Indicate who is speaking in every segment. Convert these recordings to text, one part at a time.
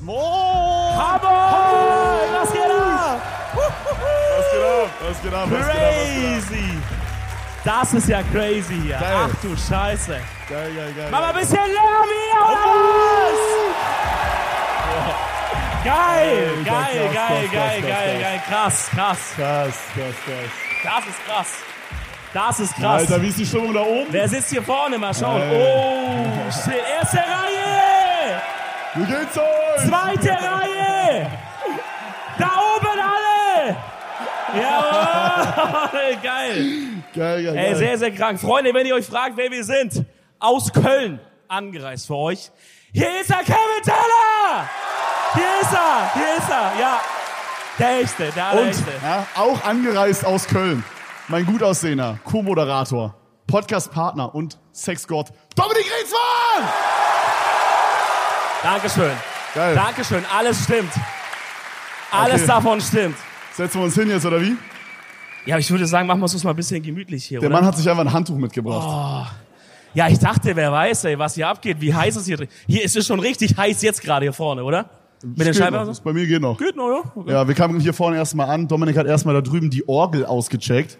Speaker 1: Moin!
Speaker 2: Hamburg! Was geht ab?
Speaker 1: Was geht ab? Was geht ab? Was geht ab?
Speaker 2: Crazy! Das ist ja crazy hier.
Speaker 1: Geil.
Speaker 2: Ach du Scheiße.
Speaker 1: Geil, geil, geil.
Speaker 2: Mach mal ein bisschen Lärm hier, oder was? Geil,
Speaker 1: Alter,
Speaker 2: geil,
Speaker 1: krass,
Speaker 2: geil,
Speaker 1: krass,
Speaker 2: geil,
Speaker 1: krass, krass.
Speaker 2: geil, geil. Krass, krass.
Speaker 1: Krass, krass, krass.
Speaker 2: Das ist krass. Das ist krass.
Speaker 1: Alter, wie ist die Stimmung da oben?
Speaker 2: Wer sitzt hier vorne? Mal schauen.
Speaker 1: Geil.
Speaker 2: Oh, shit. Erste Reihe!
Speaker 1: Wie geht's euch?
Speaker 2: Zweite Reihe! Da oben alle! Jawohl! Geil!
Speaker 1: Geil, geil,
Speaker 2: Ey,
Speaker 1: geil.
Speaker 2: sehr, sehr krank. Freunde, wenn ihr euch fragt, wer wir sind, aus Köln angereist für euch. Hier ist er, Kevin Teller! Hier ist er, hier ist er, ja. Der Echte, der
Speaker 1: Und
Speaker 2: Allerechte.
Speaker 1: ja, auch angereist aus Köln. Mein Gutaussehender, Co-Moderator, Podcast-Partner und Sexgott Dominik Rietzmann!
Speaker 2: Dankeschön.
Speaker 1: Geil.
Speaker 2: Dankeschön, alles stimmt. Alles
Speaker 1: Okay.
Speaker 2: davon stimmt.
Speaker 1: Setzen wir uns hin jetzt, oder wie?
Speaker 2: Ja, aber ich würde sagen, machen wir es uns mal ein bisschen gemütlich hier,
Speaker 1: Der
Speaker 2: oder? Oh.
Speaker 1: Mann hat sich einfach ein Handtuch mitgebracht.
Speaker 2: Ja, ich dachte, wer weiß, ey, was hier abgeht, wie heiß es hier drin. Hier ist es schon richtig heiß jetzt gerade hier vorne, oder? Mit
Speaker 1: Das
Speaker 2: den
Speaker 1: geht noch,
Speaker 2: Scheiben.
Speaker 1: das bei mir geht noch.
Speaker 2: Geht noch, ja? Okay.
Speaker 1: Ja, wir kamen hier vorne erstmal an. Dominik hat erstmal da drüben die Orgel ausgecheckt.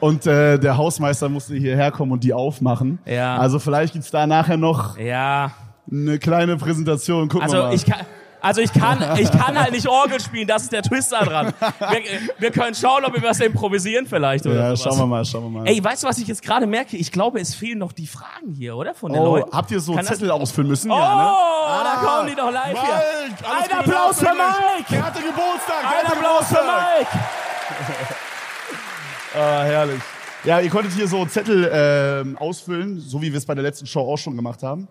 Speaker 1: Und äh, der Hausmeister musste hierher kommen und die aufmachen.
Speaker 2: Ja.
Speaker 1: Also vielleicht gibt's da nachher noch
Speaker 2: Ja.
Speaker 1: eine kleine Präsentation. Gucken wir
Speaker 2: Also
Speaker 1: mal.
Speaker 2: ich kann. Also ich kann, ich kann halt nicht Orgel spielen, das ist der Twist da dran. Wir, wir können schauen, ob wir was improvisieren vielleicht oder
Speaker 1: ja,
Speaker 2: sowas.
Speaker 1: schauen wir mal, schauen wir mal.
Speaker 2: Ey, weißt du, was ich jetzt gerade merke? Ich glaube, es fehlen noch die Fragen hier, oder? Von den
Speaker 1: oh,
Speaker 2: Leuten.
Speaker 1: habt ihr so
Speaker 2: Kann das-
Speaker 1: Zettel ausfüllen müssen?
Speaker 2: Oh,
Speaker 1: ja, ne?
Speaker 2: da kommen die doch live hier.
Speaker 1: Mike, alles
Speaker 2: Ein
Speaker 1: Gute
Speaker 2: Applaus für
Speaker 1: nachträglich.
Speaker 2: Mike.
Speaker 1: Der hatte Geburtstag. der
Speaker 2: Ein
Speaker 1: hatte
Speaker 2: Applaus für
Speaker 1: Geburtstag.
Speaker 2: Mike.
Speaker 1: Ah, herrlich. Ja, ihr konntet hier so Zettel ähm, ausfüllen, so wie wir es bei der letzten Show auch schon gemacht haben.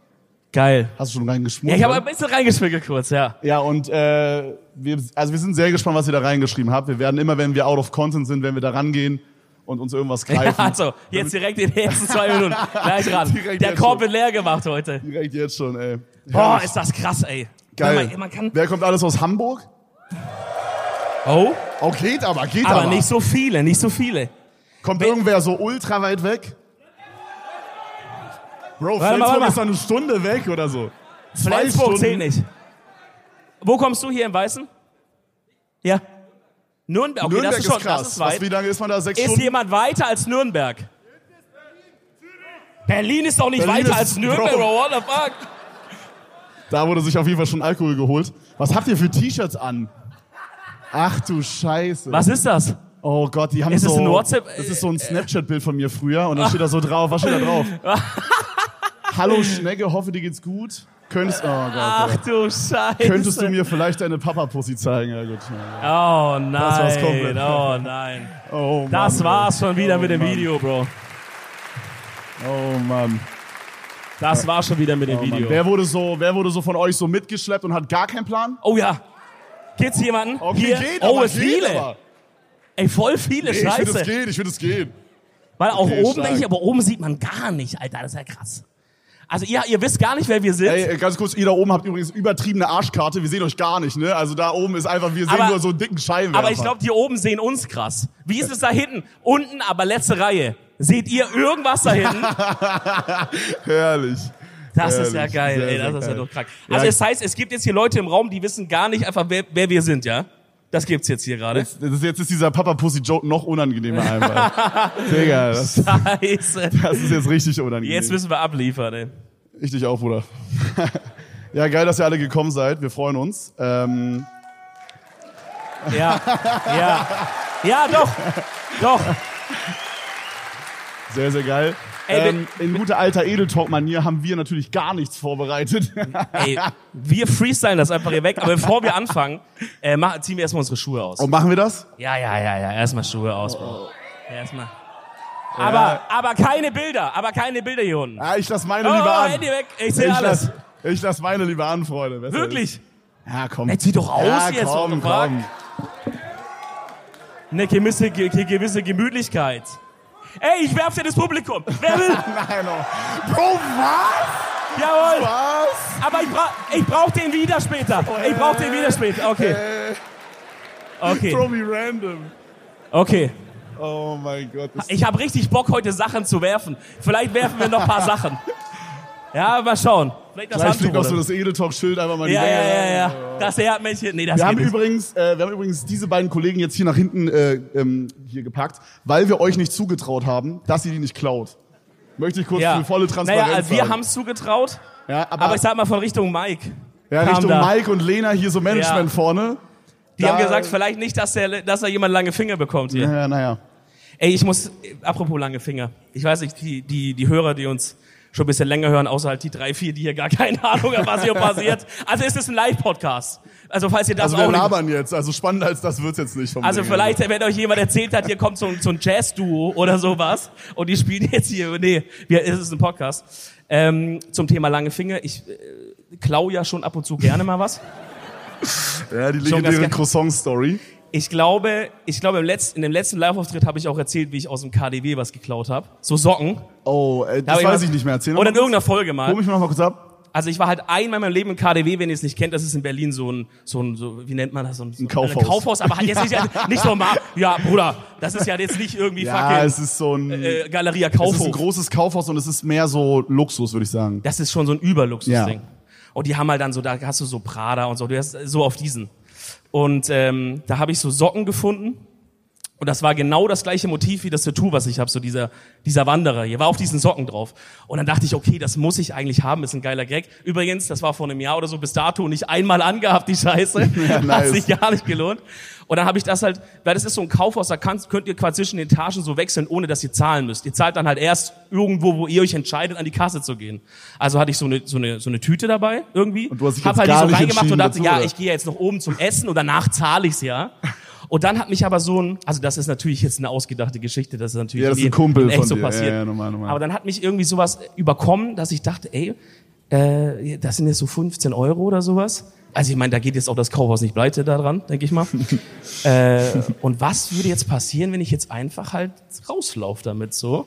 Speaker 2: Geil.
Speaker 1: Hast du schon reingeschmort?
Speaker 2: Ja, ich habe ein bisschen reingeschwickelt kurz, ja.
Speaker 1: Ja, und äh, wir, also wir sind sehr gespannt, was ihr da reingeschrieben habt. Wir werden immer, wenn wir out of content sind, wenn wir da rangehen und uns irgendwas
Speaker 2: Ja,
Speaker 1: greifen.
Speaker 2: also, jetzt direkt in den ersten zwei Minuten. Gleich ran.
Speaker 1: Direkt
Speaker 2: Der
Speaker 1: jetzt
Speaker 2: Korb wird leer gemacht heute.
Speaker 1: Direkt jetzt schon, ey.
Speaker 2: Boah,
Speaker 1: Herrlich.
Speaker 2: ist das krass, ey.
Speaker 1: geil.
Speaker 2: Man, man kann.
Speaker 1: Wer kommt alles aus Hamburg?
Speaker 2: Oh,
Speaker 1: Oh, geht aber, geht aber.
Speaker 2: aber nicht so viele, nicht so viele.
Speaker 1: Kommt irgendwer so ultra weit weg? Bro,
Speaker 2: Warte mal,
Speaker 1: Flensburg
Speaker 2: warte mal.
Speaker 1: ist doch eine Stunde weg oder so. Zwei
Speaker 2: Flensburg
Speaker 1: Stunden.
Speaker 2: zählt nicht. Wo kommst du hier im Weißen? Ja. Nürnberg, okay,
Speaker 1: Nürnberg
Speaker 2: das ist schon,
Speaker 1: ist krass.
Speaker 2: das ist
Speaker 1: Was,
Speaker 2: weit.
Speaker 1: wie lange ist man da? Sechs
Speaker 2: Ist
Speaker 1: Stunden?
Speaker 2: jemand weiter als Nürnberg? Berlin ist doch nicht
Speaker 1: Berlin
Speaker 2: weiter
Speaker 1: ist-
Speaker 2: als Nürnberg,
Speaker 1: Bro.
Speaker 2: bro. What the fuck?
Speaker 1: Da wurde sich auf jeden Fall schon Alkohol geholt. Was habt ihr für T-Shirts an? Ach du Scheiße.
Speaker 2: Was ist das?
Speaker 1: Oh Gott, die haben
Speaker 2: Ist
Speaker 1: so.
Speaker 2: es ein WhatsApp-
Speaker 1: Das ist so ein Snapchat-Bild von mir früher und dann steht da so drauf. Was steht da drauf? Hallo Schnecke, hoffe dir geht's gut. Könntest, oh Gott,
Speaker 2: Ach
Speaker 1: ja.
Speaker 2: du Scheiße.
Speaker 1: Könntest du mir vielleicht deine Papa-Pussy zeigen? Ja, gut. ja.
Speaker 2: Oh nein.
Speaker 1: war's komplett.
Speaker 2: Oh nein.
Speaker 1: Oh, Mann,
Speaker 2: Das
Speaker 1: Bro.
Speaker 2: war's schon wieder
Speaker 1: Oh,
Speaker 2: mit dem
Speaker 1: Mann.
Speaker 2: Video, Bro.
Speaker 1: Oh Mann.
Speaker 2: Das war's schon wieder mit dem
Speaker 1: Oh, Mann.
Speaker 2: Video.
Speaker 1: Wer, wurde so, wer wurde so von euch so mitgeschleppt und hat gar keinen Plan?
Speaker 2: oh ja. Gibt's jemanden?
Speaker 1: Okay,
Speaker 2: Hier?
Speaker 1: geht,
Speaker 2: oh,
Speaker 1: aber
Speaker 2: es
Speaker 1: geht
Speaker 2: viele.
Speaker 1: aber.
Speaker 2: Ey, voll viele,
Speaker 1: Nee, ich finde es
Speaker 2: scheiße.
Speaker 1: geht, ich finde es geht.
Speaker 2: Weil auch
Speaker 1: Okay,
Speaker 2: oben
Speaker 1: stark.
Speaker 2: denke ich, aber oben sieht man gar nicht, Alter. Das ist ja krass. Also ihr, ihr wisst gar nicht, wer wir sind.
Speaker 1: Ey, äh, ganz kurz, ihr da oben habt übrigens übertriebene Arschkarte. Wir sehen euch gar nicht, ne? Also da oben ist einfach, wir sehen
Speaker 2: Aber-
Speaker 1: nur so einen dicken Scheinwerfer.
Speaker 2: aber ich glaube, die oben sehen uns krass. Wie ist es da hinten? Unten, aber letzte Reihe. Seht ihr irgendwas da hinten?
Speaker 1: Herrlich.
Speaker 2: Das ist ja
Speaker 1: Herrlich.
Speaker 2: geil,
Speaker 1: Sehr,
Speaker 2: ey.
Speaker 1: sehr
Speaker 2: Das ist ja
Speaker 1: geil.
Speaker 2: doch krank.
Speaker 1: Ja,
Speaker 2: Also
Speaker 1: ich-
Speaker 2: es heißt, es gibt jetzt hier Leute im Raum, die wissen gar nicht einfach, wer, wer wir sind, ja? Das gibt's jetzt hier gerade.
Speaker 1: Jetzt, das ist, jetzt ist dieser Papa-Pussy-Joke noch unangenehmer einfach. Digga, das,
Speaker 2: Scheiße.
Speaker 1: das ist jetzt richtig unangenehm.
Speaker 2: Jetzt müssen wir abliefern, ey.
Speaker 1: ich dich auch, Bruder. ja, geil, dass ihr alle gekommen seid. Wir freuen uns. Ähm,
Speaker 2: Ja, ja. Ja, doch. Doch.
Speaker 1: sehr, sehr geil.
Speaker 2: Ey,
Speaker 1: ähm, in guter alter Edeltalk-Manier haben wir natürlich gar nichts vorbereitet.
Speaker 2: Ey, wir freestylen das einfach hier weg. Aber bevor wir anfangen, äh, mach, ziehen wir erstmal unsere Schuhe aus.
Speaker 1: Und machen wir das?
Speaker 2: Ja, ja, ja, ja. Erstmal Schuhe aus,
Speaker 1: Oh,
Speaker 2: Bro. Erstmal. Aber, aber keine Bilder. Aber keine Bilder hier unten.
Speaker 1: Ja, Ah, ich lass meine
Speaker 2: Oh,
Speaker 1: lieber an.
Speaker 2: Handy weg. Ich
Speaker 1: ich,
Speaker 2: sehe alles.
Speaker 1: lass, ich lass meine lieber an, Freunde. Besser
Speaker 2: Wirklich.
Speaker 1: ist- Ja, komm.
Speaker 2: Ey, zieh doch aus
Speaker 1: ja,
Speaker 2: jetzt,
Speaker 1: Komm,
Speaker 2: what the fuck?
Speaker 1: komm.
Speaker 2: Eine gewisse, ge- ge- gewisse Gemütlichkeit. Ey, ich werf dir das Publikum. Wer will?
Speaker 1: Nein, oh. Bro, was?
Speaker 2: Jawohl.
Speaker 1: Was?
Speaker 2: Aber ich, bra ich brauch den wieder später. Ich brauch den wieder später. Okay.
Speaker 1: Oh, Äh,
Speaker 2: Okay.
Speaker 1: Throw me random.
Speaker 2: Okay.
Speaker 1: Oh mein Gott. das-
Speaker 2: Ich habe richtig Bock, heute Sachen zu werfen. Vielleicht werfen wir noch ein paar Sachen. Ja, mal schauen. Vielleicht das
Speaker 1: Gleich fliegt auch so
Speaker 2: Handtuch.
Speaker 1: das Edeltalk-Schild einfach mal in
Speaker 2: Ja,
Speaker 1: die
Speaker 2: ja,
Speaker 1: Länge.
Speaker 2: ja, ja. Das Erdmännchen. Nee, das
Speaker 1: Wir
Speaker 2: geht
Speaker 1: haben,
Speaker 2: nicht.
Speaker 1: übrigens, äh, wir haben übrigens diese beiden Kollegen jetzt hier nach hinten äh, ähm, hier gepackt, weil wir euch nicht zugetraut haben, dass ihr die nicht klaut. Möchte ich kurz für volle Transparenz
Speaker 2: Naja, also wir
Speaker 1: sagen.
Speaker 2: haben es zugetraut,
Speaker 1: ja, aber,
Speaker 2: aber ich sag mal von Richtung Mike.
Speaker 1: ja,
Speaker 2: kam
Speaker 1: Richtung
Speaker 2: da.
Speaker 1: Mike und Lena hier so Management
Speaker 2: Ja.
Speaker 1: vorne.
Speaker 2: Die haben gesagt, vielleicht nicht, dass, der, dass da jemand lange Finger bekommt hier.
Speaker 1: Naja, naja.
Speaker 2: Ey, ich muss, apropos lange Finger. Ich weiß nicht, die, die, die Hörer, die uns schon ein bisschen länger hören, außer halt die drei, vier, die hier gar keine Ahnung haben, was hier passiert. Also ist es ein Live-Podcast. Also falls ihr das
Speaker 1: Also
Speaker 2: auch
Speaker 1: wir
Speaker 2: nicht
Speaker 1: labern jetzt, also spannender als das wird's jetzt nicht. Vom
Speaker 2: Also
Speaker 1: Ding.
Speaker 2: vielleicht, wenn euch jemand erzählt hat, hier kommt so ein, so ein Jazz-Duo oder sowas und die spielen jetzt hier, nee, wir, es ist ein Podcast, ähm, zum Thema lange Finger. Ich äh, klau ja schon ab und zu gerne mal was.
Speaker 1: Ja, die
Speaker 2: ganz
Speaker 1: legendäre
Speaker 2: gern.
Speaker 1: Croissant-Story.
Speaker 2: Ich glaube, ich glaube im letzten, in dem letzten Live-Auftritt habe ich auch erzählt, wie ich aus dem KDW was geklaut habe. So Socken.
Speaker 1: Oh, äh, das
Speaker 2: Aber
Speaker 1: weiß
Speaker 2: mal-
Speaker 1: ich nicht mehr. Erzähl noch mal
Speaker 2: Oder in
Speaker 1: kurz.
Speaker 2: irgendeiner Folge
Speaker 1: Hol
Speaker 2: mal.
Speaker 1: mich mal noch mal kurz ab.
Speaker 2: Also ich war halt einmal in meinem Leben im KDW, wenn ihr es nicht kennt, das ist in Berlin so ein, so ein so, wie nennt man das? So ein, so ein
Speaker 1: Kaufhaus.
Speaker 2: Kaufhaus, aber halt jetzt nicht, nicht normal. Ja, Bruder, das ist ja jetzt nicht irgendwie
Speaker 1: Ja,
Speaker 2: fucking
Speaker 1: es ist so ein,
Speaker 2: äh, Galeria
Speaker 1: es ist ein
Speaker 2: Kaufhof.
Speaker 1: großes Kaufhaus und es ist mehr so Luxus, würde ich sagen.
Speaker 2: Das ist schon so ein Überluxusding.
Speaker 1: Ja.
Speaker 2: Und die haben halt dann so, da hast du so Prada und so, du hast so auf diesen. Und ähm, da habe ich so Socken gefunden. Und das war genau das gleiche Motiv wie das Tattoo, was ich habe, so dieser, dieser Wanderer. Hier war auf diesen Socken drauf. Und dann dachte ich, okay, das muss ich eigentlich haben, ist ein geiler Gag. Übrigens, das war vor einem Jahr oder so bis dato nicht einmal angehabt, die Scheiße.
Speaker 1: Ja,
Speaker 2: Hat
Speaker 1: nice.
Speaker 2: sich gar nicht gelohnt. Und dann habe ich das halt, weil das ist so ein Kaufhaus, da kannst, könnt ihr quasi zwischen den Etagen so wechseln, ohne dass ihr zahlen müsst. Ihr zahlt dann halt erst irgendwo, wo ihr euch entscheidet, an die Kasse zu gehen. Also hatte ich so eine, so eine, so eine Tüte dabei irgendwie.
Speaker 1: Und du hast dich
Speaker 2: hab
Speaker 1: jetzt
Speaker 2: halt
Speaker 1: gar
Speaker 2: die so
Speaker 1: nicht
Speaker 2: reingemacht
Speaker 1: entschieden
Speaker 2: und dachte,
Speaker 1: dazu,
Speaker 2: ja,
Speaker 1: oder?
Speaker 2: ich gehe jetzt noch oben zum Essen und danach zahle ich's ja. Und dann hat mich aber so ein, also das ist natürlich jetzt eine ausgedachte Geschichte, das ist natürlich
Speaker 1: Ja, das ist
Speaker 2: nie
Speaker 1: ein Kumpel
Speaker 2: in echt
Speaker 1: von
Speaker 2: so
Speaker 1: dir.
Speaker 2: passiert.
Speaker 1: Ja, ja, normal, normal.
Speaker 2: Aber dann hat mich irgendwie sowas überkommen, dass ich dachte, ey, äh, das sind jetzt so 15 Euro oder sowas. Also ich meine, da geht jetzt auch das Kaufhaus nicht pleite daran, denke ich mal. äh, und was würde jetzt passieren, wenn ich jetzt einfach halt rauslaufe damit so?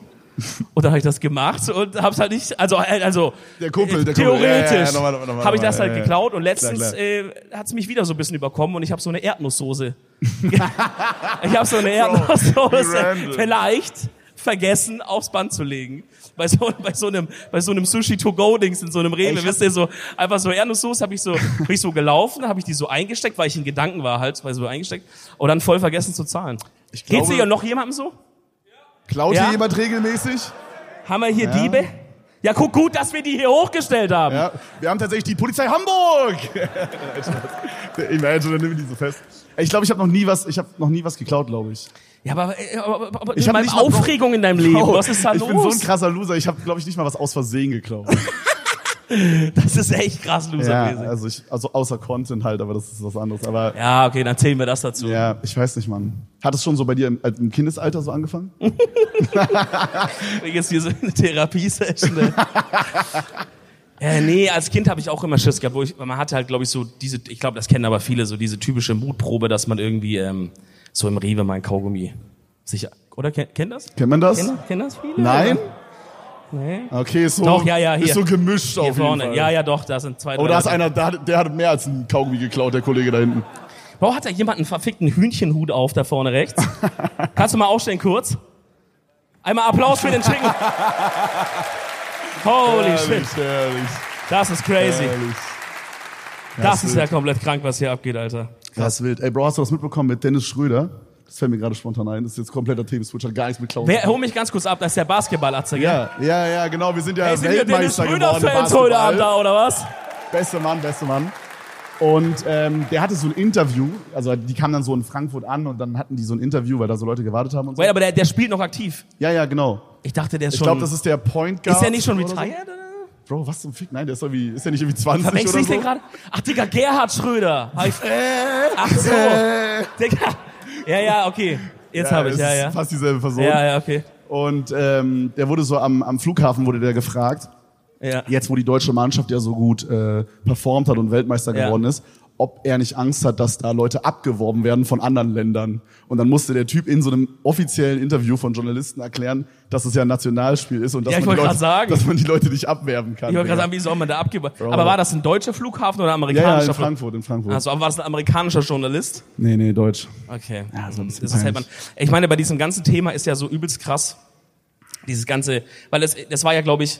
Speaker 2: Und dann habe ich das gemacht und hab's halt nicht, also äh, also
Speaker 1: Der Kumpel,
Speaker 2: äh,
Speaker 1: der Kumpel. Ja, ja, ja,
Speaker 2: theoretisch
Speaker 1: nochmal, nochmal, nochmal,
Speaker 2: habe ich das
Speaker 1: nochmal, ja,
Speaker 2: halt
Speaker 1: ja.
Speaker 2: geklaut und letztens
Speaker 1: Klar, klar.
Speaker 2: äh, hat's mich wieder so ein bisschen überkommen und ich habe so eine Erdnusssoße. ich habe so eine Erdnusssoße
Speaker 1: random.
Speaker 2: vielleicht vergessen aufs Band zu legen. Bei so, bei so einem bei so einem Sushi to go Dings in so einem Rewe, wisst ihr so einfach so Erdnusssoße habe ich so bin ich so gelaufen, habe ich die so eingesteckt, weil ich in Gedanken war halt, weil so eingesteckt und dann voll vergessen zu zahlen. Geht's
Speaker 1: glaube-
Speaker 2: hier noch jemandem so?
Speaker 1: Klaut
Speaker 2: Ja.
Speaker 1: hier jemand regelmäßig?
Speaker 2: Haben wir hier Diebe? Ja, guck gut, dass wir die hier hochgestellt haben.
Speaker 1: Ja, wir haben tatsächlich die Polizei Hamburg. Imagine, dann nehmen wir die so fest. Ich glaube, ich habe noch nie was, ich habe noch nie was geklaut, glaube ich.
Speaker 2: Ja, aber, äh, aber, aber, aber
Speaker 1: Ich
Speaker 2: ich
Speaker 1: hab
Speaker 2: meine
Speaker 1: nicht mal-
Speaker 2: Aufregung in deinem Leben. Was ist da
Speaker 1: ich
Speaker 2: los?
Speaker 1: bin so ein krasser Loser. Ich habe, glaube ich, nicht mal was aus Versehen geklaut.
Speaker 2: das ist echt krass loser
Speaker 1: ja,
Speaker 2: ja, gewesen.
Speaker 1: also ich, also außer Content halt, aber das ist was anderes. Aber
Speaker 2: Ja, okay, dann zählen wir das dazu.
Speaker 1: ja, ich weiß nicht, Mann. Hat es schon so bei dir im, äh, im Kindesalter so angefangen?
Speaker 2: Jetzt hier so eine Therapiesession. ne? äh, nee, als Kind habe ich auch immer Schiss gehabt, wo ich, man hatte halt, glaube ich, so diese, ich glaube, das kennen aber viele, so diese typische Mutprobe, dass man irgendwie ähm, so im Rewe mein Kaugummi sicher. Oder kennt, kennt das?
Speaker 1: Kennt man das?
Speaker 2: Kennen, kennen das viele?
Speaker 1: Nein?
Speaker 2: Nee.
Speaker 1: Okay, ist so,
Speaker 2: Doch, ja, ja,
Speaker 1: ist
Speaker 2: hier.
Speaker 1: so gemischt auf
Speaker 2: Hier
Speaker 1: jeden
Speaker 2: vorne.
Speaker 1: Fall.
Speaker 2: Ja, ja, doch, da sind zwei, drei
Speaker 1: Oh, da ist
Speaker 2: Leute.
Speaker 1: einer, der hat, der hat mehr als einen Kaugummi geklaut, der Kollege da hinten.
Speaker 2: Warum hat da jemand einen verfickten Hühnchenhut auf da vorne rechts? Kannst du mal aufstellen kurz? Einmal Applaus für den Chicken. Holy shit,
Speaker 1: Ehrlich, ehrlich,
Speaker 2: das ist crazy.
Speaker 1: ehrlich.
Speaker 2: Das
Speaker 1: wild.
Speaker 2: ist ja komplett krank, was hier abgeht, Alter.
Speaker 1: Krass wild. Ey, Bro, hast du das mitbekommen mit Dennis Schröder? Das fällt mir gerade spontan ein. Das ist jetzt kompletter Themenswitch, hat gar nichts mit Klaus.
Speaker 2: Wer, oh, hol mich ganz kurz ab, das ist der Basketballatze, gell?
Speaker 1: ja, ja, ja, genau. Wir sind ja
Speaker 2: Ey, sind wir Dennis
Speaker 1: Weltmeister geworden. im
Speaker 2: Schröder-Fans
Speaker 1: Basketball.
Speaker 2: heute Abend da, oder was?
Speaker 1: Bester Mann, bester Mann. Und ähm, der hatte so ein Interview, also die kamen dann so in Frankfurt an und dann hatten die so ein Interview, weil da so Leute gewartet haben und so.
Speaker 2: Wait, aber der, der spielt noch aktiv.
Speaker 1: Ja, ja, genau.
Speaker 2: Ich dachte, der ist
Speaker 1: Ich
Speaker 2: schon...
Speaker 1: glaube, das ist der Point Guard.
Speaker 2: ist der nicht schon
Speaker 1: oder so.
Speaker 2: retired? oder?
Speaker 1: Bro, was zum Fick? Nein, der ist irgendwie, ist der nicht irgendwie 20
Speaker 2: Verwechsel
Speaker 1: oder
Speaker 2: ich
Speaker 1: so?
Speaker 2: den gerade? Ach, Digga, Gerhard Schröder. Hab ich- Ach so.
Speaker 1: Äh.
Speaker 2: Digga. Ja, ja, okay. Jetzt
Speaker 1: Ja,
Speaker 2: habe ich,
Speaker 1: es
Speaker 2: ja,
Speaker 1: ist
Speaker 2: ja.
Speaker 1: Fast dieselbe Person.
Speaker 2: Ja, ja, okay.
Speaker 1: Und ähm, der wurde so am, am Flughafen wurde der gefragt,
Speaker 2: Ja.
Speaker 1: jetzt wo die deutsche Mannschaft ja so gut äh, performt hat und Weltmeister
Speaker 2: Ja.
Speaker 1: geworden ist, ob er nicht Angst hat, dass da Leute abgeworben werden von anderen Ländern. Und dann musste der Typ in so einem offiziellen Interview von Journalisten erklären, dass es ja ein Nationalspiel ist und dass,
Speaker 2: Ja, ich
Speaker 1: man, die
Speaker 2: wollte
Speaker 1: Leute,
Speaker 2: grad sagen.
Speaker 1: dass man die Leute nicht abwerben kann.
Speaker 2: Ich wollte gerade
Speaker 1: Digga.
Speaker 2: sagen, wie soll man da abgeben? Aber war das ein deutscher Flughafen
Speaker 1: ja,
Speaker 2: oder ein
Speaker 1: ja,
Speaker 2: amerikanischer
Speaker 1: in
Speaker 2: Flughafen?
Speaker 1: Frankfurt, in Frankfurt.
Speaker 2: Also, aber war das ein amerikanischer Journalist?
Speaker 1: Nee, nee, Deutsch.
Speaker 2: Okay.
Speaker 1: Ja, so ein bisschen
Speaker 2: das ist halt man,
Speaker 1: peinlich.
Speaker 2: ich meine, bei diesem ganzen Thema ist ja so übelst krass, dieses ganze, weil es, das war ja, glaube ich,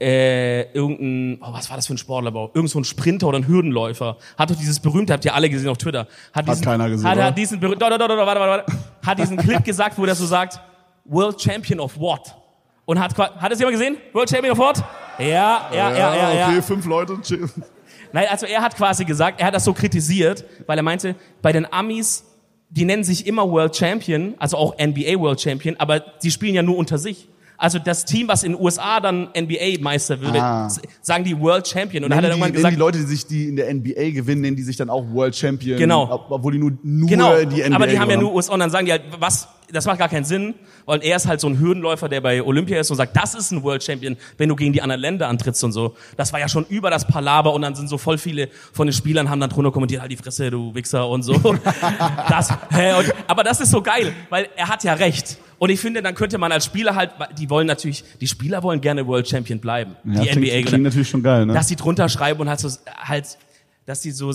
Speaker 2: äh, irgendein, oh, was war das für ein Sportlerbau? Irgend so ein Sprinter oder ein Hürdenläufer. Hat doch dieses berühmte, habt ihr alle gesehen auf Twitter. Hat,
Speaker 1: keiner gesehen,
Speaker 2: Hat,
Speaker 1: oder?
Speaker 2: hat diesen berühmten, warte, warte, warte, warte, hat diesen Clip gesagt, wo der so sagt, World Champion of what? Und hat, qua- hat das jemand gesehen? World Champion of what? Ja, Ah, ja, ja, ja, ja.
Speaker 1: Ah, okay, fünf Leute. chill.
Speaker 2: Nein, also er hat quasi gesagt, er hat das so kritisiert, weil er meinte, bei den Amis, die nennen sich immer World Champion, also auch NBA World Champion, aber die spielen ja nur unter sich. Also das Team, was in den USA dann NBA Meister würde,
Speaker 1: Ah.
Speaker 2: s- sagen die World Champion. Und dann hat er
Speaker 1: Nennen die,
Speaker 2: irgendwann
Speaker 1: nennen die
Speaker 2: gesagt,
Speaker 1: Leute, die sich die in der NBA gewinnen, nennen die sich dann auch World Champion.
Speaker 2: Genau.
Speaker 1: ob- Obwohl die nur, nur
Speaker 2: genau,
Speaker 1: die NBA
Speaker 2: aber die haben ja
Speaker 1: gewonnen
Speaker 2: nur USA und dann sagen die halt, was, das macht gar keinen Sinn, weil er ist halt so ein Hürdenläufer, der bei Olympia ist und sagt, das ist ein World Champion, wenn du gegen die anderen Länder antrittst und so. Das war ja schon über das Palaver und dann sind so voll viele von den Spielern haben dann drunter kommentiert, halt die Fresse, du Wichser und so. das, hä, und, aber das ist so geil, weil er hat ja recht. Und ich finde, dann könnte man als Spieler halt, die wollen natürlich, die Spieler wollen gerne World Champion bleiben.
Speaker 1: Ja,
Speaker 2: die
Speaker 1: klingt,
Speaker 2: NBA
Speaker 1: klingt natürlich schon geil, ne?
Speaker 2: dass sie drunter schreiben und halt so, halt, dass sie so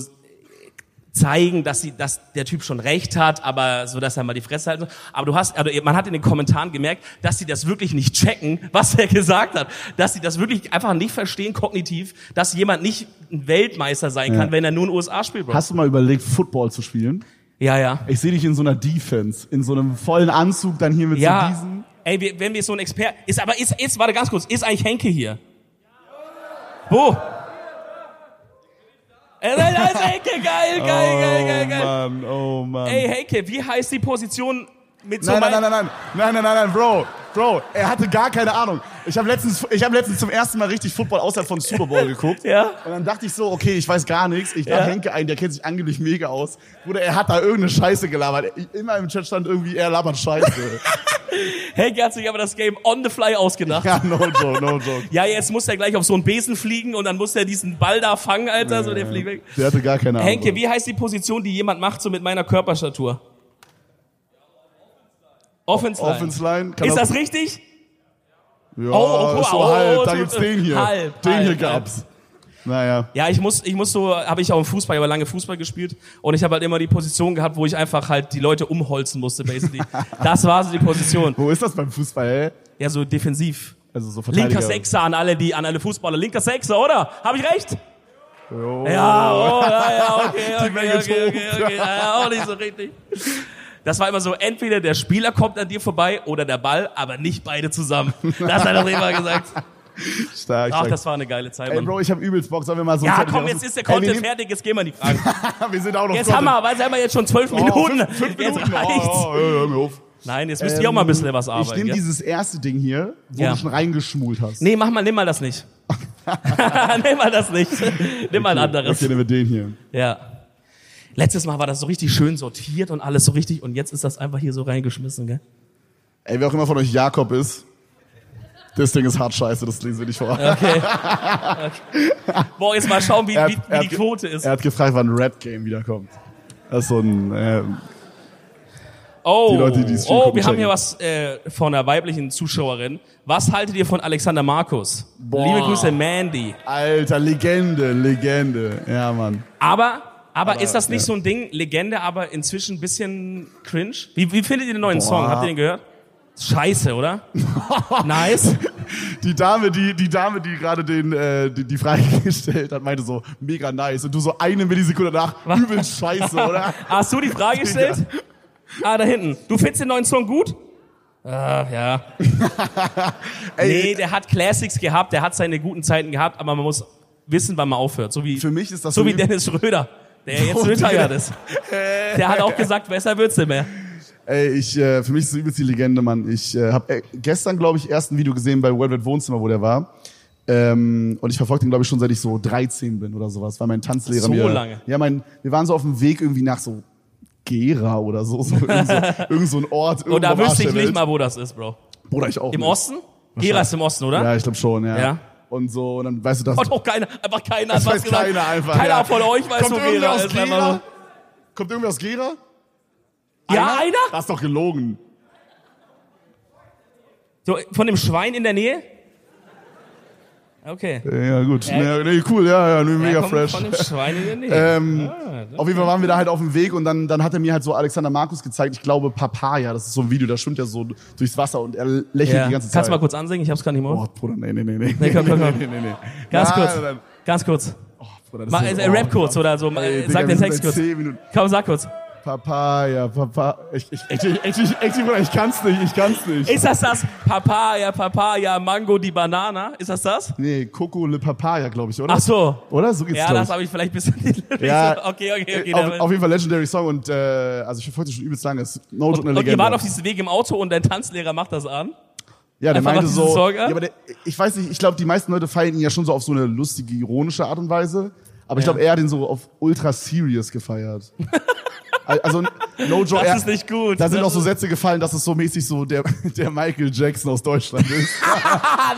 Speaker 2: zeigen, dass sie, dass der Typ schon recht hat, aber so, dass er mal die Fresse halten soll. Aber du hast, also man hat in den Kommentaren gemerkt, dass sie das wirklich nicht checken, was er gesagt hat. Dass sie das wirklich einfach nicht verstehen, kognitiv, dass jemand nicht ein Weltmeister sein kann,
Speaker 1: Ja.
Speaker 2: wenn er nur in den USA spielt, Bro.
Speaker 1: Hast du mal überlegt, Football zu spielen?
Speaker 2: ja, ja.
Speaker 1: Ich sehe dich in so einer Defense, in so einem vollen Anzug dann hier mit so
Speaker 2: Ja.
Speaker 1: diesen.
Speaker 2: Ey, wir- wenn wir so ein Experte, ist aber, ist, ist, warte ganz kurz, ist eigentlich Henke hier? Wo? Ey, da ist Henke, geil, geil, geil, geil, geil.
Speaker 1: Oh Mann, oh Mann.
Speaker 2: Ey, Heike, wie heißt die Position mit so
Speaker 1: nein, nein,
Speaker 2: mein-
Speaker 1: nein, nein, nein, nein, nein, nein, nein, Bro, Bro, er hatte gar keine Ahnung. Ich habe letztens, ich habe letztens zum ersten Mal richtig Football außerhalb von Super Bowl geguckt.
Speaker 2: Ja.
Speaker 1: Und dann dachte ich so, okay, ich weiß gar nichts. Ich dachte,
Speaker 2: Ja.
Speaker 1: Henke ein, der kennt sich angeblich mega aus. Bruder, er hat da irgendeine Scheiße gelabert. Ich- Immer im Chat stand irgendwie, er labert Scheiße.
Speaker 2: Heike hat sich aber das Game on the fly ausgedacht. Ja.
Speaker 1: ja, no joke, no joke.
Speaker 2: jetzt muss er gleich auf so einen Besen fliegen und dann muss er diesen Ball da fangen, Alter, so der fliegt weg.
Speaker 1: Der hatte gar keine Ahnung.
Speaker 2: Henke, wie heißt die Position, die jemand macht, so mit meiner Körperstatur? Offense Line.
Speaker 1: Offense Line. Kann
Speaker 2: Ist
Speaker 1: er-
Speaker 2: das richtig?
Speaker 1: Ja,
Speaker 2: oh, guck mal,
Speaker 1: so
Speaker 2: oh,
Speaker 1: halb.
Speaker 2: oh,
Speaker 1: da
Speaker 2: so-
Speaker 1: gibt's den hier.
Speaker 2: halb,
Speaker 1: den
Speaker 2: halb,
Speaker 1: hier
Speaker 2: halb.
Speaker 1: gab's. Naja.
Speaker 2: Ja, ich muss, ich muss so, habe ich auch im Fußball, ich habe lange Fußball gespielt und ich habe halt immer die Position gehabt, wo ich einfach halt die Leute umholzen musste, basically. das war so die Position.
Speaker 1: Wo ist das beim Fußball, ey?
Speaker 2: Ja, so defensiv.
Speaker 1: Also so
Speaker 2: Linker
Speaker 1: Verteidiger.
Speaker 2: Sechser an alle, die, an alle Fußballer. Linker Sechser, oder? Habe ich recht?
Speaker 1: Jo.
Speaker 2: Ja, oh, ja, ja, okay, okay,
Speaker 1: Menge
Speaker 2: okay,
Speaker 1: tobt.
Speaker 2: okay, okay. Ja, ja, auch nicht so richtig. Das war immer so, entweder der Spieler kommt an dir vorbei oder der Ball, aber nicht beide zusammen. Das hat er doch immer gesagt.
Speaker 1: Stark,
Speaker 2: Ach,
Speaker 1: stark.
Speaker 2: das war eine geile Zeit,
Speaker 1: Ey,
Speaker 2: Mann.
Speaker 1: Bro, ich habe übelst Bock. Sollen wir mal so
Speaker 2: Ja,
Speaker 1: fertig
Speaker 2: komm,
Speaker 1: machen?
Speaker 2: jetzt ist der
Speaker 1: Ey, wir
Speaker 2: Content
Speaker 1: nehmen-
Speaker 2: fertig, jetzt gehen wir in die Fragen.
Speaker 1: wir sind auch noch
Speaker 2: Jetzt haben wir, weil haben wir jetzt schon zwölf Minuten.
Speaker 1: Oh, Fünf, fünf
Speaker 2: jetzt
Speaker 1: Minuten.
Speaker 2: reicht's.
Speaker 1: Oh, oh, ja, hör mir auf. Ähm,
Speaker 2: Nein, jetzt müsst ihr auch mal ein bisschen was
Speaker 1: Ich
Speaker 2: arbeiten.
Speaker 1: nehme
Speaker 2: gell?
Speaker 1: dieses erste Ding hier, wo
Speaker 2: Ja.
Speaker 1: du schon reingeschmult hast.
Speaker 2: Nee, mach mal, nimm mal das nicht. nimm mal das nicht. Nimm mal ein anderes.
Speaker 1: Okay, nehmen wir den hier.
Speaker 2: Ja. Letztes Mal war das so richtig schön sortiert und alles so richtig und jetzt ist das einfach hier so reingeschmissen, gell?
Speaker 1: Ey, wer auch immer von euch Jakob ist, das Ding ist hart scheiße, das lesen wir nicht vor.
Speaker 2: Boah, jetzt mal schauen, wie,
Speaker 1: Er hat-
Speaker 2: wie,
Speaker 1: er
Speaker 2: wie
Speaker 1: hat
Speaker 2: die
Speaker 1: ge-
Speaker 2: Quote ist.
Speaker 1: Er hat gefragt, wann Red Game wiederkommt. Das ist so ein, äh,
Speaker 2: Oh,
Speaker 1: Leute, die es schon
Speaker 2: oh
Speaker 1: gucken,
Speaker 2: wir haben hier
Speaker 1: checken.
Speaker 2: was äh, von einer weiblichen Zuschauerin. Was haltet ihr von Alexander Markus?
Speaker 1: Boah.
Speaker 2: Liebe Grüße, Mandy.
Speaker 1: alter, Legende, Legende. Ja, Mann.
Speaker 2: Aber, aber, ist das nicht
Speaker 1: ja.
Speaker 2: so ein Ding, Legende, aber inzwischen ein bisschen cringe? Wie, wie findet ihr den neuen Song? Habt ihr den gehört? Scheiße, oder? nice.
Speaker 1: Die Dame, die, die Dame, die gerade den, äh, die, die Frage gestellt hat, meinte so, mega nice. Und du so eine Millisekunde danach, übel scheiße, oder?
Speaker 2: Hast du die Frage gestellt? Ah, da hinten. Du findest den neuen Song gut? Ah, ja. nee, der hat Classics gehabt, der hat seine guten Zeiten gehabt, aber man muss wissen, wann man aufhört. So wie,
Speaker 1: Für mich ist das
Speaker 2: so wie
Speaker 1: ein-
Speaker 2: Dennis Schröder, der jetzt
Speaker 1: Oh, der-
Speaker 2: retired ist. Der hat auch gesagt, besser wird's nicht mehr.
Speaker 1: Ey, ich, äh, für mich ist es übelst die Legende, Mann. Ich äh, habe äh, gestern, glaube ich, erst ein Video gesehen bei World Wide Wohnzimmer, wo der war. Ähm, und ich verfolge den, glaube ich, schon seit ich so 13 bin oder sowas, weil mein Tanzlehrer
Speaker 2: So
Speaker 1: mir...
Speaker 2: lange.
Speaker 1: Ja, mein, wir waren so auf dem Weg irgendwie nach so Gera oder so, so irgend so, irgend so ein Ort.
Speaker 2: Und Oh, da
Speaker 1: irgendwo am Arsch
Speaker 2: wüsste ich
Speaker 1: der
Speaker 2: nicht
Speaker 1: Welt.
Speaker 2: mal, wo das ist, Bro.
Speaker 1: Bruder, ich auch
Speaker 2: Im
Speaker 1: nicht.
Speaker 2: Osten? Gera ist im Osten, oder?
Speaker 1: Ja, ich glaube schon, ja.
Speaker 2: ne? Ja.
Speaker 1: Und so, und dann weißt du das...
Speaker 2: Und auch keiner, einfach keiner hat
Speaker 1: Das
Speaker 2: was
Speaker 1: weiß
Speaker 2: gesagt.
Speaker 1: keiner einfach.
Speaker 2: keiner
Speaker 1: ja.
Speaker 2: von euch weiß,
Speaker 1: Kommt
Speaker 2: wo
Speaker 1: irgendwer
Speaker 2: Gera
Speaker 1: aus
Speaker 2: ist. einfach
Speaker 1: Gera?
Speaker 2: so.
Speaker 1: Kommt irgendwer aus Gera?
Speaker 2: Ja, einer?
Speaker 1: Das ist doch gelogen.
Speaker 2: So, von dem Schwein in der Nähe? Okay.
Speaker 1: Ja, gut. Ja, nee, cool, ja, ja, nee, Äh, mega
Speaker 2: ja, komm,
Speaker 1: fresh.
Speaker 2: Von dem Schweine nicht.
Speaker 1: Ähm, auf jeden Fall waren wir da halt auf dem Weg und dann, dann hat er mir halt so Alexander Markus gezeigt, ich glaube Papaya, das ist so ein Video, da schwimmt er so durchs Wasser und er lächelt
Speaker 2: ja.
Speaker 1: die ganze Zeit.
Speaker 2: Kannst du mal kurz ansingen? Ich hab's gar nicht mehr.
Speaker 1: Oh, Bruder, nee, nee, nee, nee.
Speaker 2: Nee, komm, komm, komm.
Speaker 1: nee, nee, nee.
Speaker 2: Ganz
Speaker 1: Nein,
Speaker 2: kurz.
Speaker 1: nein.
Speaker 2: Ganz kurz.
Speaker 1: Oh, Bruder, das
Speaker 2: Mal,
Speaker 1: ist-
Speaker 2: äh,
Speaker 1: oh,
Speaker 2: rap kurz oder so.
Speaker 1: ey,
Speaker 2: Mal,
Speaker 1: Digga,
Speaker 2: sag
Speaker 1: wir
Speaker 2: den
Speaker 1: sind
Speaker 2: Text
Speaker 1: seit
Speaker 2: kurz.
Speaker 1: 10 Minuten.
Speaker 2: Komm, sag kurz.
Speaker 1: Papaya, Papa. Ich, ich, echt, nicht, echt, nicht, echt, nicht, Bruder, ich kann's nicht, ich kann's nicht.
Speaker 2: Ist das das? Papaya, Papaya, Mango, die Banana. Ist das das?
Speaker 1: nee, Coco le Papaya, glaube ich, oder?
Speaker 2: Ach so.
Speaker 1: Oder? So geht's,
Speaker 2: Ja,
Speaker 1: glaub
Speaker 2: das
Speaker 1: ich.
Speaker 2: habe ich vielleicht bis in die
Speaker 1: Ja.
Speaker 2: Okay, okay, okay.
Speaker 1: auf,
Speaker 2: dann-
Speaker 1: auf jeden Fall Legendary Song und äh, also ich verfolge das schon übelst lange. Ist no joke, eine
Speaker 2: und
Speaker 1: Legende.
Speaker 2: ihr wart auf diesem Weg im Auto und dein Tanzlehrer macht das an.
Speaker 1: Ja, der
Speaker 2: Einfach
Speaker 1: meinte
Speaker 2: mal diesen
Speaker 1: so.
Speaker 2: Song
Speaker 1: ja,
Speaker 2: an?
Speaker 1: aber der, ich weiß nicht, ich glaube, die meisten Leute feiern ihn ja schon so auf so eine lustige, ironische Art und Weise. Aber ich
Speaker 2: Ja.
Speaker 1: glaube, er hat ihn so auf ultra serious gefeiert. also, no joke.
Speaker 2: Das
Speaker 1: er,
Speaker 2: ist nicht gut.
Speaker 1: Da sind auch so
Speaker 2: ist-
Speaker 1: Sätze gefallen, dass es so mäßig so der, der Michael Jackson aus Deutschland ist.
Speaker 2: Ah,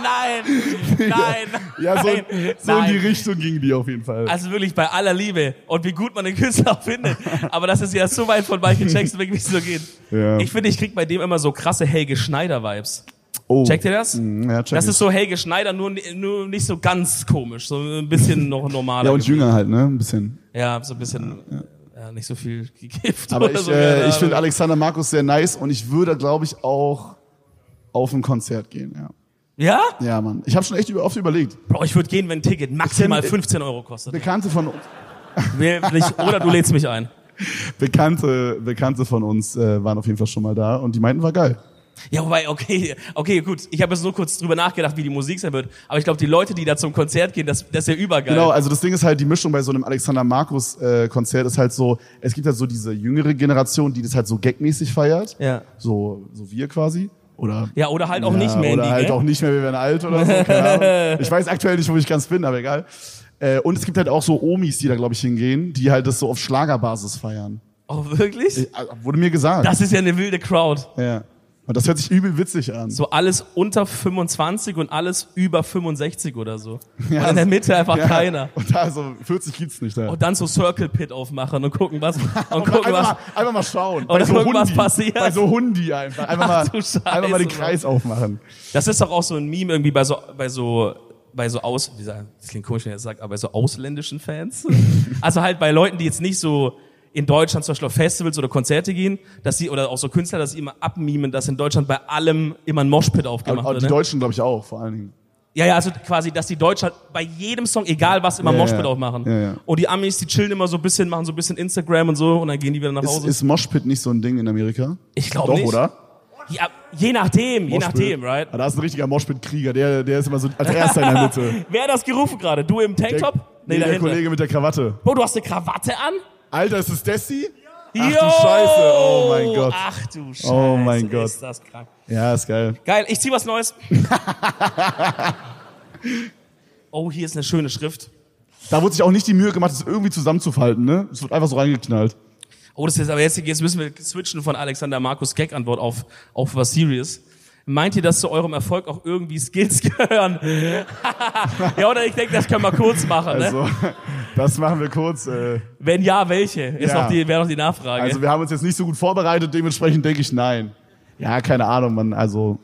Speaker 2: nein! Nein!
Speaker 1: Ja, so,
Speaker 2: nein,
Speaker 1: so in
Speaker 2: nein.
Speaker 1: die Richtung gingen die auf jeden Fall.
Speaker 2: Also wirklich bei aller Liebe und wie gut man den Künstler auch findet. Aber das ist ja so weit von Michael Jackson weg, wie es so geht.
Speaker 1: Ja.
Speaker 2: Ich finde, ich krieg bei dem immer so krasse Helge Schneider-Vibes.
Speaker 1: oh.
Speaker 2: Checkt ihr das?
Speaker 1: Ja, check
Speaker 2: Das
Speaker 1: ich.
Speaker 2: ist so Helge Schneider, nur, nur nicht so ganz komisch, so ein bisschen noch normaler.
Speaker 1: ja, und jünger halt, ne? Ein bisschen.
Speaker 2: ja so ein bisschen ja, nicht so viel gekifft.
Speaker 1: Aber
Speaker 2: oder
Speaker 1: ich,
Speaker 2: so, also.
Speaker 1: äh,
Speaker 2: keine
Speaker 1: ich finde
Speaker 2: Ahnung.
Speaker 1: Alexander Markus sehr nice und ich würde, glaube ich, auch auf ein Konzert gehen, ja.
Speaker 2: Ja?
Speaker 1: Ja, Mann. Ich habe schon echt über, oft überlegt.
Speaker 2: Bro, ich würde gehen, wenn ein Ticket maximal
Speaker 1: Ich kenn-
Speaker 2: 15 Euro kostet.
Speaker 1: Bekannte von,
Speaker 2: Wirklich, Oder du lädst mich ein.
Speaker 1: Bekannte, Bekannte von uns äh, waren auf jeden Fall schon mal da und die meinten, war geil.
Speaker 2: Ja, wobei, okay, okay, gut. Ich habe jetzt nur kurz drüber nachgedacht, wie die Musik sein wird. Aber ich glaube, die Leute, die da zum Konzert gehen, das, das ist ja übergeil.
Speaker 1: Genau, also das Ding ist halt, die Mischung bei so einem Alexander Markus äh, Konzert ist halt so, es gibt halt so diese jüngere Generation, die das halt so gagmäßig feiert.
Speaker 2: Ja.
Speaker 1: So, so wir quasi. Oder
Speaker 2: Ja, oder halt auch nicht
Speaker 1: Ja,
Speaker 2: mehr.
Speaker 1: Oder
Speaker 2: die,
Speaker 1: halt
Speaker 2: gell?
Speaker 1: auch nicht mehr, wir werden alt oder so. Keine Ahnung. ich weiß aktuell nicht, wo ich ganz bin, aber egal. Äh, und es gibt halt auch so Omis, die da, glaube ich, hingehen, die halt das so auf Schlagerbasis feiern.
Speaker 2: Oh, wirklich?
Speaker 1: Ich, also, wurde mir gesagt.
Speaker 2: Das ist ja eine wilde Crowd.
Speaker 1: ja. Und das hört sich übel witzig an.
Speaker 2: So alles unter 25 und alles über 65 oder so.
Speaker 1: Ja,
Speaker 2: und in der Mitte einfach
Speaker 1: ja.
Speaker 2: keiner.
Speaker 1: Und da so 40 gibt's nicht da.
Speaker 2: Und dann so Circle Pit aufmachen und gucken, was, und gucken, was,
Speaker 1: einfach, mal, einfach mal schauen.
Speaker 2: Oder gucken, was passiert.
Speaker 1: Bei so Hundi einfach. Einfach
Speaker 2: Ach
Speaker 1: mal,
Speaker 2: du Scheiße,
Speaker 1: einfach mal den
Speaker 2: Mann.
Speaker 1: Kreis aufmachen.
Speaker 2: Das ist doch auch so ein Meme irgendwie bei so, bei so, bei so aus, wie sagen, das klingt komisch, wenn ich das sage, aber bei so ausländischen Fans. also halt bei Leuten, die jetzt nicht so in Deutschland zum Beispiel auf Festivals oder Konzerte gehen, dass sie, oder auch so Künstler, dass sie immer abmimen, dass in Deutschland bei allem immer ein Moshpit
Speaker 1: Und,
Speaker 2: aufgemacht
Speaker 1: und die
Speaker 2: wird. Ne?
Speaker 1: Deutschen, glaube ich, auch, vor allen Dingen.
Speaker 2: Ja, ja, also quasi, dass die Deutschen bei jedem Song, egal was, immer
Speaker 1: Ja,
Speaker 2: Moshpit
Speaker 1: ja.
Speaker 2: aufmachen.
Speaker 1: Ja, ja.
Speaker 2: Und die Amis, die chillen immer so ein bisschen, machen so ein bisschen Instagram und so und dann gehen die wieder nach
Speaker 1: Ist,
Speaker 2: Hause.
Speaker 1: ist Moshpit nicht so ein Ding in Amerika?
Speaker 2: ich glaube
Speaker 1: Doch,
Speaker 2: nicht.
Speaker 1: oder?
Speaker 2: Ja, je nachdem, je
Speaker 1: Moshpit.
Speaker 2: nachdem, right?
Speaker 1: Ah, da ist ein richtiger Moshpit-Krieger, der, der ist immer so als erster in der Mitte.
Speaker 2: Wer hat das gerufen gerade? Du im Tanktop?
Speaker 1: nee, der
Speaker 2: dahinter.
Speaker 1: Kollege mit der Krawatte.
Speaker 2: Bro, du hast eine Krawatte an?
Speaker 1: Alter, ist es Desi?
Speaker 2: Yo!
Speaker 1: Ach du Scheiße, oh mein Gott.
Speaker 2: Ach du Scheiße,
Speaker 1: Oh mein Gott.
Speaker 2: ist das krank.
Speaker 1: Ja, ist geil.
Speaker 2: Geil, ich zieh was Neues. oh, hier ist eine schöne Schrift.
Speaker 1: Da wurde sich auch nicht die Mühe gemacht, es irgendwie zusammenzufalten, ne? Es wird einfach so reingeknallt.
Speaker 2: Oh, das ist jetzt, aber jetzt, jetzt müssen wir switchen von Alexander Markus Gag Antwort auf, auf was Serious. Meint ihr, dass zu eurem Erfolg auch irgendwie Skills gehören? ja, oder ich denke, das können wir kurz machen, ne?
Speaker 1: Also, das machen wir kurz. Äh,
Speaker 2: Wenn ja, welche? Ist
Speaker 1: Ja.
Speaker 2: noch die, wäre noch die Nachfrage.
Speaker 1: also, wir haben uns jetzt nicht so gut vorbereitet, dementsprechend denke ich nein. Ja, keine Ahnung, man. Also,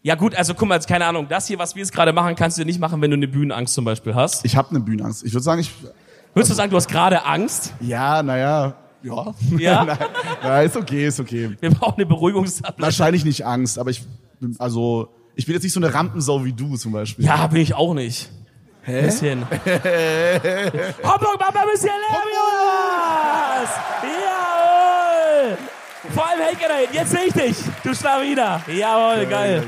Speaker 2: ja gut, also guck mal, jetzt, keine Ahnung, das hier, was wir jetzt gerade machen, kannst du nicht machen, wenn du eine Bühnenangst zum Beispiel hast.
Speaker 1: ich habe eine Bühnenangst. Ich würde sagen, ich.
Speaker 2: Würdest du sagen, du hast gerade Angst?
Speaker 1: Ja, naja. Ja.
Speaker 2: Ja?
Speaker 1: nein, nein, ist okay, ist okay.
Speaker 2: Wir brauchen eine Beruhigungstablette.
Speaker 1: Wahrscheinlich nicht Angst, aber ich. bin- Also, ich bin jetzt nicht so eine Rampensau wie du zum Beispiel.
Speaker 2: Ja, bin ich auch nicht. Hä? Bisschen. Hamburg, Mama, bisschen Levias! Jawohl! Vor allem Henke dahin, jetzt sehe ich dich. Du Schlawiner. Jawohl, geil.
Speaker 1: geil.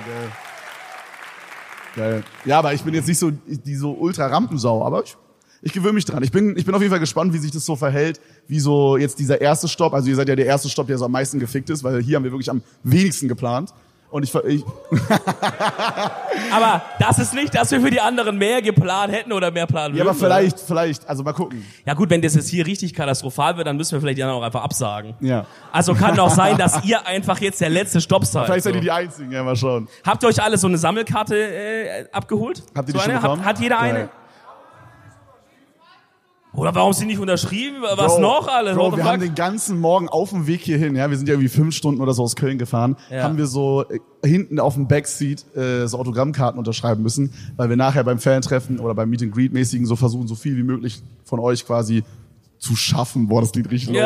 Speaker 1: Geil. Ja, aber ich bin jetzt nicht so die so ultra Rampensau, aber ich, ich gewöhne mich dran. Ich bin, ich bin auf jeden Fall gespannt, wie sich das so verhält, wie so jetzt dieser erste Stopp, also ihr seid ja der erste Stopp, der so am meisten gefickt ist, weil hier haben wir wirklich am wenigsten geplant. Und ich, ver- ich
Speaker 2: Aber das ist nicht, dass wir für die anderen mehr geplant hätten oder mehr planen
Speaker 1: ja,
Speaker 2: würden.
Speaker 1: aber vielleicht, vielleicht, also mal gucken.
Speaker 2: oder? Ja gut, wenn das jetzt hier richtig katastrophal wird, dann müssen wir vielleicht die anderen auch einfach absagen.
Speaker 1: Ja.
Speaker 2: Also kann auch sein, dass ihr einfach jetzt der letzte Stopp seid.
Speaker 1: Vielleicht seid
Speaker 2: so.
Speaker 1: ihr die Einzigen, ja, mal schauen.
Speaker 2: Habt ihr euch alle so eine Sammelkarte äh, abgeholt?
Speaker 1: Habt ihr
Speaker 2: so
Speaker 1: die schon
Speaker 2: eine?
Speaker 1: bekommen?
Speaker 2: Hat, hat jeder eine?
Speaker 1: Ja.
Speaker 2: Oder warum sie nicht unterschrieben? Was
Speaker 1: Bro,
Speaker 2: noch alles?
Speaker 1: Bro,
Speaker 2: What the
Speaker 1: wir
Speaker 2: fuck?
Speaker 1: haben den ganzen Morgen auf dem Weg hierhin, ja, wir sind ja irgendwie fünf Stunden oder so aus Köln gefahren,
Speaker 2: Ja.
Speaker 1: haben wir so äh, hinten auf dem Backseat äh, so Autogrammkarten unterschreiben müssen, weil wir nachher beim Fan-Treffen oder beim Meet and Greet mäßigen so versuchen, so viel wie möglich von euch quasi zu schaffen. Boah, das klingt richtig
Speaker 2: Ja.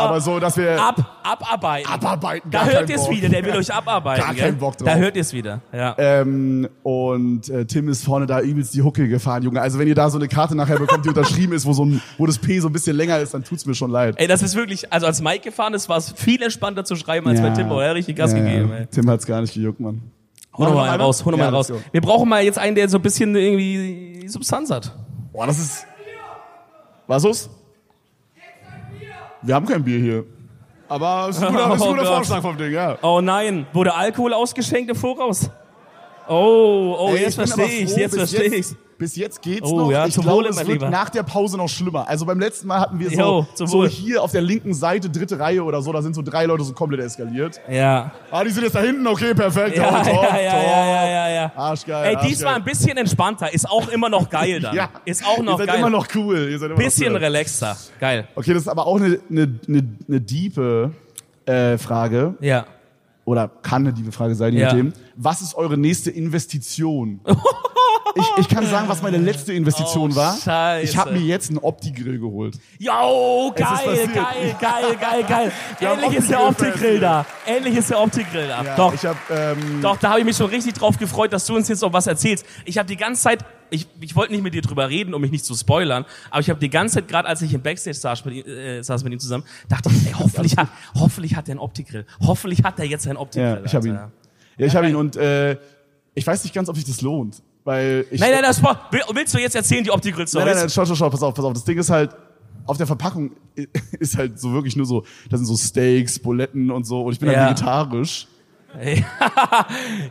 Speaker 1: low. Aber so, dass wir
Speaker 2: Ab, abarbeiten.
Speaker 1: abarbeiten.
Speaker 2: da
Speaker 1: gar
Speaker 2: hört
Speaker 1: keinen
Speaker 2: ihr es
Speaker 1: Bock.
Speaker 2: wieder, der will euch abarbeiten.
Speaker 1: Gar
Speaker 2: gell?
Speaker 1: keinen Bock drauf.
Speaker 2: Da hört ihr es wieder, ja.
Speaker 1: Ähm, und äh, Tim ist vorne da übelst die Hucke gefahren, Junge. Also wenn ihr da so eine Karte nachher bekommt, die unterschrieben ist, wo so ein, wo das P so ein bisschen länger ist, dann tut's mir schon leid.
Speaker 2: Ey, das ist wirklich, also als Mike gefahren ist, war es viel entspannter zu schreiben, als bei Tim. Oh, er hat richtig Gas
Speaker 1: Ja,
Speaker 2: gegeben,
Speaker 1: ja.
Speaker 2: ey.
Speaker 1: Tim hat's gar nicht gejuckt, Mann.
Speaker 2: Hol
Speaker 1: Machen
Speaker 2: noch
Speaker 1: wir
Speaker 2: mal einen
Speaker 1: noch
Speaker 2: raus, hol noch mal
Speaker 1: Ja,
Speaker 2: einen raus.
Speaker 1: let's go.
Speaker 2: Wir brauchen mal jetzt einen, der so ein bisschen irgendwie Substanz hat.
Speaker 1: Boah, das ist. Was ist? Wir haben kein Bier hier. Aber es ist ein guter, es ist ein
Speaker 2: Oh
Speaker 1: guter
Speaker 2: Gott.
Speaker 1: Vorschlag vom Ding, ja.
Speaker 2: Oh nein, wurde Alkohol ausgeschenkt im Voraus? Oh, oh,
Speaker 1: Ey,
Speaker 2: jetzt
Speaker 1: bin
Speaker 2: verstehe
Speaker 1: aber
Speaker 2: ich,
Speaker 1: froh,
Speaker 2: jetzt
Speaker 1: bis
Speaker 2: verstehe ich.
Speaker 1: jetzt- Bis jetzt geht's
Speaker 2: Oh,
Speaker 1: noch.
Speaker 2: ja,
Speaker 1: ich
Speaker 2: zum
Speaker 1: glaube,
Speaker 2: Wohle,
Speaker 1: es
Speaker 2: mein
Speaker 1: wird
Speaker 2: Lieber.
Speaker 1: nach der Pause noch schlimmer. Also beim letzten Mal hatten wir so,
Speaker 2: Jo, zum
Speaker 1: so
Speaker 2: Wohl.
Speaker 1: hier auf der linken Seite dritte Reihe oder so, da sind so drei Leute so komplett eskaliert.
Speaker 2: Ja.
Speaker 1: Ah, die sind jetzt da hinten, okay, perfekt.
Speaker 2: Ja,
Speaker 1: top, top,
Speaker 2: ja, ja,
Speaker 1: top.
Speaker 2: ja, ja, ja, ja.
Speaker 1: Arschgeil,
Speaker 2: Ey,
Speaker 1: arschgeil.
Speaker 2: diesmal ein bisschen entspannter, ist auch immer noch geil dann.
Speaker 1: Ja.
Speaker 2: Ist auch noch
Speaker 1: Ihr seid
Speaker 2: geil.
Speaker 1: immer noch cool. Ihr seid immer
Speaker 2: bisschen
Speaker 1: noch cool.
Speaker 2: relaxter. Geil.
Speaker 1: Okay, das ist aber auch eine, eine, eine, eine diepe äh, Frage.
Speaker 2: Ja.
Speaker 1: oder kann eine liebe Frage sein, je
Speaker 2: Ja.
Speaker 1: nachdem. Was ist eure nächste Investition? ich, ich kann sagen, was meine letzte Investition
Speaker 2: Oh,
Speaker 1: war.
Speaker 2: Scheiße.
Speaker 1: Ich habe mir jetzt einen Opti-Grill geholt.
Speaker 2: Jo,
Speaker 1: ist
Speaker 2: geil,
Speaker 1: passiert.
Speaker 2: geil, geil, geil, geil.
Speaker 1: Wir haben
Speaker 2: Endlich ist der
Speaker 1: Opti-Grill
Speaker 2: Optikgrill
Speaker 1: fest.
Speaker 2: da. Endlich ist der Optikgrill da.
Speaker 1: Ja,
Speaker 2: Doch.
Speaker 1: Ich habe ähm,
Speaker 2: Doch, da habe ich mich schon richtig drauf gefreut, dass du uns jetzt noch was erzählst. Ich habe die ganze Zeit, ich, ich wollte nicht mit dir drüber reden, um mich nicht zu spoilern, aber ich habe die ganze Zeit, gerade als ich im Backstage saß mit, ihm- äh, saß mit ihm zusammen, dachte ich, ey, hoffentlich, hat, hoffentlich hat er einen Optikgrill. Hoffentlich hat er jetzt einen Optikgrill.
Speaker 1: ja, ich habe ihn.
Speaker 2: Alter.
Speaker 1: Ja, ich habe ihn und äh, ich weiß nicht ganz, ob sich das lohnt, weil ich
Speaker 2: Nein, nein, das war, will- willst du jetzt erzählen, die Optikgrill-Story?
Speaker 1: Nein, nein, nein, schau, schau, schau, pass auf, pass auf. Das Ding ist halt, auf der Verpackung ist halt so wirklich nur so, da sind so Steaks, Buletten und so und ich bin
Speaker 2: Ja.
Speaker 1: halt vegetarisch.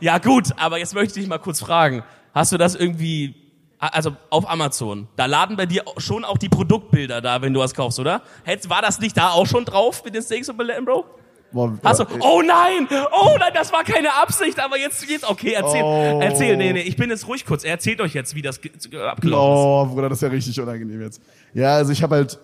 Speaker 2: Ja gut, aber jetzt möchte ich dich mal kurz fragen, hast du das irgendwie, also auf Amazon, da laden bei dir schon auch die Produktbilder da, wenn du was kaufst, oder? Hätt- War das nicht da auch schon drauf mit den Steaks und Beletten, Bro?
Speaker 1: Boah,
Speaker 2: Hast du,
Speaker 1: äh,
Speaker 2: oh nein, oh nein, das war keine Absicht, aber jetzt geht's, okay, erzähl,
Speaker 1: Oh.
Speaker 2: erzähl, nee, nee, ich bin jetzt ruhig kurz, erzählt euch jetzt, wie das ge- ge- abgelaufen
Speaker 1: Oh, Bruder, das ist ja richtig unangenehm jetzt. Ja, also ich habe halt,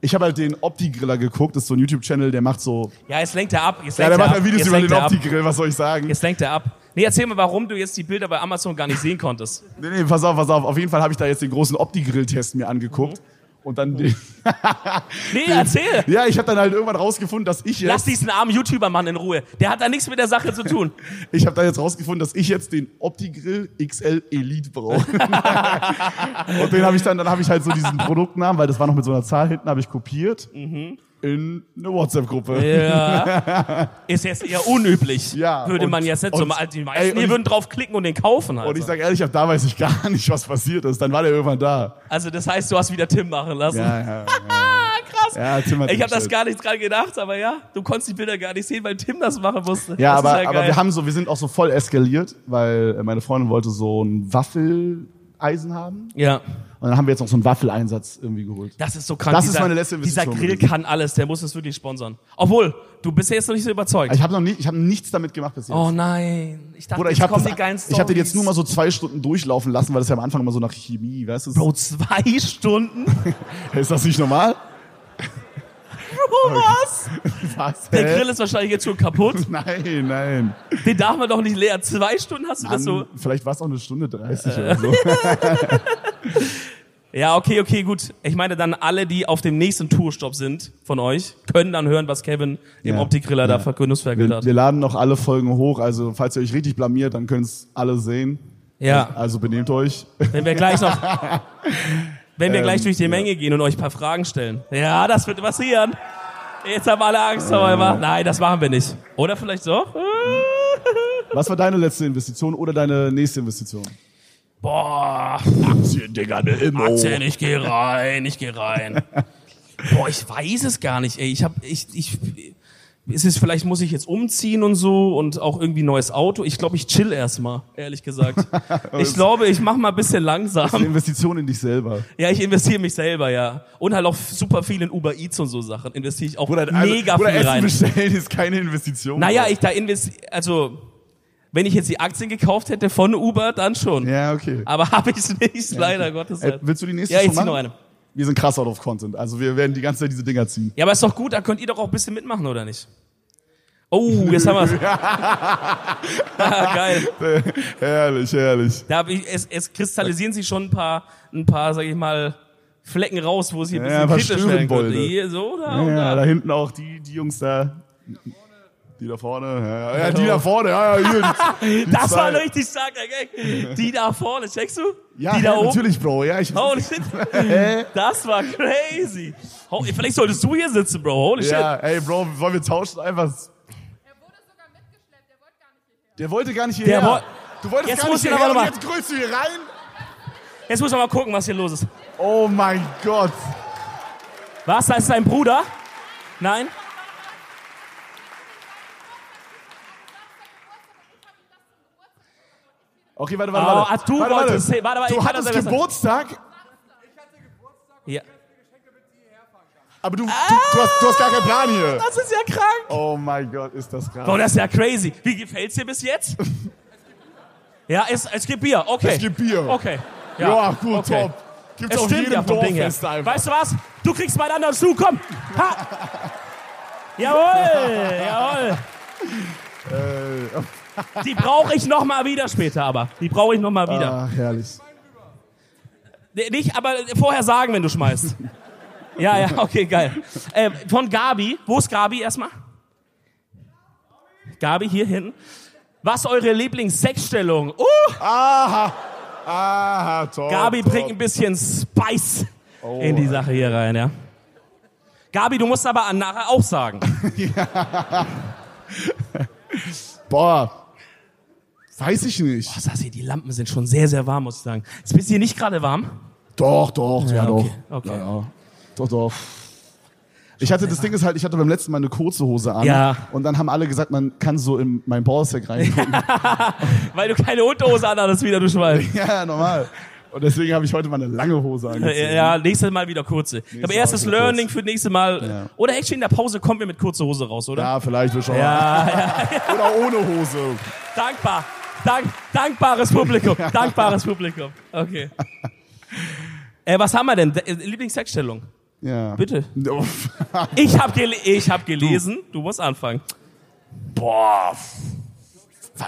Speaker 1: ich habe halt den Opti-Griller geguckt. Das ist so ein YouTube-Channel, der macht so,
Speaker 2: ist. Ja, jetzt lenkt er ab, jetzt
Speaker 1: ja,
Speaker 2: lenkt
Speaker 1: der
Speaker 2: er
Speaker 1: macht
Speaker 2: ab,
Speaker 1: ja Videos
Speaker 2: jetzt
Speaker 1: über
Speaker 2: lenkt
Speaker 1: den
Speaker 2: er ab,
Speaker 1: Opti-Grill. Was soll ich sagen?
Speaker 2: jetzt lenkt er ab. Nee, erzähl mir, warum du jetzt die Bilder bei Amazon gar nicht sehen konntest.
Speaker 1: Nee, nee, pass auf, pass auf. Auf jeden Fall habe ich da jetzt den großen Opti-Grill-Test mir angeguckt.
Speaker 2: Mhm.
Speaker 1: Und dann, den,
Speaker 2: Nee, erzähl.
Speaker 1: ja, ich habe dann halt irgendwann rausgefunden, dass ich jetzt,
Speaker 2: Lass diesen armen YouTuber-Mann in Ruhe. Der hat da nichts mit der Sache zu tun.
Speaker 1: ich habe dann jetzt rausgefunden, dass ich jetzt den Opti-Grill XL Elite brauche. und den habe ich dann, dann habe ich halt so diesen Produktnamen, weil das war noch mit so einer Zahl hinten, habe ich kopiert in eine WhatsApp-Gruppe.
Speaker 2: Mhm. Ja. Ist jetzt eher unüblich.
Speaker 1: Ja,
Speaker 2: Würde
Speaker 1: und-
Speaker 2: man jetzt nicht so
Speaker 1: und-
Speaker 2: mal. Die
Speaker 1: ey,
Speaker 2: meisten
Speaker 1: und
Speaker 2: hier
Speaker 1: ich-
Speaker 2: würden drauf klicken und den kaufen halt.
Speaker 1: Und ich sag ehrlich, ab da weiß ich gar nicht, was passiert ist. Dann war der irgendwann da.
Speaker 2: also das heißt, du hast wieder Tim machen lassen.
Speaker 1: ja.
Speaker 2: Ah, krass.
Speaker 1: Ja, Tim hat
Speaker 2: ich habe das
Speaker 1: gestellt.
Speaker 2: gar nicht dran gedacht, aber ja, du konntest die Bilder gar nicht sehen, weil Tim das machen musste.
Speaker 1: Ja,
Speaker 2: das ist
Speaker 1: aber, aber
Speaker 2: geil.
Speaker 1: wir haben so, wir sind auch so voll eskaliert, weil äh, meine Freundin wollte so ein Waffeleisen haben.
Speaker 2: ja.
Speaker 1: Und dann haben wir jetzt noch so einen Waffeleinsatz irgendwie geholt.
Speaker 2: Das ist so krank.
Speaker 1: Das ist
Speaker 2: dieser,
Speaker 1: meine letzte
Speaker 2: Dieser
Speaker 1: Investition
Speaker 2: Grill
Speaker 1: gewesen.
Speaker 2: kann alles, der muss es wirklich sponsern. Obwohl, du bist ja jetzt noch nicht so überzeugt.
Speaker 1: Ich habe noch nie, ich habe nichts damit gemacht bis jetzt.
Speaker 2: oh nein. Ich dachte,
Speaker 1: Oder ich
Speaker 2: jetzt
Speaker 1: habe
Speaker 2: kommen die geilen
Speaker 1: ich hab den jetzt
Speaker 2: Stories.
Speaker 1: nur mal so zwei Stunden durchlaufen lassen, weil das ja am Anfang immer so nach Chemie, weißt du?
Speaker 2: Bro, zwei Stunden?
Speaker 1: Ist das nicht normal?
Speaker 2: Bro, was?
Speaker 1: Was?
Speaker 2: Der
Speaker 1: Hä?
Speaker 2: Grill ist wahrscheinlich jetzt schon kaputt.
Speaker 1: Nein, nein.
Speaker 2: Den darf man doch nicht leer. Zwei Stunden hast du das so.
Speaker 1: Mann, vielleicht war es auch eine Stunde 30 oder so.
Speaker 2: Ja, okay, okay, gut. Ich meine, dann alle, die auf dem nächsten Tourstopp sind von euch, können dann hören, was Kevin im
Speaker 1: Ja.
Speaker 2: Optikgriller da
Speaker 1: Ja.
Speaker 2: verkündet
Speaker 1: Wir,
Speaker 2: hat.
Speaker 1: wir laden noch alle Folgen hoch, also falls ihr euch richtig blamiert, dann können es alle sehen.
Speaker 2: Ja,
Speaker 1: Also benehmt euch.
Speaker 2: wenn wir gleich noch, wenn wir
Speaker 1: Ähm,
Speaker 2: gleich durch die
Speaker 1: ja.
Speaker 2: Menge gehen und euch ein paar Fragen stellen. Ja, das wird passieren. Jetzt haben alle Angst vor
Speaker 1: Äh.
Speaker 2: immer. Nein, das machen wir nicht. Oder vielleicht Äh. so?
Speaker 1: Was war deine letzte Investition oder deine nächste Investition?
Speaker 2: Boah,
Speaker 1: Aktien, Digga, ne Immo.
Speaker 2: Aktien, ich geh rein, ich geh rein. Boah, ich weiß es gar nicht, ey. Ich hab, ich, ich, es ist, vielleicht muss ich jetzt umziehen und so und auch irgendwie neues Auto. Ich glaube, ich chill erstmal, ehrlich gesagt. Ich glaube, ich mach mal ein bisschen
Speaker 1: Eine
Speaker 2: langsam.
Speaker 1: Investition in dich selber.
Speaker 2: Ja, ich investiere mich selber, ja. Und halt auch super viel in Uber Eats und so Sachen. Investiere ich auch
Speaker 1: also-
Speaker 2: mega
Speaker 1: oder
Speaker 2: viel
Speaker 1: Essen
Speaker 2: rein.
Speaker 1: bestellen ist keine Investition.
Speaker 2: Naja, ich da investiere, also, wenn ich jetzt die Aktien gekauft hätte von Uber, dann schon.
Speaker 1: Ja, okay.
Speaker 2: Aber habe ich nicht, leider Gottes.
Speaker 1: Äh,
Speaker 2: Willen.
Speaker 1: willst du die nächste
Speaker 2: Ah, Ja, ich
Speaker 1: schon
Speaker 2: zieh
Speaker 1: machen?
Speaker 2: noch eine.
Speaker 1: Wir sind krass out of content. Also wir werden die ganze Zeit diese Dinger ziehen.
Speaker 2: Ja, aber ist doch gut, da könnt ihr doch auch ein bisschen mitmachen, oder nicht? Oh, jetzt haben wir's. ah, geil.
Speaker 1: herrlich, herrlich.
Speaker 2: Da hab ich, es, es kristallisieren sich schon ein paar, ein paar, sag ich mal, Flecken raus, wo es hier ein
Speaker 1: Ja, ein
Speaker 2: bisschen
Speaker 1: paar
Speaker 2: kritisch werden könnte.
Speaker 1: Störenbolde.
Speaker 2: Hier, so oder?
Speaker 1: Ja,
Speaker 2: oder?
Speaker 1: ja, da hinten auch die, die Jungs da. Die da vorne, ja, ja, ja, die da vorne, ja, ja, hier.
Speaker 2: Das war ein
Speaker 1: zwei.
Speaker 2: richtig starker Gag. Die da vorne, checkst du?
Speaker 1: Ja,
Speaker 2: die da
Speaker 1: ja,
Speaker 2: oben.
Speaker 1: natürlich, Bro, ja, ich,
Speaker 2: Holy shit. Das war crazy. Ho- Vielleicht solltest du hier sitzen, Bro. Holy shit.
Speaker 1: ja, ey, Bro, wollen wir tauschen
Speaker 3: Er
Speaker 1: einfach?
Speaker 3: wurde sogar mitgeschleppt, er wollte gar nicht hierher.
Speaker 1: Der wollte gar nicht hierher.
Speaker 2: woll-
Speaker 1: du wolltest
Speaker 2: Jetzt
Speaker 1: gar
Speaker 2: muss
Speaker 1: nicht
Speaker 2: ich aber
Speaker 1: hierher, und
Speaker 2: noch mal-
Speaker 1: jetzt grüllst du hier rein?
Speaker 2: Jetzt muss ich mal gucken, was hier los ist.
Speaker 1: Oh mein Gott.
Speaker 2: Was? Da ist dein Bruder? Nein?
Speaker 1: Okay, warte,
Speaker 2: Oh,
Speaker 1: warte, warte.
Speaker 2: ah, du
Speaker 1: warte,
Speaker 2: wolltest- hey, warte, warte, ich
Speaker 1: du
Speaker 2: kann
Speaker 1: hattest
Speaker 2: das ja besser.
Speaker 1: Geburtstag,
Speaker 2: Ja.
Speaker 1: aber du, du,
Speaker 2: Ah!
Speaker 1: du, hast, du hast gar keinen Plan hier.
Speaker 2: Das ist ja krank.
Speaker 1: Oh mein Gott, ist das krass.
Speaker 2: Bro, das ist ja crazy. Wie gefällt's dir bis jetzt? Ja, es, es gibt Bier. Okay.
Speaker 1: Es gibt Bier.
Speaker 2: Okay.
Speaker 1: Ja, gut,
Speaker 2: okay.
Speaker 1: top. Gibt's
Speaker 2: Es
Speaker 1: auf
Speaker 2: stimmt
Speaker 1: jedem
Speaker 2: ja vom Ding her.
Speaker 1: Dorffest einfach.
Speaker 2: Weißt du was? Du kriegst meinen anderen Schuh, komm. Ha. Jawohl, jawohl.
Speaker 1: Äh.
Speaker 2: Die brauche ich noch mal wieder später, aber die brauche ich noch mal wieder.
Speaker 1: Ach, herrlich.
Speaker 2: Nee, Nicht, aber vorher sagen, wenn du schmeißt. ja, ja, okay, geil. Ähm, von Gabi. Wo ist Gabi erstmal? Gabi, hier hinten. Was eure Lieblingssexstellung? Uh,
Speaker 1: Aha. Aha, top.
Speaker 2: Gabi
Speaker 1: top.
Speaker 2: bringt ein bisschen Spice
Speaker 1: Oh,
Speaker 2: in die Sache hier rein, ja. Gabi, du musst aber an nachher auch sagen.
Speaker 1: Boah. Weiß ich nicht.
Speaker 2: Sassi, die Lampen sind schon sehr, sehr warm, muss ich sagen. Ist bis hier nicht gerade warm?
Speaker 1: Doch, doch, ja, doch.
Speaker 2: okay, okay.
Speaker 1: Ja, ja. Doch, doch. Ich hatte, das Ding ist halt, ich hatte beim letzten Mal eine kurze Hose an.
Speaker 2: Ja.
Speaker 1: Und dann haben alle gesagt, man kann so in mein Ballsack reingucken.
Speaker 2: Weil du keine Unterhose anhattest wieder, du Schwein.
Speaker 1: ja, normal. Und deswegen habe ich heute mal eine lange Hose angezogen.
Speaker 2: Ja, nächstes Mal wieder kurze. Aber
Speaker 1: Mal
Speaker 2: erstes
Speaker 1: wieder kurz.
Speaker 2: Learning für nächstes Mal.
Speaker 1: Ja.
Speaker 2: Oder actually in der Pause kommen wir mit kurzer Hose raus, oder?
Speaker 1: Ja, vielleicht wir schon.
Speaker 2: Ja,
Speaker 1: Oder ohne Hose.
Speaker 2: Dankbar. Dank, dankbares Publikum. Dankbares Publikum. Okay. Äh, was haben wir denn? D- äh, Lieblingssexstellung.
Speaker 1: Ja.
Speaker 2: Bitte.
Speaker 1: Uff.
Speaker 2: Ich hab, gele ich hab gelesen, du. musst anfangen.
Speaker 1: Boah.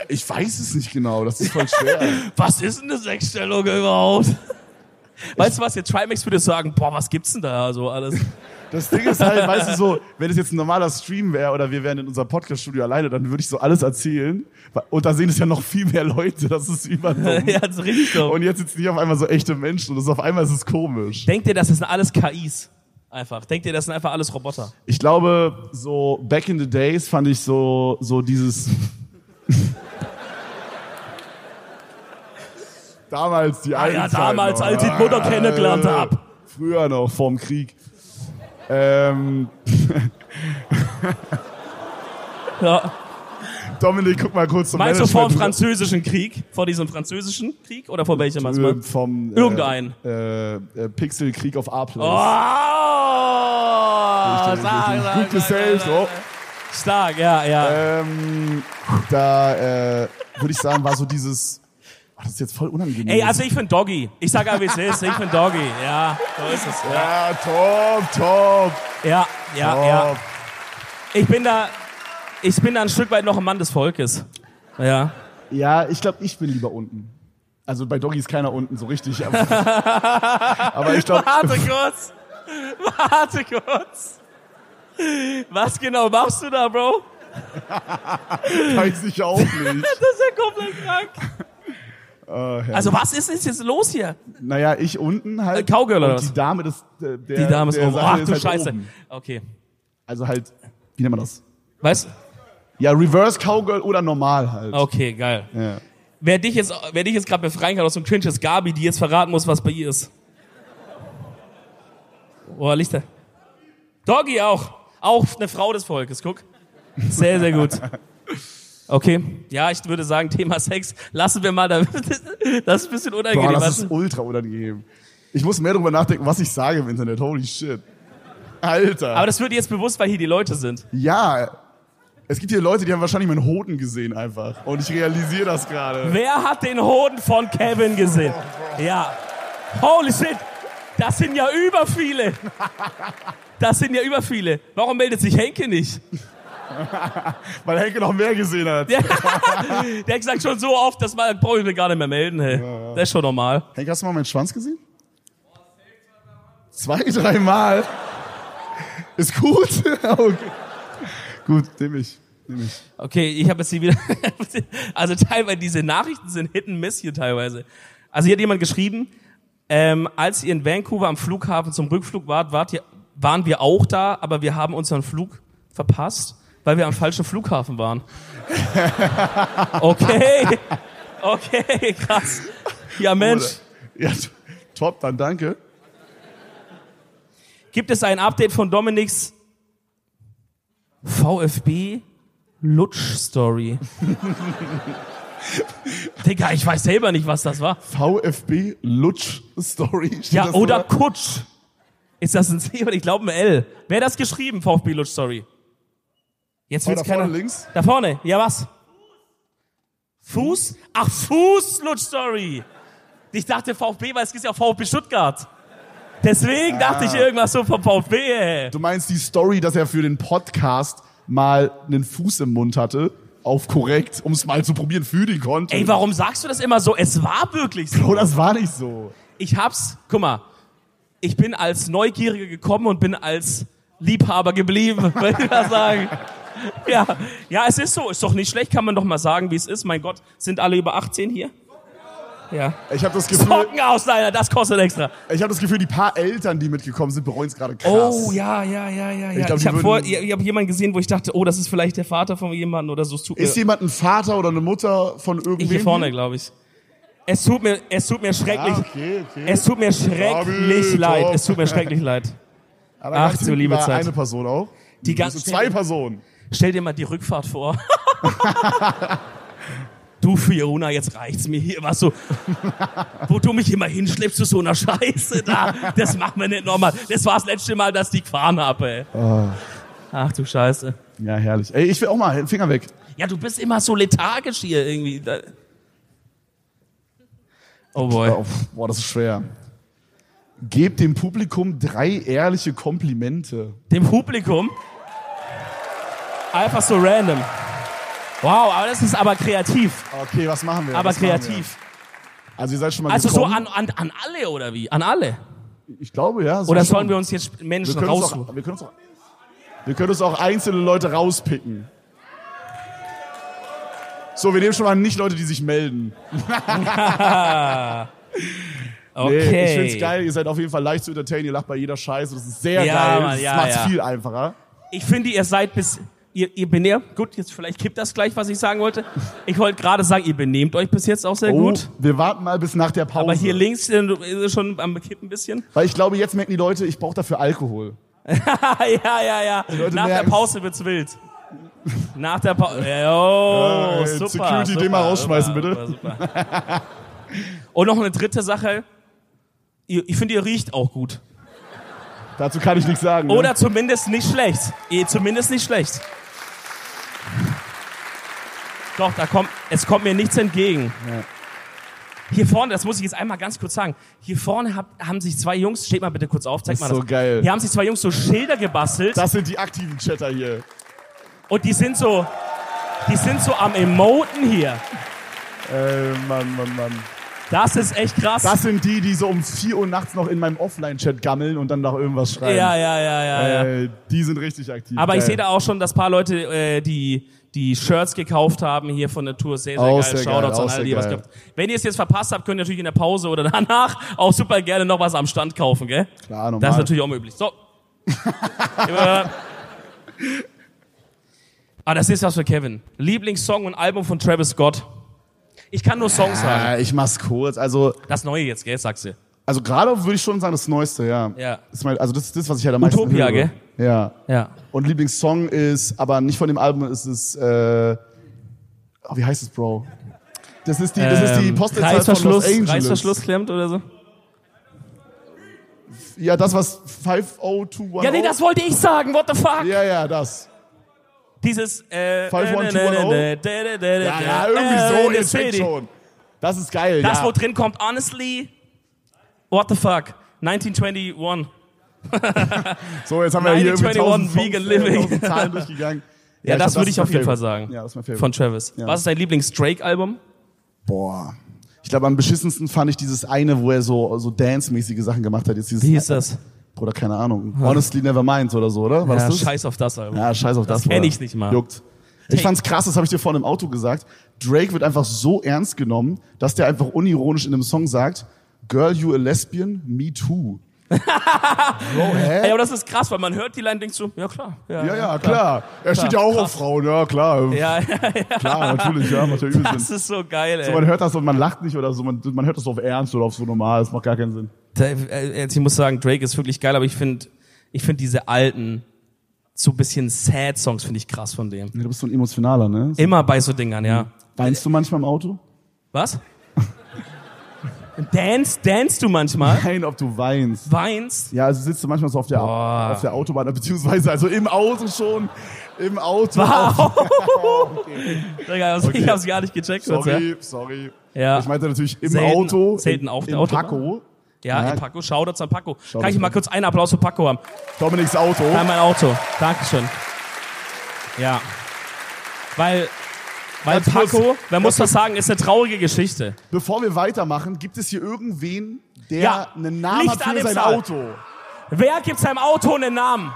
Speaker 1: Ich weiß es nicht genau. Das ist voll schwer.
Speaker 2: Was ist denn eine Sexstellung überhaupt? Weißt du was, jetzt Trimax würde sagen, boah, was gibt's denn da so alles?
Speaker 1: Das Ding ist halt, weißt du so, wenn es jetzt ein normaler Stream wäre oder wir wären in unserem Podcast-Studio alleine, dann würde ich so alles erzählen. Und da sehen es ja noch viel mehr Leute. Das ist überdumm.
Speaker 2: ja, das ist richtig dumm.
Speaker 1: Und jetzt sitzen hier auf einmal so echte Menschen und das auf einmal ist es komisch.
Speaker 2: Denkt ihr, das sind alles KIs? Einfach. Denkt ihr, das sind einfach alles Roboter?
Speaker 1: Ich glaube, so back in the days fand ich so, so dieses. damals die alte
Speaker 2: Ah ja,
Speaker 1: Zeit
Speaker 2: damals,
Speaker 1: noch.
Speaker 2: als ich Mutter kennengelernt hab.
Speaker 1: Früher noch, vorm Krieg. Ähm,
Speaker 2: Ja.
Speaker 1: Dominik, guck mal kurz zum
Speaker 2: Meinst du vor dem
Speaker 1: Management.
Speaker 2: französischen Krieg? Vor diesem französischen Krieg? Oder vor welchem? meinst
Speaker 1: Äh,
Speaker 2: du?
Speaker 1: vom äh,
Speaker 2: Irgendeinen.
Speaker 1: äh, äh, Pixelkrieg auf A-Play.
Speaker 2: Oh! ah, Stark, stark,
Speaker 1: Gut gesaved.
Speaker 2: stark,
Speaker 1: Oh.
Speaker 2: stark, ja, ja.
Speaker 1: Ähm, da äh, würde ich sagen, war so dieses. Oh, das ist jetzt voll unangenehm.
Speaker 2: Ey, also ich bin Doggy. Ich sag aber, wie es ist. Ich bin Doggy. Ja, so ist es. Ja,
Speaker 1: ja, top, top,
Speaker 2: ja,
Speaker 1: top.
Speaker 2: ja. ja. Ich bin da, ich bin da ein Stück weit noch ein Mann des Volkes. Ja.
Speaker 1: Ja, ich glaube, ich bin lieber unten. Also bei Doggy ist keiner unten so richtig. Aber, aber ich glaube,
Speaker 2: Warte kurz. Warte kurz. Was genau machst du da, Bro?
Speaker 1: weiß ich auch nicht.
Speaker 2: Das ist ja komplett krank.
Speaker 1: Äh, ja.
Speaker 2: Also was ist, ist jetzt los hier?
Speaker 1: naja, ich unten halt.
Speaker 2: Äh, Cowgirl oder
Speaker 1: und die
Speaker 2: was?
Speaker 1: Dame des, äh, der,
Speaker 2: Die Dame ist
Speaker 1: der
Speaker 2: oben.
Speaker 1: Sache
Speaker 2: Ach du
Speaker 1: ist halt
Speaker 2: Scheiße.
Speaker 1: Oben.
Speaker 2: Okay.
Speaker 1: Also halt, wie nennt man das?
Speaker 2: Weißt
Speaker 1: Ja, Reverse Cowgirl oder normal halt.
Speaker 2: Okay, geil.
Speaker 1: Ja.
Speaker 2: Wer dich jetzt, wer dich jetzt gerade befreien kann aus dem Cringe ist Gabi, die jetzt verraten muss, was bei ihr ist. Oh, Lichter. Doggy auch. Auch eine Frau des Volkes, guck. Sehr, sehr gut. Okay. Ja, ich würde sagen, Thema Sex. Lassen wir mal da. Das ist ein bisschen unangenehm.
Speaker 1: Boah, das
Speaker 2: weißt
Speaker 1: ist
Speaker 2: du?
Speaker 1: ultra unangenehm. Ich muss mehr drüber nachdenken, was ich sage im Internet. Holy shit. Alter.
Speaker 2: Aber das wird jetzt bewusst, weil hier die Leute sind.
Speaker 1: ja. Es gibt hier Leute, die haben wahrscheinlich meinen Hoden gesehen einfach. Und ich realisiere das gerade.
Speaker 2: Wer hat den Hoden von Kevin gesehen? Ja. Holy shit. Das sind ja über viele. Das sind ja über viele. Warum meldet sich Henke nicht?
Speaker 1: Weil Henke noch mehr gesehen hat.
Speaker 2: Der, der hat gesagt schon so oft, dass man brauche ich mir gar nicht mehr melden. Hey. Das ist schon normal.
Speaker 1: Henke, hast du mal meinen Schwanz gesehen? Zwei, dreimal. Ist gut. okay. Gut, nehm ich. Nehm ich.
Speaker 2: Okay, ich habe jetzt hier wieder. also teilweise diese Nachrichten sind Hit and Miss hier teilweise. Also hier hat jemand geschrieben, ähm, als ihr in Vancouver am Flughafen zum Rückflug wart, wart ihr, waren wir auch da, aber wir haben unseren Flug verpasst, weil wir am falschen Flughafen waren. Okay, okay, krass. Ja Mensch,
Speaker 1: Ja, top, dann danke.
Speaker 2: gibt es ein Update von Dominiks VfB Lutsch Story? Digga, ich weiß selber nicht, was das war.
Speaker 1: VfB Lutsch Story. Steht
Speaker 2: Ja,
Speaker 1: das
Speaker 2: oder
Speaker 1: da?
Speaker 2: Kutsch. Ist das ein C oder ich glaube ein L? Wer hat das geschrieben, VfB Lutsch, sorry? Jetzt
Speaker 1: Oh,
Speaker 2: wird's
Speaker 1: da
Speaker 2: keiner.
Speaker 1: vorne links.
Speaker 2: Da vorne, ja was? Fuß? Ach, Fuß Lutsch, sorry. Ich dachte VfB, weil es ist ja auch VfB Stuttgart. Deswegen dachte
Speaker 1: Ah.
Speaker 2: ich irgendwas so vom VfB. Ey.
Speaker 1: Du meinst die Story, dass er für den Podcast mal einen Fuß im Mund hatte, auf korrekt, um es mal zu probieren für den Content.
Speaker 2: Ey, warum sagst du das immer so? Es war wirklich so.
Speaker 1: Oh, das war nicht so.
Speaker 2: ich hab's, guck mal, ich bin als Neugieriger gekommen und bin als Liebhaber geblieben, würde ich mal sagen. Ja, ja, es ist so, ist doch nicht schlecht, kann man doch mal sagen, wie es ist. Mein Gott, sind alle über 18 hier? Ja.
Speaker 1: Ich habe das Gefühl,
Speaker 2: Socken aus, leider, das kostet extra.
Speaker 1: ich habe das Gefühl, die paar Eltern, die mitgekommen sind, bereuen es gerade krass.
Speaker 2: Oh, ja, ja, ja, ja, ja. Ich,
Speaker 1: glaub, die
Speaker 2: habe
Speaker 1: würden-
Speaker 2: vor, ich, ich hab jemanden gesehen, wo ich dachte, oh, das ist vielleicht der Vater von jemandem oder so. Es tut mir,
Speaker 1: Ist jemand ein Vater oder eine Mutter von irgendwem?
Speaker 2: ich hier vorne, glaube ich. Es tut mir, es tut mir schrecklich,
Speaker 1: Ah, okay, okay.
Speaker 2: es tut mir schrecklich
Speaker 1: David,
Speaker 2: leid,
Speaker 1: top.
Speaker 2: es tut mir schrecklich leid.
Speaker 1: Aber
Speaker 2: Ach,
Speaker 1: ganz
Speaker 2: du
Speaker 1: hinten
Speaker 2: liebe
Speaker 1: war
Speaker 2: Zeit.
Speaker 1: eine Person auch.
Speaker 2: Die ganze
Speaker 1: Also zwei Personen.
Speaker 2: Stell dir mal die Rückfahrt vor. du Fiona, jetzt reicht's mir hier. Was so, wo du mich immer hinschleppst zu so einer Scheiße da. Das machen wir nicht nochmal. Das war das letzte Mal, dass ich gefahren habe. Ey. Ah. Ach du Scheiße.
Speaker 1: Ja, herrlich. Ey, ich will auch mal, Finger weg.
Speaker 2: Ja, du bist immer so lethargisch hier irgendwie. Da- Oh boy.
Speaker 1: Oh, boah, das ist schwer. Gebt dem Publikum drei ehrliche Komplimente.
Speaker 2: Dem Publikum. Einfach so random. Wow, aber das ist aber kreativ.
Speaker 1: Okay, was machen wir?
Speaker 2: Aber
Speaker 1: was machen
Speaker 2: kreativ.
Speaker 1: Wir? Also ihr seid schon mal
Speaker 2: Also so
Speaker 1: gekommen.
Speaker 2: an, an, an alle oder wie? An alle. Also
Speaker 1: Ich glaube, ja. so
Speaker 2: Oder
Speaker 1: schon.
Speaker 2: sollen wir uns jetzt Menschen
Speaker 1: wir können uns
Speaker 2: raussuchen?
Speaker 1: auch, wir können uns auch, wir können uns auch einzelne Leute rauspicken. So, wir nehmen schon mal nicht Leute, die sich melden. Nee,
Speaker 2: Okay.
Speaker 1: Ich find's geil, ihr seid auf jeden Fall leicht zu entertainen, ihr lacht bei jeder Scheiße, das ist sehr
Speaker 2: Ja,
Speaker 1: geil.
Speaker 2: Mann,
Speaker 1: das
Speaker 2: ja,
Speaker 1: macht's
Speaker 2: ja.
Speaker 1: viel einfacher.
Speaker 2: Ich finde, ihr seid bis. Ihr, ihr benehmt. Gut, jetzt vielleicht kippt das gleich, was ich sagen wollte. Ich wollte gerade sagen, ihr benehmt euch bis jetzt auch sehr gut.
Speaker 1: Oh, wir warten mal bis nach der Pause.
Speaker 2: Aber hier links äh, ist es schon am Kippen ein bisschen.
Speaker 1: Weil ich glaube, jetzt merken die Leute, ich brauche dafür Alkohol.
Speaker 2: ja, ja, ja.
Speaker 1: Leute
Speaker 2: Nach der
Speaker 1: merken's.
Speaker 2: Pause wird's wild. Nach der Pause. Oh,
Speaker 1: Äh,
Speaker 2: super.
Speaker 1: Security,
Speaker 2: super,
Speaker 1: den mal rausschmeißen,
Speaker 2: super,
Speaker 1: bitte.
Speaker 2: Super, super. Und noch eine dritte Sache. Ihr- Ich finde, ihr riecht auch gut.
Speaker 1: Dazu kann ich nichts sagen. ne?
Speaker 2: Oder zumindest nicht schlecht. Eh, Zumindest nicht schlecht. Doch, da kommt, es kommt mir nichts entgegen. Hier vorne, das muss ich jetzt einmal ganz kurz sagen. Hier vorne hab, haben sich zwei Jungs, steht mal bitte kurz auf, zeig
Speaker 1: Das
Speaker 2: mal
Speaker 1: ist
Speaker 2: das.
Speaker 1: so geil.
Speaker 2: Hier haben sich zwei Jungs so Schilder gebastelt
Speaker 1: Das sind die aktiven Chatter hier.
Speaker 2: und die sind so, die sind so am Emoten hier.
Speaker 1: Äh, Mann, Mann, Mann.
Speaker 2: Das ist echt krass.
Speaker 1: Das sind die, die so um 4 Uhr nachts noch in meinem Offline-Chat gammeln und dann nach irgendwas schreiben.
Speaker 2: ja, ja, ja, ja, ja.
Speaker 1: Äh, die sind richtig aktiv.
Speaker 2: Aber ich
Speaker 1: Geil.
Speaker 2: sehe da auch schon, dass paar Leute äh, die die Shirts gekauft haben hier von der Tour. Sehr, sehr
Speaker 1: Auch
Speaker 2: geil.
Speaker 1: sehr geil,
Speaker 2: Shoutouts
Speaker 1: auch
Speaker 2: an alle,
Speaker 1: sehr
Speaker 2: die was
Speaker 1: geil.
Speaker 2: gehabt Wenn ihr es jetzt verpasst habt, könnt ihr natürlich in der Pause oder danach auch super gerne noch was am Stand kaufen, gell?
Speaker 1: Klar, normal.
Speaker 2: Das ist natürlich auch möglich. So. Äh, ah, das ist was für Kevin. Lieblingssong und Album von Travis Scott. Ich kann nur Songs sagen.
Speaker 1: Ah, ich mach's kurz. Also,
Speaker 2: Das Neue jetzt, gell? Sagst du.
Speaker 1: also gerade würde ich schon sagen, das Neueste, ja.
Speaker 2: Ja.
Speaker 1: Ist mein, also das ist das, was ich halt am meisten
Speaker 2: Utopia,
Speaker 1: höre.
Speaker 2: gell?
Speaker 1: Ja.
Speaker 2: Ja.
Speaker 1: Und Lieblingssong ist, aber nicht von dem Album, ist es, äh, oh, wie heißt es, Bro? Das ist die, das ist die
Speaker 2: Ähm,
Speaker 1: Postleitzahl von Los Angeles.
Speaker 2: Reißverschluss klemmt oder so.
Speaker 1: Ja, das was 50210.
Speaker 2: Ja, nee, das wollte ich sagen. What the fuck?
Speaker 1: Ja, ja, das.
Speaker 2: Dieses äh,
Speaker 1: Five, one, two, one, oh. Ja, ja,
Speaker 2: äh,
Speaker 1: irgendwie so,
Speaker 2: in the
Speaker 1: ihr seht
Speaker 2: city.
Speaker 1: schon. Das ist geil,
Speaker 2: Das,
Speaker 1: ja.
Speaker 2: wo drin kommt, honestly, what the fuck. 1921.
Speaker 1: So, jetzt haben wir hier irgendwie
Speaker 2: 1921
Speaker 1: 1000
Speaker 2: Vegan Living.
Speaker 1: 1000 Zahlen durchgegangen.
Speaker 2: Ja, das
Speaker 1: glaub,
Speaker 2: würde ich
Speaker 1: ist
Speaker 2: auf
Speaker 1: mein
Speaker 2: jeden Fall
Speaker 1: Favorite.
Speaker 2: sagen.
Speaker 1: Ja, das ist mein Favorite.
Speaker 2: Von Travis.
Speaker 1: Ja.
Speaker 2: Was ist dein Lieblings-Drake-Album?
Speaker 1: Boah. Ich glaube, am beschissensten fand ich dieses eine, wo er so, so dance-mäßige Sachen gemacht hat. Jetzt dieses,
Speaker 2: Wie hieß das?
Speaker 1: Bruder, keine Ahnung. Honestly Never Mind oder so, oder? War
Speaker 2: Ja,
Speaker 1: das das?
Speaker 2: scheiß auf das Album.
Speaker 1: Ja, scheiß auf das.
Speaker 2: kenn
Speaker 1: Bruder.
Speaker 2: ich nicht mal.
Speaker 1: Juckt. Ich
Speaker 2: Take.
Speaker 1: fand's krass, das habe ich dir vorhin im Auto gesagt. Drake wird einfach so ernst genommen, dass der einfach unironisch in einem Song sagt, Girl, you a lesbian? Me too. Bro, hä?
Speaker 2: Ey, aber das ist krass, weil man hört die Line und denkt so, ja klar.
Speaker 1: Ja, ja, klar. Er steht ja auch auf Frauen, ja, klar.
Speaker 2: Ja, ja, ja.
Speaker 1: Klar, Ah, natürlich, ja, macht ja übel Sinn.
Speaker 2: Das ist so geil, ey.
Speaker 1: So, man hört das und man lacht nicht oder so, man, man hört das auf Ernst oder auf so normal, das macht gar keinen Sinn.
Speaker 2: Da, äh, jetzt, ich muss sagen, Drake ist wirklich geil, aber ich finde ich find diese alten, so bisschen sad Songs finde ich krass von dem.
Speaker 1: Ja, Du bist so ein emotionaler, ne?
Speaker 2: Immer bei so Dingern,
Speaker 1: Mhm.
Speaker 2: ja.
Speaker 1: Weinst du manchmal im Auto?
Speaker 2: Was? Dance, dance du manchmal?
Speaker 1: Nein, ob du weinst.
Speaker 2: Weinst?
Speaker 1: Ja, also sitzt du manchmal so auf der,
Speaker 2: Boah.
Speaker 1: auf der Autobahn, beziehungsweise also im Auto schon, im Auto.
Speaker 2: Wow! Digga, was- Ich hab's gar nicht gecheckt. kurz, ja.
Speaker 1: Sorry, sorry.
Speaker 2: Ja.
Speaker 1: Ich meinte natürlich im
Speaker 2: Selten-
Speaker 1: Auto.
Speaker 2: selten
Speaker 1: in-
Speaker 2: auf der
Speaker 1: in
Speaker 2: Autobahn.
Speaker 1: Paco,
Speaker 2: Ja,
Speaker 1: Ja.
Speaker 2: ey, Paco, Shoutouts an Paco. Kann
Speaker 1: Shoutouts
Speaker 2: ich mal kurz einen Applaus für Paco haben?
Speaker 1: Dominiks Auto.
Speaker 2: Nein, mein Auto. Dankeschön. Ja. Weil, weil
Speaker 1: Ganz kurz,
Speaker 2: Paco, man muss das sagen, ist eine traurige Geschichte.
Speaker 1: Bevor wir weitermachen, gibt es hier irgendwen, der
Speaker 2: Ja,
Speaker 1: einen Namen
Speaker 2: Licht
Speaker 1: hat
Speaker 2: an
Speaker 1: für
Speaker 2: dem
Speaker 1: sein
Speaker 2: Saal.
Speaker 1: Auto?
Speaker 2: Wer gibt seinem Auto einen Namen?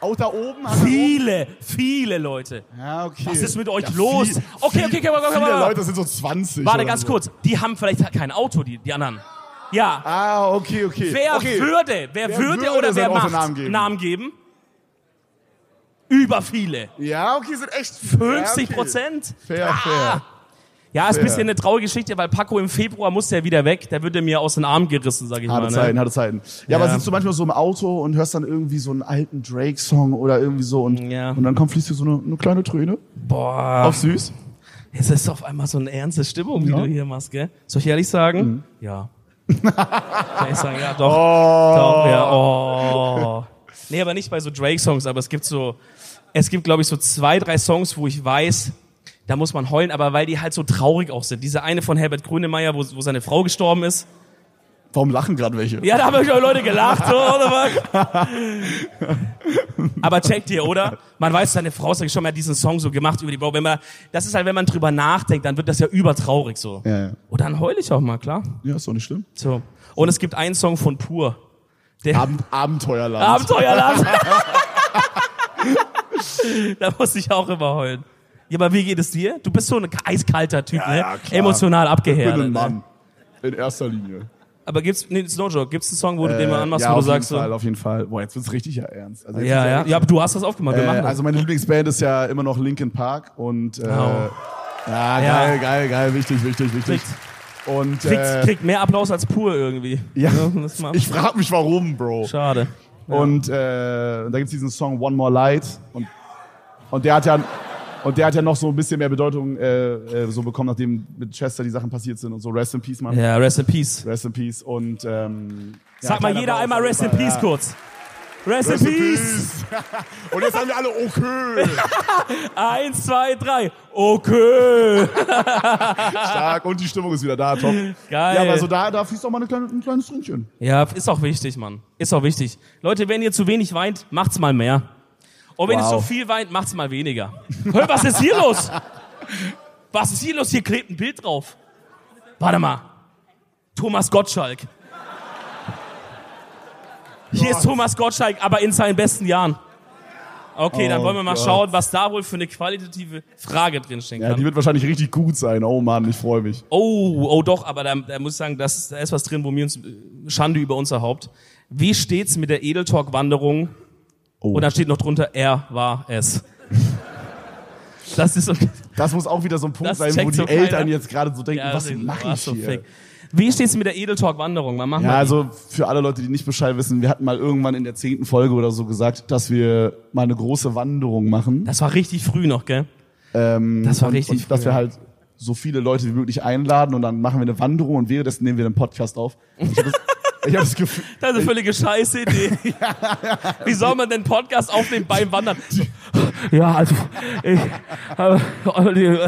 Speaker 1: Auch da oben hat er
Speaker 2: Viele, viele Leute.
Speaker 1: Ja, okay.
Speaker 2: Was ist mit euch los? Okay, okay, okay, okay, okay,
Speaker 1: Viele
Speaker 2: okay.
Speaker 1: Leute sind so 20.
Speaker 2: Warte
Speaker 1: oder
Speaker 2: ganz
Speaker 1: so.
Speaker 2: kurz. Die haben vielleicht kein Auto, die, die anderen. Ja.
Speaker 1: Ah, okay, okay.
Speaker 2: Wer
Speaker 1: okay.
Speaker 2: würde, wer, würde,
Speaker 1: würde
Speaker 2: oder wer
Speaker 1: seinem Auto
Speaker 2: macht
Speaker 1: Namen geben?
Speaker 2: geben? Über viele.
Speaker 1: Ja, okay, sind echt
Speaker 2: 50 Prozent. Ah!
Speaker 1: Fair, fair.
Speaker 2: Ja, ist ein
Speaker 1: Fair.
Speaker 2: bisschen eine traurige Geschichte, weil Paco im Februar muss ja wieder weg. Der würde mir aus den Armen gerissen, sag ich
Speaker 1: Harte
Speaker 2: mal. Ne?
Speaker 1: Zeiten, harte Zeiten. Ja, aber sitzt du manchmal so im Auto und hörst dann irgendwie so einen alten Drake-Song oder irgendwie so und,
Speaker 2: Ja.
Speaker 1: und dann kommt fließt dir so eine, eine kleine Träne.
Speaker 2: Boah.
Speaker 1: Auf süß.
Speaker 2: Es ist auf einmal so eine ernste Stimmung, die
Speaker 1: Ja. Mhm.
Speaker 2: du hier machst, gell? Soll ich ehrlich sagen? Ja. Soll ich sagen, ja, doch. Doch, ja, oh. Nee, aber nicht bei so Drake-Songs, aber es gibt so, es gibt, glaube ich, so zwei, drei Songs, wo ich weiß, da muss man heulen, aber weil die halt so traurig auch sind. Diese eine von Herbert Grönemeyer, wo, wo seine Frau gestorben ist.
Speaker 1: Warum lachen gerade welche?
Speaker 2: Ja, da haben euch auch Leute gelacht, so, oder was? Aber checkt ihr, oder? Man weiß, seine Frau ist ja schon mal diesen Song so gemacht über die Bro. Wenn man, das ist halt, wenn man drüber nachdenkt, dann wird das ja übertraurig so.
Speaker 1: Ja, ja.
Speaker 2: Und dann heul ich auch mal, klar.
Speaker 1: ja ist doch nicht schlimm.
Speaker 2: So. Und es gibt einen Song von Pur. Der
Speaker 1: Ab Abenteuerland.
Speaker 2: Abenteuerland. da muss ich auch immer heulen. Ja, aber wie geht es dir? Du bist so ein eiskalter Typ,
Speaker 1: Ja,
Speaker 2: ne?
Speaker 1: ja, klar.
Speaker 2: Emotional
Speaker 1: ich bin
Speaker 2: abgehärtet.
Speaker 1: ein
Speaker 2: Ne?
Speaker 1: Mann. In erster Linie.
Speaker 2: Aber gibt's, nee, it's no joke, gibt's einen Song, wo du den mal anmachst,
Speaker 1: Äh, ja,
Speaker 2: wo du
Speaker 1: auf
Speaker 2: sagst
Speaker 1: jeden Fall,
Speaker 2: so,
Speaker 1: auf jeden Fall. Boah, jetzt wird's richtig ja ernst. Also jetzt
Speaker 2: ja,
Speaker 1: wird's
Speaker 2: ja, ja, aber du hast das aufgemacht, wir
Speaker 1: Äh,
Speaker 2: machen das.
Speaker 1: also meine Lieblingsband ist ja immer noch Linkin Park und äh,
Speaker 2: Oh.
Speaker 1: ja,
Speaker 2: Ja.
Speaker 1: geil, geil, geil, wichtig, wichtig, wichtig.
Speaker 2: Kriegt,
Speaker 1: Und
Speaker 2: kriegt,
Speaker 1: äh,
Speaker 2: kriegt mehr Applaus als pur irgendwie. Ne?
Speaker 1: ja,
Speaker 2: das ist mal-
Speaker 1: ich frage mich warum, Bro.
Speaker 2: Schade.
Speaker 1: Und äh, da gibt's diesen Song One More Light und und der hat ja und der hat ja noch so ein bisschen mehr Bedeutung äh, äh, so bekommen, nachdem mit Chester die Sachen passiert sind und so. Rest in Peace, Mann.
Speaker 2: Ja, rest in peace.
Speaker 1: Rest in Peace und ähm, ja,
Speaker 2: Sag mal
Speaker 1: kleiner
Speaker 2: jeder
Speaker 1: Applaus
Speaker 2: einmal
Speaker 1: auf
Speaker 2: rest in
Speaker 1: jeden
Speaker 2: peace
Speaker 1: Fall, ja.
Speaker 2: kurz. Rest, in peace.
Speaker 1: und jetzt haben wir alle okay.
Speaker 2: Eins, zwei, drei. Okay.
Speaker 1: Stark und die Stimmung ist wieder da, top.
Speaker 2: Geil.
Speaker 1: Ja, aber so da, da fließt auch mal eine kleine, ein kleines Tränchen.
Speaker 2: Ja, ist auch wichtig, Mann. Ist auch wichtig. Leute, wenn ihr zu wenig weint, macht's mal mehr. Und wenn
Speaker 1: Wow.
Speaker 2: ihr zu viel weint, macht's mal weniger. Hör, was ist hier los? Was ist hier los? Hier klebt ein Bild drauf. Warte mal. Thomas Gottschalk. Hier ist Thomas Gottschalk, aber in seinen besten Jahren. Okay, dann
Speaker 1: Oh
Speaker 2: wollen wir mal
Speaker 1: Gott.
Speaker 2: schauen, was da wohl für eine qualitative Frage drinstehen
Speaker 1: Ja,
Speaker 2: kann.
Speaker 1: die wird wahrscheinlich richtig gut sein. Oh Mann, ich freue mich.
Speaker 2: Oh, oh doch, aber da, da muss ich sagen, das, ist- da ist was drin, wo wir uns äh, Schande über unser Haupt. Wie steht's mit der Edeltalk-Wanderung?
Speaker 1: Oh.
Speaker 2: Und dann steht noch drunter, er war es. Das ist so,
Speaker 1: Das muss auch wieder so ein Punkt
Speaker 2: Das
Speaker 1: sein, wo
Speaker 2: checkt
Speaker 1: die
Speaker 2: so keiner.
Speaker 1: Eltern jetzt gerade so denken,
Speaker 2: ja,
Speaker 1: was
Speaker 2: das ist-
Speaker 1: mache
Speaker 2: war
Speaker 1: ich
Speaker 2: so
Speaker 1: hier?
Speaker 2: fake. Wie steht's mit der Edeltalk-Wanderung? Wann machen
Speaker 1: Ja,
Speaker 2: wir die?
Speaker 1: also für alle Leute, die nicht Bescheid wissen, wir hatten mal irgendwann in der zehnten Folge oder so gesagt, dass wir mal eine große Wanderung machen.
Speaker 2: Das war richtig früh noch, gell? das war
Speaker 1: Ähm, und,
Speaker 2: richtig
Speaker 1: und dass
Speaker 2: früh,
Speaker 1: wir
Speaker 2: ja.
Speaker 1: halt so viele Leute wie möglich einladen und dann machen wir eine Wanderung und währenddessen nehmen wir den Podcast auf. Ich habe das, ich hab das Gefühl,
Speaker 2: Das ist eine völlige scheiße Idee. Wie soll man denn Podcast aufnehmen beim Wandern? also, Ja, also, ich, aber,
Speaker 1: die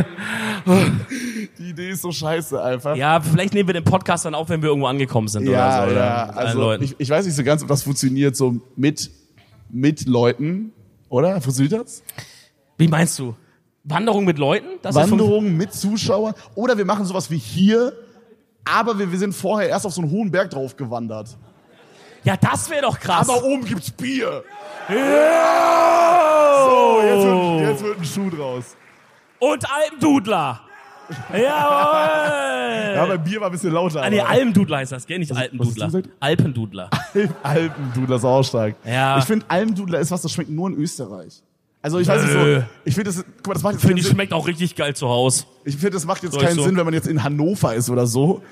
Speaker 1: die Idee ist so scheiße einfach.
Speaker 2: Ja, vielleicht nehmen wir den Podcast dann auf, wenn wir irgendwo angekommen sind
Speaker 1: ja,
Speaker 2: oder so. Oder
Speaker 1: ja.
Speaker 2: mit allen
Speaker 1: Also
Speaker 2: Leuten.
Speaker 1: ich, ich weiß nicht so ganz, ob das funktioniert so mit, mit Leuten, oder? Funktioniert das?
Speaker 2: Wie meinst du? Wanderung mit Leuten? Das ist fun-
Speaker 1: Also Wanderungen mit Zuschauern. Oder wir machen sowas wie hier, aber wir, wir sind vorher erst auf so einen hohen Berg drauf gewandert.
Speaker 2: ja, das wäre doch krass.
Speaker 1: Aber oben gibt's Bier.
Speaker 2: Ja!
Speaker 1: So, jetzt wird, jetzt wird ein Schuh draus.
Speaker 2: Und Almdudler. Jawohl.
Speaker 1: Ja, beim Bier war ein bisschen lauter.
Speaker 2: Ah, nee,
Speaker 1: aber-
Speaker 2: Almdudler heißt das, gell? Nicht
Speaker 1: was
Speaker 2: Alpendudler.
Speaker 1: hast du gesagt?
Speaker 2: Alpendudler.
Speaker 1: Alpendudler ist auch stark.
Speaker 2: Ja.
Speaker 1: Ich finde, Alpendudler ist was, das schmeckt nur in Österreich. Also ich weiß nicht
Speaker 2: Nö.
Speaker 1: so, ich finde, das, guck mal, das macht jetzt
Speaker 2: Finde
Speaker 1: keinen
Speaker 2: ich,
Speaker 1: Sinn.
Speaker 2: schmeckt auch richtig geil zu Hause.
Speaker 1: Ich finde, das macht jetzt
Speaker 2: So, ich
Speaker 1: keinen
Speaker 2: so.
Speaker 1: Sinn, wenn man jetzt in Hannover ist oder so.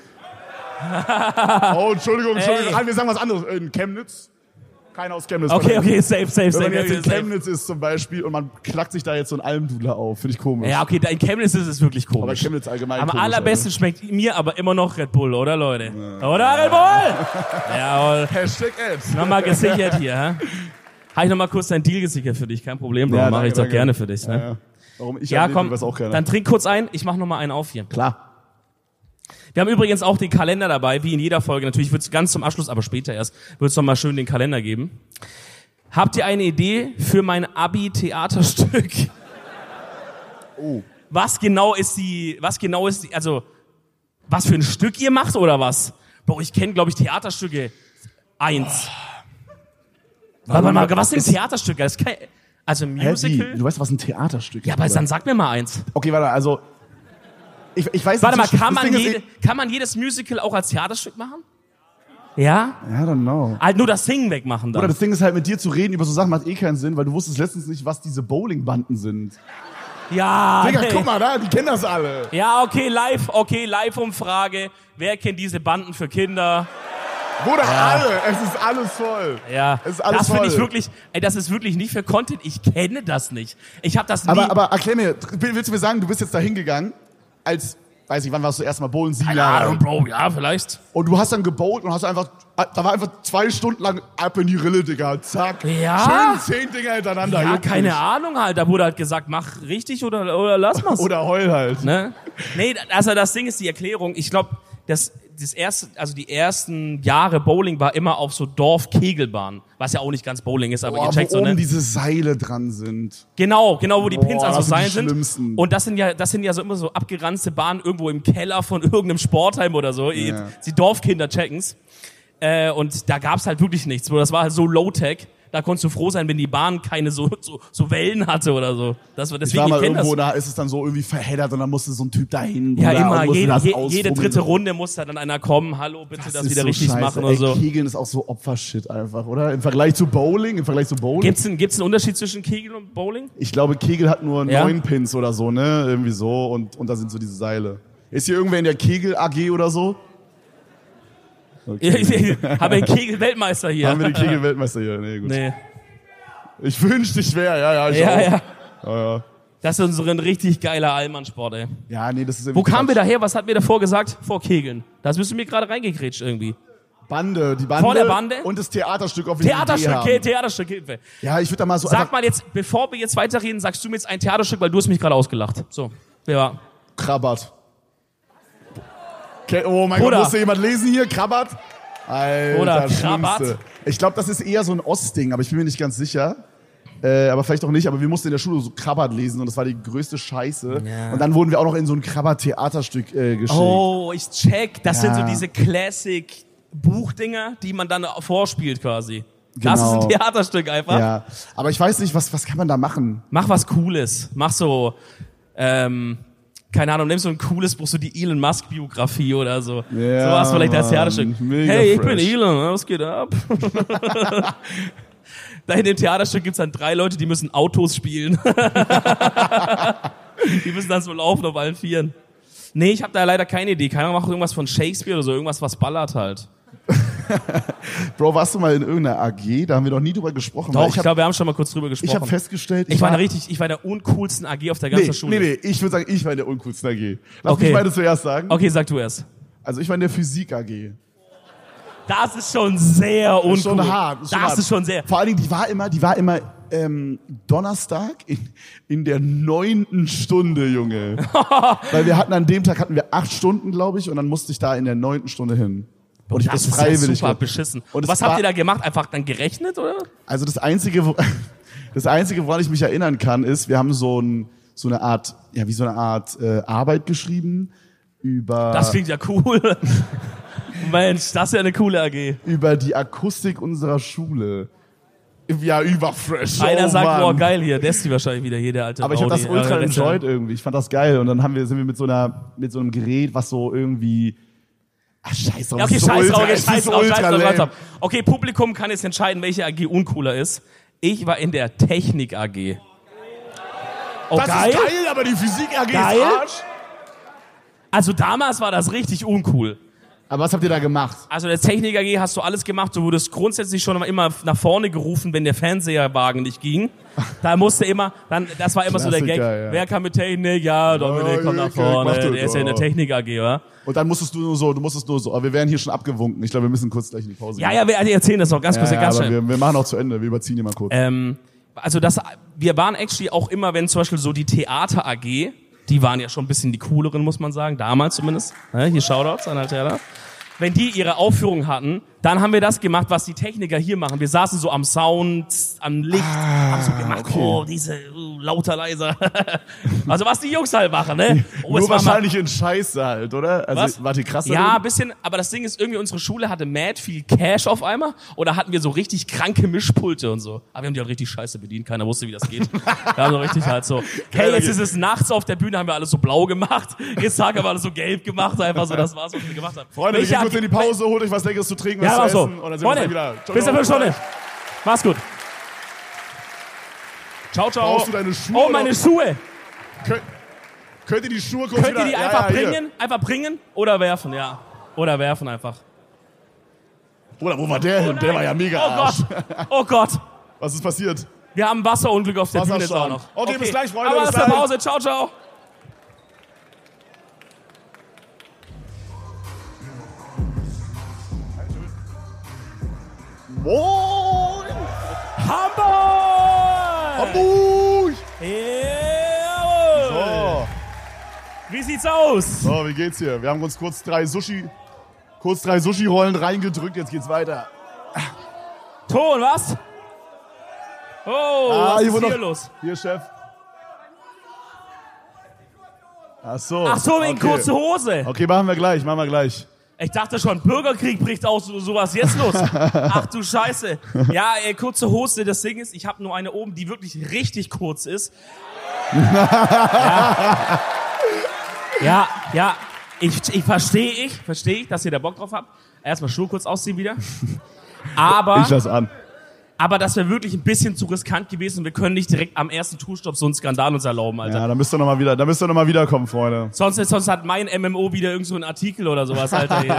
Speaker 1: oh, Entschuldigung, Entschuldigung.
Speaker 2: Ey.
Speaker 1: Nein, Wir sagen was anderes. In Chemnitz? Keiner aus Chemnitz.
Speaker 2: Okay,
Speaker 1: Wenn man-
Speaker 2: okay, safe, safe,
Speaker 1: Wenn
Speaker 2: safe.
Speaker 1: man jetzt in
Speaker 2: safe, safe.
Speaker 1: Chemnitz ist zum Beispiel und man klackt sich da jetzt so einen Almdudler auf, finde ich komisch.
Speaker 2: Ja, okay, da in Chemnitz ist es wirklich
Speaker 1: Aber
Speaker 2: komisch.
Speaker 1: Chemnitz allgemein
Speaker 2: Am
Speaker 1: komisch,
Speaker 2: allerbesten schmeckt mir aber immer noch Red Bull, oder Leute? Oder Red Bull? Jawohl.
Speaker 1: Alter. Hashtag Ads.
Speaker 2: Nochmal gesichert hier, hä? Habe ich nochmal kurz deinen Deal gesichert für dich, kein Problem,
Speaker 1: Ja,
Speaker 2: ja, mache
Speaker 1: danke,
Speaker 2: ich doch
Speaker 1: danke.
Speaker 2: gerne für dich. Ne?
Speaker 1: Ja, Warum ich
Speaker 2: Ja,
Speaker 1: am Leben
Speaker 2: komm,
Speaker 1: weiß auch keiner.
Speaker 2: dann trink kurz ein, ich mache nochmal einen auf hier.
Speaker 1: Klar.
Speaker 2: Wir haben übrigens auch den Kalender dabei, wie in jeder Folge. Natürlich wird's ganz zum Abschluss, aber später erst, wird's noch nochmal schön den Kalender geben. Habt ihr eine Idee für mein Abi-Theaterstück?
Speaker 1: Oh.
Speaker 2: Was genau ist die, was genau ist die, also, was für ein Stück ihr macht oder was? Bro, ich kenne, glaube ich, Theaterstücke. Eins. Warte mal, was sind Theaterstücke? Das ist kein, also
Speaker 1: Hä,
Speaker 2: Musical?
Speaker 1: wie? Du weißt, was ein Theaterstück
Speaker 2: Ja,
Speaker 1: ist.
Speaker 2: aber
Speaker 1: oder?
Speaker 2: dann sag mir mal eins.
Speaker 1: Okay, warte, also. Ich, ich weiß
Speaker 2: Warte mal,
Speaker 1: nicht,
Speaker 2: kann
Speaker 1: das
Speaker 2: man,
Speaker 1: Ding ist,
Speaker 2: jede, kann man jedes Musical auch als Theaterstück machen? Ja?
Speaker 1: I don't know.
Speaker 2: Halt nur das Singen wegmachen
Speaker 1: Oder
Speaker 2: dann.
Speaker 1: das Ding ist halt, mit dir zu reden über so Sachen macht eh keinen Sinn, weil du wusstest letztens nicht, was diese Bowlingbanden sind.
Speaker 2: Ja,
Speaker 1: Digga,
Speaker 2: okay.
Speaker 1: guck mal, da, die kennen das alle.
Speaker 2: Ja, okay, live, okay, Live-Umfrage. Wer kennt diese Banden für Kinder?
Speaker 1: Wurde alle, es ist alles voll.
Speaker 2: Ja,
Speaker 1: Es ist alles
Speaker 2: das finde ich
Speaker 1: voll.
Speaker 2: wirklich, ey, das ist wirklich nicht für Content. Ich kenne das nicht. Ich habe das nie.
Speaker 1: Aber, aber erklär mir, willst du mir sagen, du bist jetzt da hingegangen, als, weiß ich, wann warst du erstmal bowlen, sieben
Speaker 2: keine
Speaker 1: Jahre
Speaker 2: Ahnung,
Speaker 1: alt.
Speaker 2: Bro, ja, vielleicht.
Speaker 1: Und du hast dann gebowlt und hast einfach, ah, da war einfach zwei Stunden lang ab in die Rille, Digga, zack.
Speaker 2: Ja.
Speaker 1: Schön zehn Dinger hintereinander.
Speaker 2: Ja,
Speaker 1: juckt
Speaker 2: keine
Speaker 1: nicht.
Speaker 2: Ahnung halt. Da wurde halt gesagt, mach richtig oder, oder lass mal's.
Speaker 1: Oder heul halt.
Speaker 2: Ne? Nee, also das Ding ist die Erklärung. Ich glaube, das, das erste, also die ersten Jahre Bowling war immer auf so Dorfkegelbahn, was ja auch nicht ganz Bowling ist, aber
Speaker 1: Boah,
Speaker 2: ihr checkt
Speaker 1: wo
Speaker 2: so,
Speaker 1: oben
Speaker 2: ne?
Speaker 1: diese Seile dran sind.
Speaker 2: Genau, genau, wo die Pins
Speaker 1: Boah,
Speaker 2: also
Speaker 1: das sind die
Speaker 2: sein sind.
Speaker 1: schlimmsten.
Speaker 2: Und das sind ja, das sind ja so immer so abgeranzte Bahnen irgendwo im Keller von irgendeinem Sportheim oder so.
Speaker 1: Ja.
Speaker 2: Die Dorfkinder checken's. Äh, und da gab's halt wirklich nichts. Bro. Das war halt so Low-Tech. Da konntest du froh sein, wenn die Bahn keine so, so, so Wellen hatte oder so. Das war
Speaker 1: Ich
Speaker 2: deswegen
Speaker 1: war mal
Speaker 2: kenn das.
Speaker 1: irgendwo, da ist es dann so irgendwie verheddert und dann musste so ein Typ da hin.
Speaker 2: Ja,
Speaker 1: Bruder, und
Speaker 2: immer.
Speaker 1: musste
Speaker 2: Jede,
Speaker 1: das
Speaker 2: je, jede
Speaker 1: ausfummeln.
Speaker 2: dritte Runde muss da dann einer kommen. Hallo, bitte das,
Speaker 1: ist
Speaker 2: wieder
Speaker 1: so
Speaker 2: richtig
Speaker 1: scheiße.
Speaker 2: machen
Speaker 1: Ey,
Speaker 2: oder so.
Speaker 1: Kegeln ist auch so Opfershit einfach, oder? Im Vergleich zu Bowling, im Vergleich zu Bowling.
Speaker 2: Gibt's einen, gibt's einen Unterschied zwischen Kegeln und Bowling?
Speaker 1: ich glaube, Kegel hat nur
Speaker 2: Ja.
Speaker 1: neun Pins oder so, ne? Irgendwie so. Und, und da sind so diese Seile. Ist hier irgendwer in der Kegel AG oder so?
Speaker 2: Haben wir einen Kegel-Weltmeister hier?
Speaker 1: Haben wir den Kegel-Weltmeister hier? Nee, gut.
Speaker 2: nee.
Speaker 1: Ich wünschte, ich wäre. Ja, ja, ich
Speaker 2: Ja,
Speaker 1: auch.
Speaker 2: ja.
Speaker 1: Ja, ja.
Speaker 2: Das ist unsere richtig geiler Allmannsport, ey.
Speaker 1: ja, nee, das ist
Speaker 2: Wo kamen wir
Speaker 1: da?
Speaker 2: daher? Was hat mir davor gesagt? Vor Kegeln. Das bist du mir gerade reingekrätscht irgendwie.
Speaker 1: Bande, die Bande.
Speaker 2: Vor der Bande?
Speaker 1: Und das Theaterstück auf jeden
Speaker 2: Theaterstück, okay,
Speaker 1: Fall.
Speaker 2: Theaterstück, Hilfe.
Speaker 1: Ja, ich würde da mal so
Speaker 2: Sag
Speaker 1: einfach
Speaker 2: mal jetzt, bevor wir jetzt weiterreden, sagst du mir jetzt ein Theaterstück, weil du hast mich gerade ausgelacht. So, ja.
Speaker 1: Krabbert. Okay, oh mein
Speaker 2: Bruder.
Speaker 1: Gott, musste jemand lesen hier? Krabbert? Alter,
Speaker 2: Bruder,
Speaker 1: Schlimmste.
Speaker 2: Krabbert.
Speaker 1: Ich glaube, das ist eher so ein Ostding, aber ich bin mir nicht ganz sicher. Äh, aber vielleicht auch nicht, aber wir mussten in der Schule so Krabbert lesen und das war die größte Scheiße.
Speaker 2: Ja.
Speaker 1: Und dann wurden wir auch noch in so ein Krabbert-Theaterstück äh, geschickt.
Speaker 2: Oh, ich check. Das sind
Speaker 1: Ja.
Speaker 2: so diese Classic-Buchdinger, die man dann vorspielt quasi. Das ist
Speaker 1: Genau.
Speaker 2: ein Theaterstück einfach.
Speaker 1: Ja, aber ich weiß nicht, was, was kann man da machen?
Speaker 2: Mach was Cooles. Mach so, ähm, keine Ahnung, nimm so ein cooles Buch, so die Elon Musk-Biografie oder so.
Speaker 1: Ja,
Speaker 2: so was vielleicht das
Speaker 1: Mann.
Speaker 2: Theaterstück.
Speaker 1: Mega
Speaker 2: hey, ich
Speaker 1: fresh.
Speaker 2: bin Elon, was geht ab? da in dem Theaterstück gibt's dann drei Leute, die müssen Autos spielen. die müssen dann so laufen auf allen Vieren. Nee, ich habe da leider keine Idee. Keiner macht irgendwas von Shakespeare oder so, irgendwas, was ballert halt.
Speaker 1: Bro, warst du mal in irgendeiner AG? Da haben wir noch nie drüber gesprochen.
Speaker 2: Doch,
Speaker 1: weil
Speaker 2: ich,
Speaker 1: ich habe
Speaker 2: glaube, wir haben schon mal kurz drüber
Speaker 1: ich
Speaker 2: gesprochen.
Speaker 1: hab festgestellt,
Speaker 2: ich war in der richtig, ich war in der uncoolsten AG auf der ganzen
Speaker 1: nee,
Speaker 2: Schule.
Speaker 1: nee, nee, ich würde sagen, ich war in der uncoolsten AG. Lass
Speaker 2: Okay.
Speaker 1: mich beide zuerst sagen.
Speaker 2: Okay, sag du erst.
Speaker 1: Also ich war in der Physik AG.
Speaker 2: Das ist schon sehr uncool.
Speaker 1: Schon hart.
Speaker 2: das
Speaker 1: hart.
Speaker 2: ist schon sehr.
Speaker 1: Vor allen Dingen, die war immer, die war immer ähm, Donnerstag in, in der neunten Stunde, Junge. Weil wir hatten an dem Tag hatten wir acht Stunden, glaube ich, und dann musste ich da in der neunten Stunde hin. Und ich
Speaker 2: das
Speaker 1: bin
Speaker 2: ist ja
Speaker 1: freiwillig.
Speaker 2: super
Speaker 1: ge-
Speaker 2: beschissen.
Speaker 1: Und
Speaker 2: Und
Speaker 1: es
Speaker 2: was
Speaker 1: war-
Speaker 2: habt ihr da gemacht? Einfach dann gerechnet, oder?
Speaker 1: Also das einzige, wo- das einzige, woran ich mich erinnern kann, ist, wir haben so, ein, so eine Art, ja wie so eine Art äh, Arbeit geschrieben über
Speaker 2: Das klingt ja cool. Mensch, das ist ja eine coole AG.
Speaker 1: über die Akustik unserer Schule. Ja, über Fresh.
Speaker 2: Einer
Speaker 1: oh,
Speaker 2: sagt,
Speaker 1: Mann.
Speaker 2: boah, geil hier, der ist die wahrscheinlich wieder hier, der alte
Speaker 1: Aber ich habe
Speaker 2: Rowdy.
Speaker 1: das ultra
Speaker 2: Äh, letzter-
Speaker 1: enjoyed irgendwie. Ich fand das geil. Und dann haben wir, sind wir mit so einer, mit so einem Gerät, was so irgendwie. Ach, scheiß drauf.
Speaker 2: Ja,
Speaker 1: es
Speaker 2: okay,
Speaker 1: ist so
Speaker 2: scheiß
Speaker 1: ultra-
Speaker 2: drauf, okay,
Speaker 1: es ist
Speaker 2: scheiß
Speaker 1: so
Speaker 2: drauf, scheiß
Speaker 1: ultra
Speaker 2: drauf, scheiß
Speaker 1: lame.
Speaker 2: drauf. Okay, Publikum kann jetzt entscheiden, welche AG uncooler ist. Ich war in der Technik AG. Oh,
Speaker 1: Das
Speaker 2: geil.
Speaker 1: ist geil, aber die Physik AG
Speaker 2: Geil?
Speaker 1: ist Arsch.
Speaker 2: Also damals war das richtig uncool.
Speaker 1: Aber was habt ihr da gemacht?
Speaker 2: Also in der Technik AG hast du alles gemacht. Du wurdest grundsätzlich schon immer nach vorne gerufen, wenn der Fernseherwagen nicht ging. Da musste immer, dann, das war immer so der Gag.
Speaker 1: Klassiker, ja.
Speaker 2: Wer kann mit Technik? Ja, Dominik
Speaker 1: Ja,
Speaker 2: kommt nach
Speaker 1: Jürgen, mach
Speaker 2: vorne.
Speaker 1: du
Speaker 2: Der ist ja in der
Speaker 1: doch.
Speaker 2: Technik AG, oder?
Speaker 1: Und dann musstest du nur so, du musstest nur so. Aber wir werden hier schon abgewunken. Ich glaube, wir müssen kurz gleich in die Pause
Speaker 2: Ja,
Speaker 1: gehen.
Speaker 2: ja, wir die erzählen das noch ganz kurz,
Speaker 1: ja,
Speaker 2: ganz
Speaker 1: aber
Speaker 2: schnell.
Speaker 1: wir, wir machen auch zu Ende. Wir überziehen hier mal kurz.
Speaker 2: Ähm, also das, wir waren actually auch immer, wenn zum Beispiel so die Theater AG, die waren ja schon ein bisschen die cooleren, muss man sagen, damals zumindest. Ne, hier Shoutouts an Altera. Wenn die ihre Aufführung hatten, dann haben wir das gemacht, was die Techniker hier machen. Wir saßen so am Sound, am Licht, haben so gemacht,
Speaker 1: Ah, okay.
Speaker 2: oh, diese uh, lauter, leiser. also was die Jungs halt machen, ne? Oh,
Speaker 1: Nur
Speaker 2: es war mal-
Speaker 1: wahrscheinlich in Scheiße halt, oder? Also,
Speaker 2: was?
Speaker 1: Wart ihr krasser?
Speaker 2: Ja,
Speaker 1: drin?
Speaker 2: ein bisschen, aber das Ding ist irgendwie, unsere Schule hatte mad viel Cash auf einmal und da hatten wir so richtig kranke Mischpulte und so. Aber wir haben die halt richtig scheiße bedient, keiner wusste, wie das geht. wir haben so richtig halt so, hey, jetzt ist es nachts auf der Bühne, haben wir alles so blau gemacht, jetzt Tag haben wir alles so gelb gemacht, einfach so, das war's, was wir gemacht haben.
Speaker 1: Freunde, wir
Speaker 2: Welche
Speaker 1: gehen kurz
Speaker 2: AG
Speaker 1: in die Pause, holt euch was Leckeres zu trinken, was
Speaker 2: ja, war
Speaker 1: zu
Speaker 2: so.
Speaker 1: essen. Und dann sind wir gleich wieder.
Speaker 2: Freunde, bis zur Viertelstunde. Mach's gut. Ciao, ciao.
Speaker 1: Brauchst du deine Schuhe
Speaker 2: Oh, meine
Speaker 1: noch?
Speaker 2: Schuhe.
Speaker 1: Könnt, könnt ihr die Schuhe kurz
Speaker 2: Könnt
Speaker 1: wieder...
Speaker 2: ihr die
Speaker 1: Ja,
Speaker 2: einfach
Speaker 1: ja, hier.
Speaker 2: bringen? Einfach bringen oder werfen, ja. Oder werfen einfach.
Speaker 1: Bruder, wo war der hin? Der war ja mega
Speaker 2: Oh
Speaker 1: Arsch.
Speaker 2: Gott, oh Gott.
Speaker 1: Was ist passiert?
Speaker 2: Wir haben ein Wasserunglück auf der Bühne jetzt auch
Speaker 1: Wasserschaden.
Speaker 2: noch.
Speaker 1: Okay, bis gleich, Freunde,
Speaker 2: Aber
Speaker 1: bis
Speaker 2: bis zur
Speaker 1: gleich.
Speaker 2: Pause. Ciao, ciao.
Speaker 1: Moin!
Speaker 2: Hamburg!
Speaker 1: Hamburg!
Speaker 2: Jawohl!
Speaker 1: Oh.
Speaker 2: Wie sieht's aus?
Speaker 1: So, wie geht's hier? Wir haben uns kurz drei Sushi... Kurz drei Sushi-Rollen reingedrückt, jetzt geht's weiter.
Speaker 2: Ton, was? Oh,
Speaker 1: Ah,
Speaker 2: was
Speaker 1: hier
Speaker 2: ist
Speaker 1: wurde
Speaker 2: hier
Speaker 1: noch-
Speaker 2: los?
Speaker 1: Hier, Chef. Ach so.
Speaker 2: Ach so, wegen
Speaker 1: okay.
Speaker 2: kurze Hose.
Speaker 1: Okay, machen wir gleich, machen wir gleich.
Speaker 2: Ich dachte schon, Bürgerkrieg bricht aus oder sowas. Jetzt los. Ach du Scheiße. Ja, ey, kurze Hose. Das Ding ist, ich habe nur eine oben, die wirklich richtig kurz ist. Ja, ja. ja. Ich, ich verstehe ich, verstehe ich, dass ihr da Bock drauf habt. Erstmal Schuhe kurz ausziehen wieder. Aber,
Speaker 1: Ich lass an.
Speaker 2: aber das wäre wirklich ein bisschen zu riskant gewesen. Wir können nicht direkt am ersten Tourstopp so einen Skandal uns erlauben, Alter.
Speaker 1: Ja, da müsst ihr nochmal wieder, da müsst ihr noch mal wiederkommen, Freunde.
Speaker 2: Sonst, sonst hat mein MMO wieder irgend so einen Artikel oder sowas, Alter. hier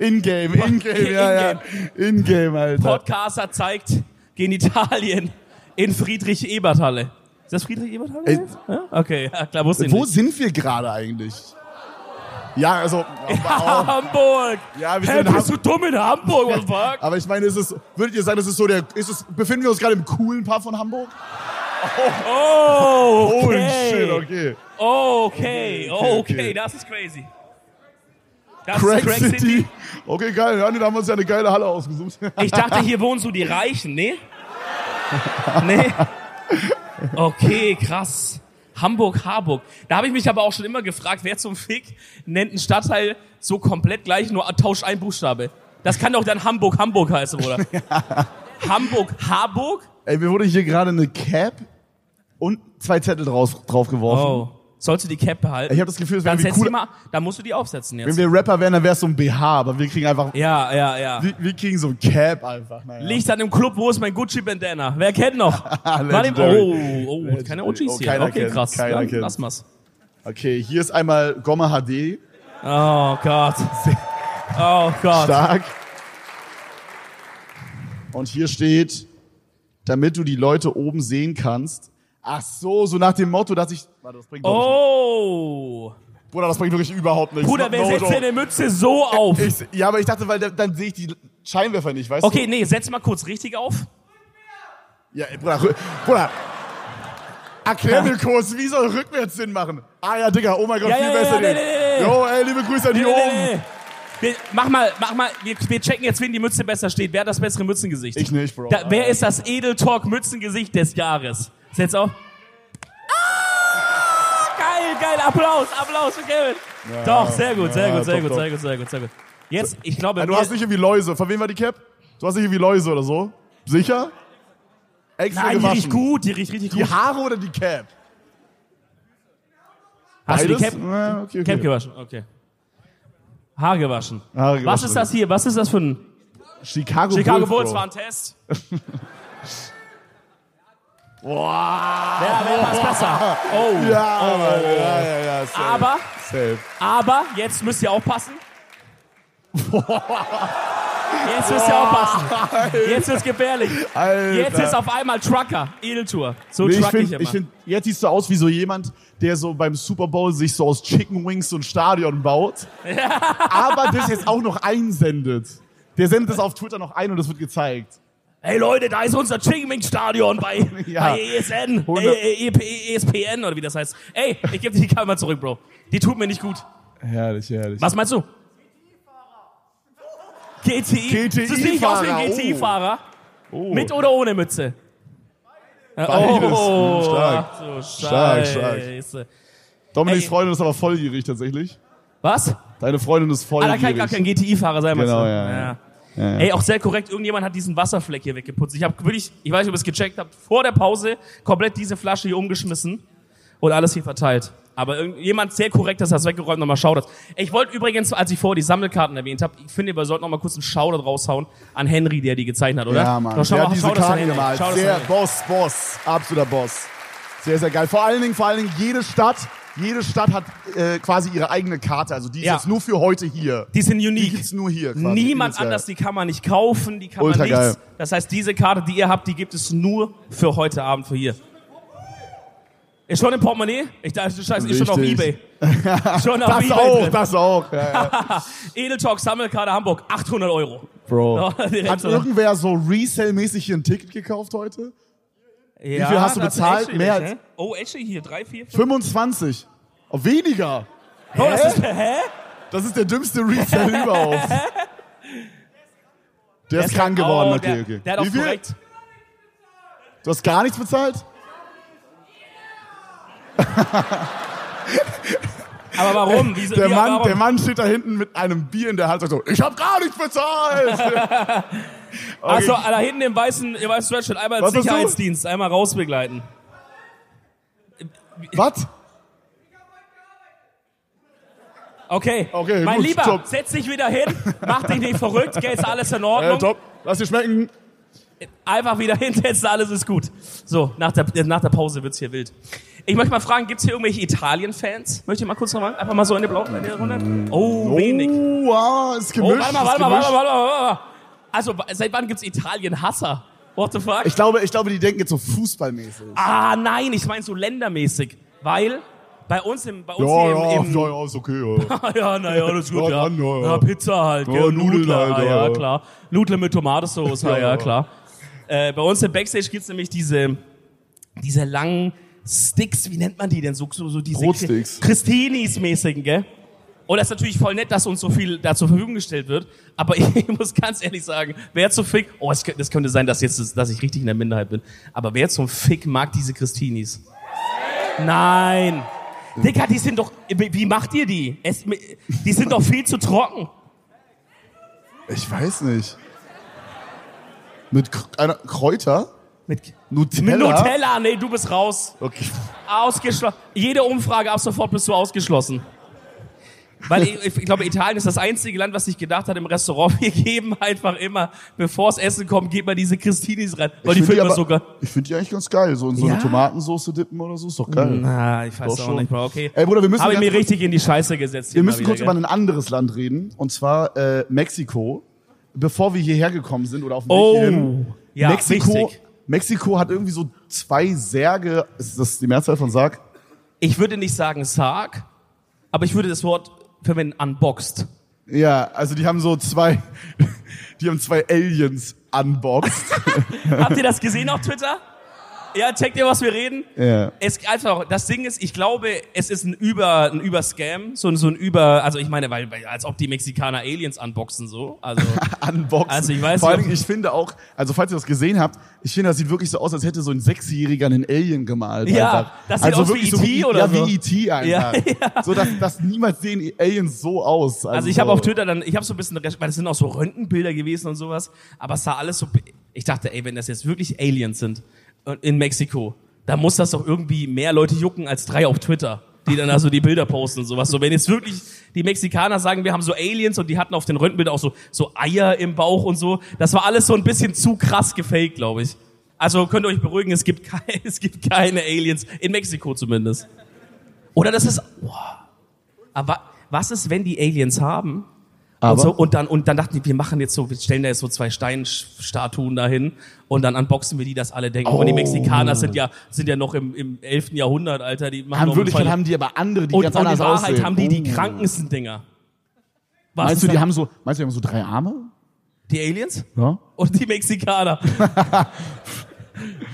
Speaker 2: irgendwie.
Speaker 1: In-game, in-game, ja, ja. In-game, Alter.
Speaker 2: Podcaster zeigt Genitalien in Friedrich-Ebert-Halle. Ist das Friedrich-Ebert-Halle?
Speaker 1: Ey.
Speaker 2: ja? Okay, ja, klar, wusste ich
Speaker 1: Wo
Speaker 2: nicht.
Speaker 1: sind wir gerade eigentlich? Ja, also, aber,
Speaker 2: Hamburg!
Speaker 1: Ja, wir
Speaker 2: Hä,
Speaker 1: sind in
Speaker 2: bist du dumm in Hamburg, what the fuck?
Speaker 1: aber ich meine, ist es, würdet ihr sagen, das ist so der, ist es, befinden wir uns gerade im coolen Part von Hamburg?
Speaker 2: Oh,
Speaker 1: Holy
Speaker 2: okay.
Speaker 1: shit, okay.
Speaker 2: Oh, okay,
Speaker 1: okay, okay.
Speaker 2: oh, okay, das ist crazy. Das
Speaker 1: Crack
Speaker 2: ist Crack City.
Speaker 1: City. Okay, geil, ja, nee, da haben wir uns ja eine geile Halle ausgesucht.
Speaker 2: Ich dachte, hier wohnen so die Reichen, ne? Nee. Okay, krass. Hamburg, Harburg. Da habe ich mich aber auch schon immer gefragt, wer zum Fick nennt einen Stadtteil so komplett gleich, nur tauscht ein Buchstabe. Das kann doch dann Hamburg, Hamburg heißen, oder? Hamburg, Harburg?
Speaker 1: Ey, mir wurde hier gerade eine Cap und zwei Zettel draus, draufgeworfen.
Speaker 2: Oh. Sollst du die Cap behalten?
Speaker 1: Ich habe das Gefühl, es wäre
Speaker 2: dann
Speaker 1: irgendwie
Speaker 2: setz die
Speaker 1: cool.
Speaker 2: mal, dann musst du die aufsetzen
Speaker 1: Wenn
Speaker 2: jetzt.
Speaker 1: wir Rapper wären, dann wär's so ein BH, aber wir kriegen einfach,
Speaker 2: Ja, ja, ja.
Speaker 1: wir, wir kriegen so ein Cap einfach. Naja.
Speaker 2: Liegt an dem Club, wo ist mein Gucci-Bandana? Wer kennt noch? Warte,
Speaker 1: Legendary.
Speaker 2: oh, oh,
Speaker 1: Legendary.
Speaker 2: keine OGs
Speaker 1: Oh,
Speaker 2: hier.
Speaker 1: keiner
Speaker 2: okay,
Speaker 1: kennt,
Speaker 2: krass.
Speaker 1: keiner
Speaker 2: Dann
Speaker 1: kennt.
Speaker 2: lass mal's.
Speaker 1: Okay, hier ist einmal Gomma HD,
Speaker 2: Oh Gott. Oh Gott.
Speaker 1: stark. Und hier steht, damit du die Leute oben sehen kannst. Ach so, so nach dem Motto, dass ich. Warte, das bringt wirklich,
Speaker 2: Oh.
Speaker 1: Bruder, das bringt wirklich überhaupt nichts.
Speaker 2: Bruder, wer
Speaker 1: No
Speaker 2: setzt
Speaker 1: joke.
Speaker 2: denn eine Mütze so auf?
Speaker 1: ich, Ja, aber ich dachte, weil da- dann sehe ich die Scheinwerfer nicht, weißt
Speaker 2: Okay, nee, setz mal kurz richtig auf.
Speaker 1: Ja, ey, Bruder, rü- Bruder. Erklär mir kurz, wie soll rückwärts Sinn machen? Ah ja, Digga, oh mein Gott,
Speaker 2: Ja,
Speaker 1: viel
Speaker 2: ja,
Speaker 1: besser.
Speaker 2: ja,
Speaker 1: den.
Speaker 2: nee, nee, nee.
Speaker 1: Jo, ey, liebe Grüße an die oben.
Speaker 2: Wir, mach mal, mach mal, wir, wir checken jetzt, wen die Mütze besser steht. Wer hat das bessere Mützengesicht?
Speaker 1: Ich nicht, Bro.
Speaker 2: Da, wer ist das Edel Talk Mützengesicht des Jahres? Setz auf. Ah, geil, geil, Applaus, Applaus für Kevin. Doch, sehr gut, sehr
Speaker 1: Ja,
Speaker 2: gut, sehr
Speaker 1: top,
Speaker 2: gut,
Speaker 1: top.
Speaker 2: sehr gut, sehr gut, sehr gut. Jetzt, ich glaube,
Speaker 1: Ja, Äh, du
Speaker 2: wir-
Speaker 1: hast nicht irgendwie Läuse. Von wem war die Cap? Du hast nicht irgendwie Läuse oder so? Sicher? Extra
Speaker 2: nein, die
Speaker 1: gewaschen.
Speaker 2: riecht gut, die riecht richtig
Speaker 1: Die
Speaker 2: gut.
Speaker 1: Haare oder die Cap?
Speaker 2: Hast du die
Speaker 1: Beides?
Speaker 2: Cap,
Speaker 1: Ja, okay, okay.
Speaker 2: Cap gewaschen? Okay. Haar gewaschen.
Speaker 1: Haare gewaschen.
Speaker 2: Was ist das hier? Was ist das für ein
Speaker 1: Chicago,
Speaker 2: Chicago
Speaker 1: Bro.
Speaker 2: Bulls war ein Test?
Speaker 1: Boah.
Speaker 2: Ja, wer passt besser? Oh.
Speaker 1: Ja, Mann, ja, ja, ja. Safe.
Speaker 2: Aber,
Speaker 1: Safe.
Speaker 2: aber, jetzt müsst ihr aufpassen. Jetzt müsst ihr aufpassen. Jetzt wird's gefährlich.
Speaker 1: Alter.
Speaker 2: Jetzt ist auf einmal Trucker. Edeltour. So
Speaker 1: Nee, ich
Speaker 2: truck ich
Speaker 1: finde,
Speaker 2: immer.
Speaker 1: ich find, jetzt siehst du aus wie so jemand, der so beim Super Bowl sich so aus Chicken Wings so ein Stadion baut, aber das jetzt auch noch einsendet. Der sendet das auf Twitter noch ein und das wird gezeigt.
Speaker 2: hey Leute, da ist unser Chingming Stadion bei,
Speaker 1: Ja.
Speaker 2: bei ESN. Äh,
Speaker 1: Hundert-
Speaker 2: äh, EP, ESPN oder wie das heißt. Ey, ich gebe dir die Kamera zurück, Bro. Die tut mir nicht gut.
Speaker 1: Herrlich, herrlich.
Speaker 2: Was meinst du?
Speaker 1: GTI
Speaker 2: GTI. Das sehe ich aus wie ein
Speaker 1: Fahrer, oh.
Speaker 2: GTI-Fahrer.
Speaker 1: Oh.
Speaker 2: Mit oder ohne Mütze? Äh,
Speaker 1: Beides.
Speaker 2: Oh,
Speaker 1: Stark.
Speaker 2: Ach, du
Speaker 1: Stark, stark.
Speaker 2: Scheiße.
Speaker 1: Dominiks
Speaker 2: Ey.
Speaker 1: Freundin ist aber volljährig tatsächlich.
Speaker 2: Was?
Speaker 1: Deine Freundin ist
Speaker 2: Ah, da kann ich
Speaker 1: volljährig.
Speaker 2: gar kein GTI-Fahrer sein. meinst
Speaker 1: Genau,
Speaker 2: du?
Speaker 1: ja, ja. ja.
Speaker 2: Ey, auch sehr korrekt, irgendjemand hat diesen Wasserfleck hier weggeputzt. Ich habe wirklich, ich weiß nicht, ob ihr es gecheckt habt, vor der Pause komplett diese Flasche hier umgeschmissen und alles hier verteilt. Aber irgendjemand sehr korrekt hat das weggeräumt, nochmal Shoutout. Ey, Ich wollte übrigens, als ich vorher die Sammelkarten erwähnt habe, ich finde, wir sollten nochmal kurz einen Shoutout raushauen an Henry, der die gezeichnet hat, oder?
Speaker 1: Ja, Mann.
Speaker 2: Doch, schau
Speaker 1: der
Speaker 2: mal,
Speaker 1: hat diese
Speaker 2: Shoutouts an
Speaker 1: Karten
Speaker 2: Henry.
Speaker 1: gemalt.
Speaker 2: Shoutouts an
Speaker 1: Sehr
Speaker 2: Henry.
Speaker 1: Boss, Boss. Absoluter Boss. Sehr, sehr geil. Vor allen Dingen, vor allen Dingen, jede Stadt, jede Stadt hat äh, quasi ihre eigene Karte. Also die ist
Speaker 2: Ja.
Speaker 1: jetzt nur für heute hier.
Speaker 2: Die sind
Speaker 1: Die
Speaker 2: unique.
Speaker 1: gibt's nur hier. Quasi.
Speaker 2: Niemand
Speaker 1: Übelst geil.
Speaker 2: anders, die kann man nicht kaufen, die kann
Speaker 1: Ultra
Speaker 2: man nichts.
Speaker 1: geil.
Speaker 2: Das heißt, diese Karte, die ihr habt, die gibt es nur für heute Abend, für hier. Ist schon im Portemonnaie? Ich dachte, du scheiße, ist schon auf Ebay.
Speaker 1: Richtig.
Speaker 2: Schon auf
Speaker 1: Das
Speaker 2: Ebay.
Speaker 1: auch,
Speaker 2: drin.
Speaker 1: das auch. Ja, ja.
Speaker 2: Edeltalk Sammelkarte Hamburg, 800 Euro.
Speaker 1: Bro.
Speaker 2: Direkt
Speaker 1: Hat
Speaker 2: so.
Speaker 1: irgendwer so Resell-mäßig hier ein Ticket gekauft heute?
Speaker 2: Ja,
Speaker 1: viel hast du
Speaker 2: das ist
Speaker 1: bezahlt?
Speaker 2: actually,
Speaker 1: Mehr
Speaker 2: ne?
Speaker 1: als-
Speaker 2: Oh, actually hier, drei, vier. fünf.
Speaker 1: 25. Oh, weniger.
Speaker 2: Oh, das ist, hä?
Speaker 1: Das ist der dümmste Resell überhaupt. Der ist krank geworden,
Speaker 2: Oh,
Speaker 1: okay,
Speaker 2: der,
Speaker 1: okay.
Speaker 2: Der hat
Speaker 1: Wie
Speaker 2: auch
Speaker 1: viel?
Speaker 2: korrekt.
Speaker 1: Du hast gar nichts bezahlt?
Speaker 2: Aber warum? Wieso,
Speaker 1: Der
Speaker 2: wie,
Speaker 1: Mann,
Speaker 2: warum?
Speaker 1: der Mann steht da hinten mit einem Bier in der Hand und sagt so, ich hab gar nichts bezahlt.
Speaker 2: Achso, da hinten im weißen, im weißen Sweatshirt, einmal
Speaker 1: Was hast du?
Speaker 2: Sicherheitsdienst, einmal rausbegleiten.
Speaker 1: Was?
Speaker 2: Okay.
Speaker 1: Okay,
Speaker 2: mein
Speaker 1: gut,
Speaker 2: Lieber,
Speaker 1: top.
Speaker 2: setz dich wieder hin, mach dich nicht verrückt, gell, ist alles in Ordnung.
Speaker 1: Äh, top. Lass dir schmecken.
Speaker 2: Einfach wieder hinsetzen, alles ist gut. So, nach der, äh, nach der Pause wird's hier wild. Ich möchte mal fragen, gibt's hier irgendwelche Italien-Fans? Möchte ich mal kurz noch mal, einfach mal so in die Blauen in die Runde? Oh, wenig.
Speaker 1: Oh, wow, ist
Speaker 2: Oh,
Speaker 1: gemischt.
Speaker 2: warte mal,
Speaker 1: ist
Speaker 2: warte mal,
Speaker 1: gemischt.
Speaker 2: warte mal, warte mal, warte mal. Also, wa- seit wann gibt's Italien-Hasser? What the fuck?
Speaker 1: Ich glaube, ich glaube, die denken jetzt so fußballmäßig.
Speaker 2: ah, nein, ich meine so ländermäßig. Weil bei uns im, bei uns
Speaker 1: ja, ja,
Speaker 2: hier im, im,
Speaker 1: ja, ja, ist okay. Ja.
Speaker 2: ja, naja, das ist gut,
Speaker 1: Ja,
Speaker 2: ja.
Speaker 1: Mann, ja, ja.
Speaker 2: Ja, Pizza halt,
Speaker 1: Ja,
Speaker 2: ja,
Speaker 1: Nudeln
Speaker 2: Nudler,
Speaker 1: halt,
Speaker 2: ah,
Speaker 1: ja,
Speaker 2: ja,
Speaker 1: ja.
Speaker 2: klar. Nudler mit Tomatensauce, ja,
Speaker 1: Ja, ja.
Speaker 2: ja, klar. Äh, bei uns im Backstage gibt's nämlich diese, diese langen Sticks, wie nennt man die denn? So, so, so diese
Speaker 1: Brotsticks.
Speaker 2: Christinis-mäßigen, gell? Und das ist natürlich voll nett, dass uns so viel da zur Verfügung gestellt wird. Aber ich muss ganz ehrlich sagen, wer zum Fick, oh, es, kö- das könnte sein, dass jetzt, dass ich richtig in der Minderheit bin. Aber wer zum Fick mag diese Christinis? Nein. Dicker, die sind doch, wie wie macht ihr die? Es, die sind doch viel zu trocken.
Speaker 1: Ich weiß nicht. Mit K einer Kräuter?
Speaker 2: Mit,
Speaker 1: Nutella?
Speaker 2: mit Nutella, Oh, nee, du bist raus.
Speaker 1: Okay.
Speaker 2: Ausgeschlossen. Jede Umfrage ab sofort bist du ausgeschlossen. Weil ich, ich glaube, Italien ist das einzige Land, was ich gedacht hat im Restaurant. Wir geben einfach immer, bevor das Essen kommt, geben wir diese Christinis rein. Weil die
Speaker 1: Ich find
Speaker 2: finden wir
Speaker 1: aber-
Speaker 2: sogar.
Speaker 1: Ich finde die eigentlich ganz geil. So in so
Speaker 2: Ja. Mhm.
Speaker 1: eine Tomatensauce dippen oder so, ist doch geil.
Speaker 2: Na, ich weiß
Speaker 1: Doch
Speaker 2: auch
Speaker 1: schon.
Speaker 2: nicht, Bro. Okay.
Speaker 1: Ey, Bruder, wir müssen
Speaker 2: Habe ich
Speaker 1: ganz
Speaker 2: mir
Speaker 1: kurz-
Speaker 2: richtig in die Scheiße gesetzt.
Speaker 1: Wir müssen kurz über ein anderes Land reden, und zwar äh, Mexiko. Bevor wir hierher gekommen sind oder auf dem Weg
Speaker 2: Oh,
Speaker 1: hierhin.
Speaker 2: ja,
Speaker 1: Mexiko,
Speaker 2: wichtig.
Speaker 1: Mexiko hat irgendwie so zwei Särge. Ist das die Mehrzahl von Sarg?
Speaker 2: Ich würde nicht sagen Sarg, aber ich würde das Wort verwenden, unboxed.
Speaker 1: Ja, also die haben so zwei, Die haben zwei Aliens unboxed.
Speaker 2: Habt ihr das gesehen auf Twitter? Ja, checkt ihr, was wir reden?
Speaker 1: ja.
Speaker 2: Es einfach, das Ding ist, ich glaube, es ist ein über ein Überscam, so ein so ein über, also ich meine, weil, weil als ob die Mexikaner Aliens unboxen so, also
Speaker 1: Unboxen.
Speaker 2: Also ich weiß
Speaker 1: Vor
Speaker 2: nicht,
Speaker 1: allem,
Speaker 2: ob-
Speaker 1: ich finde auch, also falls ihr das gesehen habt, ich finde, das sieht wirklich so aus, als hätte so ein Sechsjähriger einen Alien gemalt.
Speaker 2: Ja,
Speaker 1: einfach. Also
Speaker 2: das sieht aus wie
Speaker 1: wirklich
Speaker 2: E.T. oder
Speaker 1: ja,
Speaker 2: so.
Speaker 1: wie E.T. einfach. So, dass, dass niemals sehen Aliens so aus.
Speaker 2: Also ich habe
Speaker 1: so.
Speaker 2: auf Twitter dann, ich habe so ein bisschen, recherch- weil das sind auch so Röntgenbilder gewesen und sowas, aber es sah alles so, ich dachte, ey, wenn das jetzt wirklich Aliens sind und in Mexiko, da muss das doch irgendwie mehr Leute jucken als drei auf Twitter, die dann also die Bilder posten und sowas. So, wenn jetzt wirklich die Mexikaner sagen, wir haben so Aliens und die hatten auf den Röntgenbildern auch so, so Eier im Bauch und so, das war alles so ein bisschen zu krass gefaked, glaube ich. Also könnt ihr euch beruhigen, es gibt, keine, es gibt keine Aliens, in Mexiko zumindest. Oder das ist, boah. aber was ist, wenn die Aliens haben
Speaker 1: Aber,
Speaker 2: und, so, und, dann, und dann dachten die, wir machen jetzt so, wir stellen da jetzt so zwei Steinstatuen dahin und dann unboxen wir die, dass alle denken, oh,
Speaker 1: Oh.
Speaker 2: die Mexikaner sind ja, sind ja noch im, im 11. Jahrhundert, Alter. Die machen
Speaker 1: haben,
Speaker 2: noch
Speaker 1: wirklich,
Speaker 2: einen Fall-
Speaker 1: haben die aber andere, die
Speaker 2: und,
Speaker 1: ganz
Speaker 2: und in
Speaker 1: anders
Speaker 2: Wahrheit
Speaker 1: aussehen.
Speaker 2: haben die die
Speaker 1: Oh.
Speaker 2: krankesten Dinger. Was
Speaker 1: Meinst du,
Speaker 2: ist
Speaker 1: die
Speaker 2: da-
Speaker 1: haben so, meinst du, die haben so drei Arme?
Speaker 2: die Aliens?
Speaker 1: Ja.
Speaker 2: Und die Mexikaner.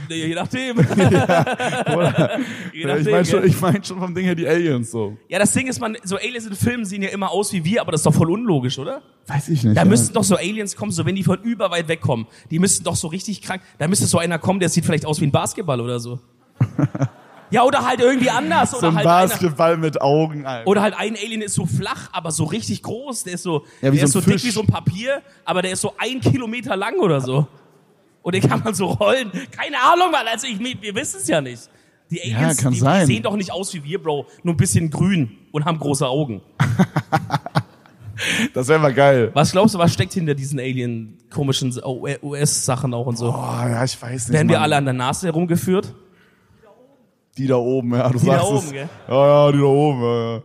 Speaker 2: Nee, Je nachdem. Je nachdem
Speaker 1: ich meine
Speaker 2: gell?
Speaker 1: schon, ich mein schon vom Ding her die Aliens so.
Speaker 2: ja, das Ding ist, man, so Aliens in Filmen sehen ja immer aus wie wir, aber das ist doch voll unlogisch, oder?
Speaker 1: Weiß ich nicht.
Speaker 2: Da
Speaker 1: ja.
Speaker 2: müssten doch so Aliens kommen, so wenn die von überweit wegkommen. Die müssten doch so richtig krank. Da müsste so einer kommen, der sieht vielleicht aus wie ein Basketball oder so. Ja, oder halt irgendwie anders.
Speaker 1: so
Speaker 2: Oder
Speaker 1: ein
Speaker 2: halt, einer,
Speaker 1: Basketball mit Augen. Alter.
Speaker 2: oder halt ein Alien ist so flach, aber so richtig groß. Der ist so,
Speaker 1: Ja, wie
Speaker 2: der
Speaker 1: so
Speaker 2: ist so
Speaker 1: ein
Speaker 2: dick
Speaker 1: Fisch.
Speaker 2: wie so ein Papier, aber der ist so ein Kilometer lang oder so. Und den kann man so rollen. Keine Ahnung, Mann. Also ich, wir wissen es ja nicht. Die Aliens
Speaker 1: kann
Speaker 2: die,
Speaker 1: sein.
Speaker 2: die sehen doch nicht aus wie wir, Bro. Nur ein bisschen grün und haben große Augen.
Speaker 1: Das wäre mal geil.
Speaker 2: Was glaubst du, was steckt hinter diesen Alien komischen US-Sachen auch und so?
Speaker 1: Boah, ja, ich weiß nicht.
Speaker 2: Werden wir
Speaker 1: Mann.
Speaker 2: alle an der Nase herumgeführt?
Speaker 1: Die da oben, ja, du
Speaker 2: da
Speaker 1: sagst
Speaker 2: oben,
Speaker 1: es.
Speaker 2: gell?
Speaker 1: Ja, ja, die da oben, ja, ja.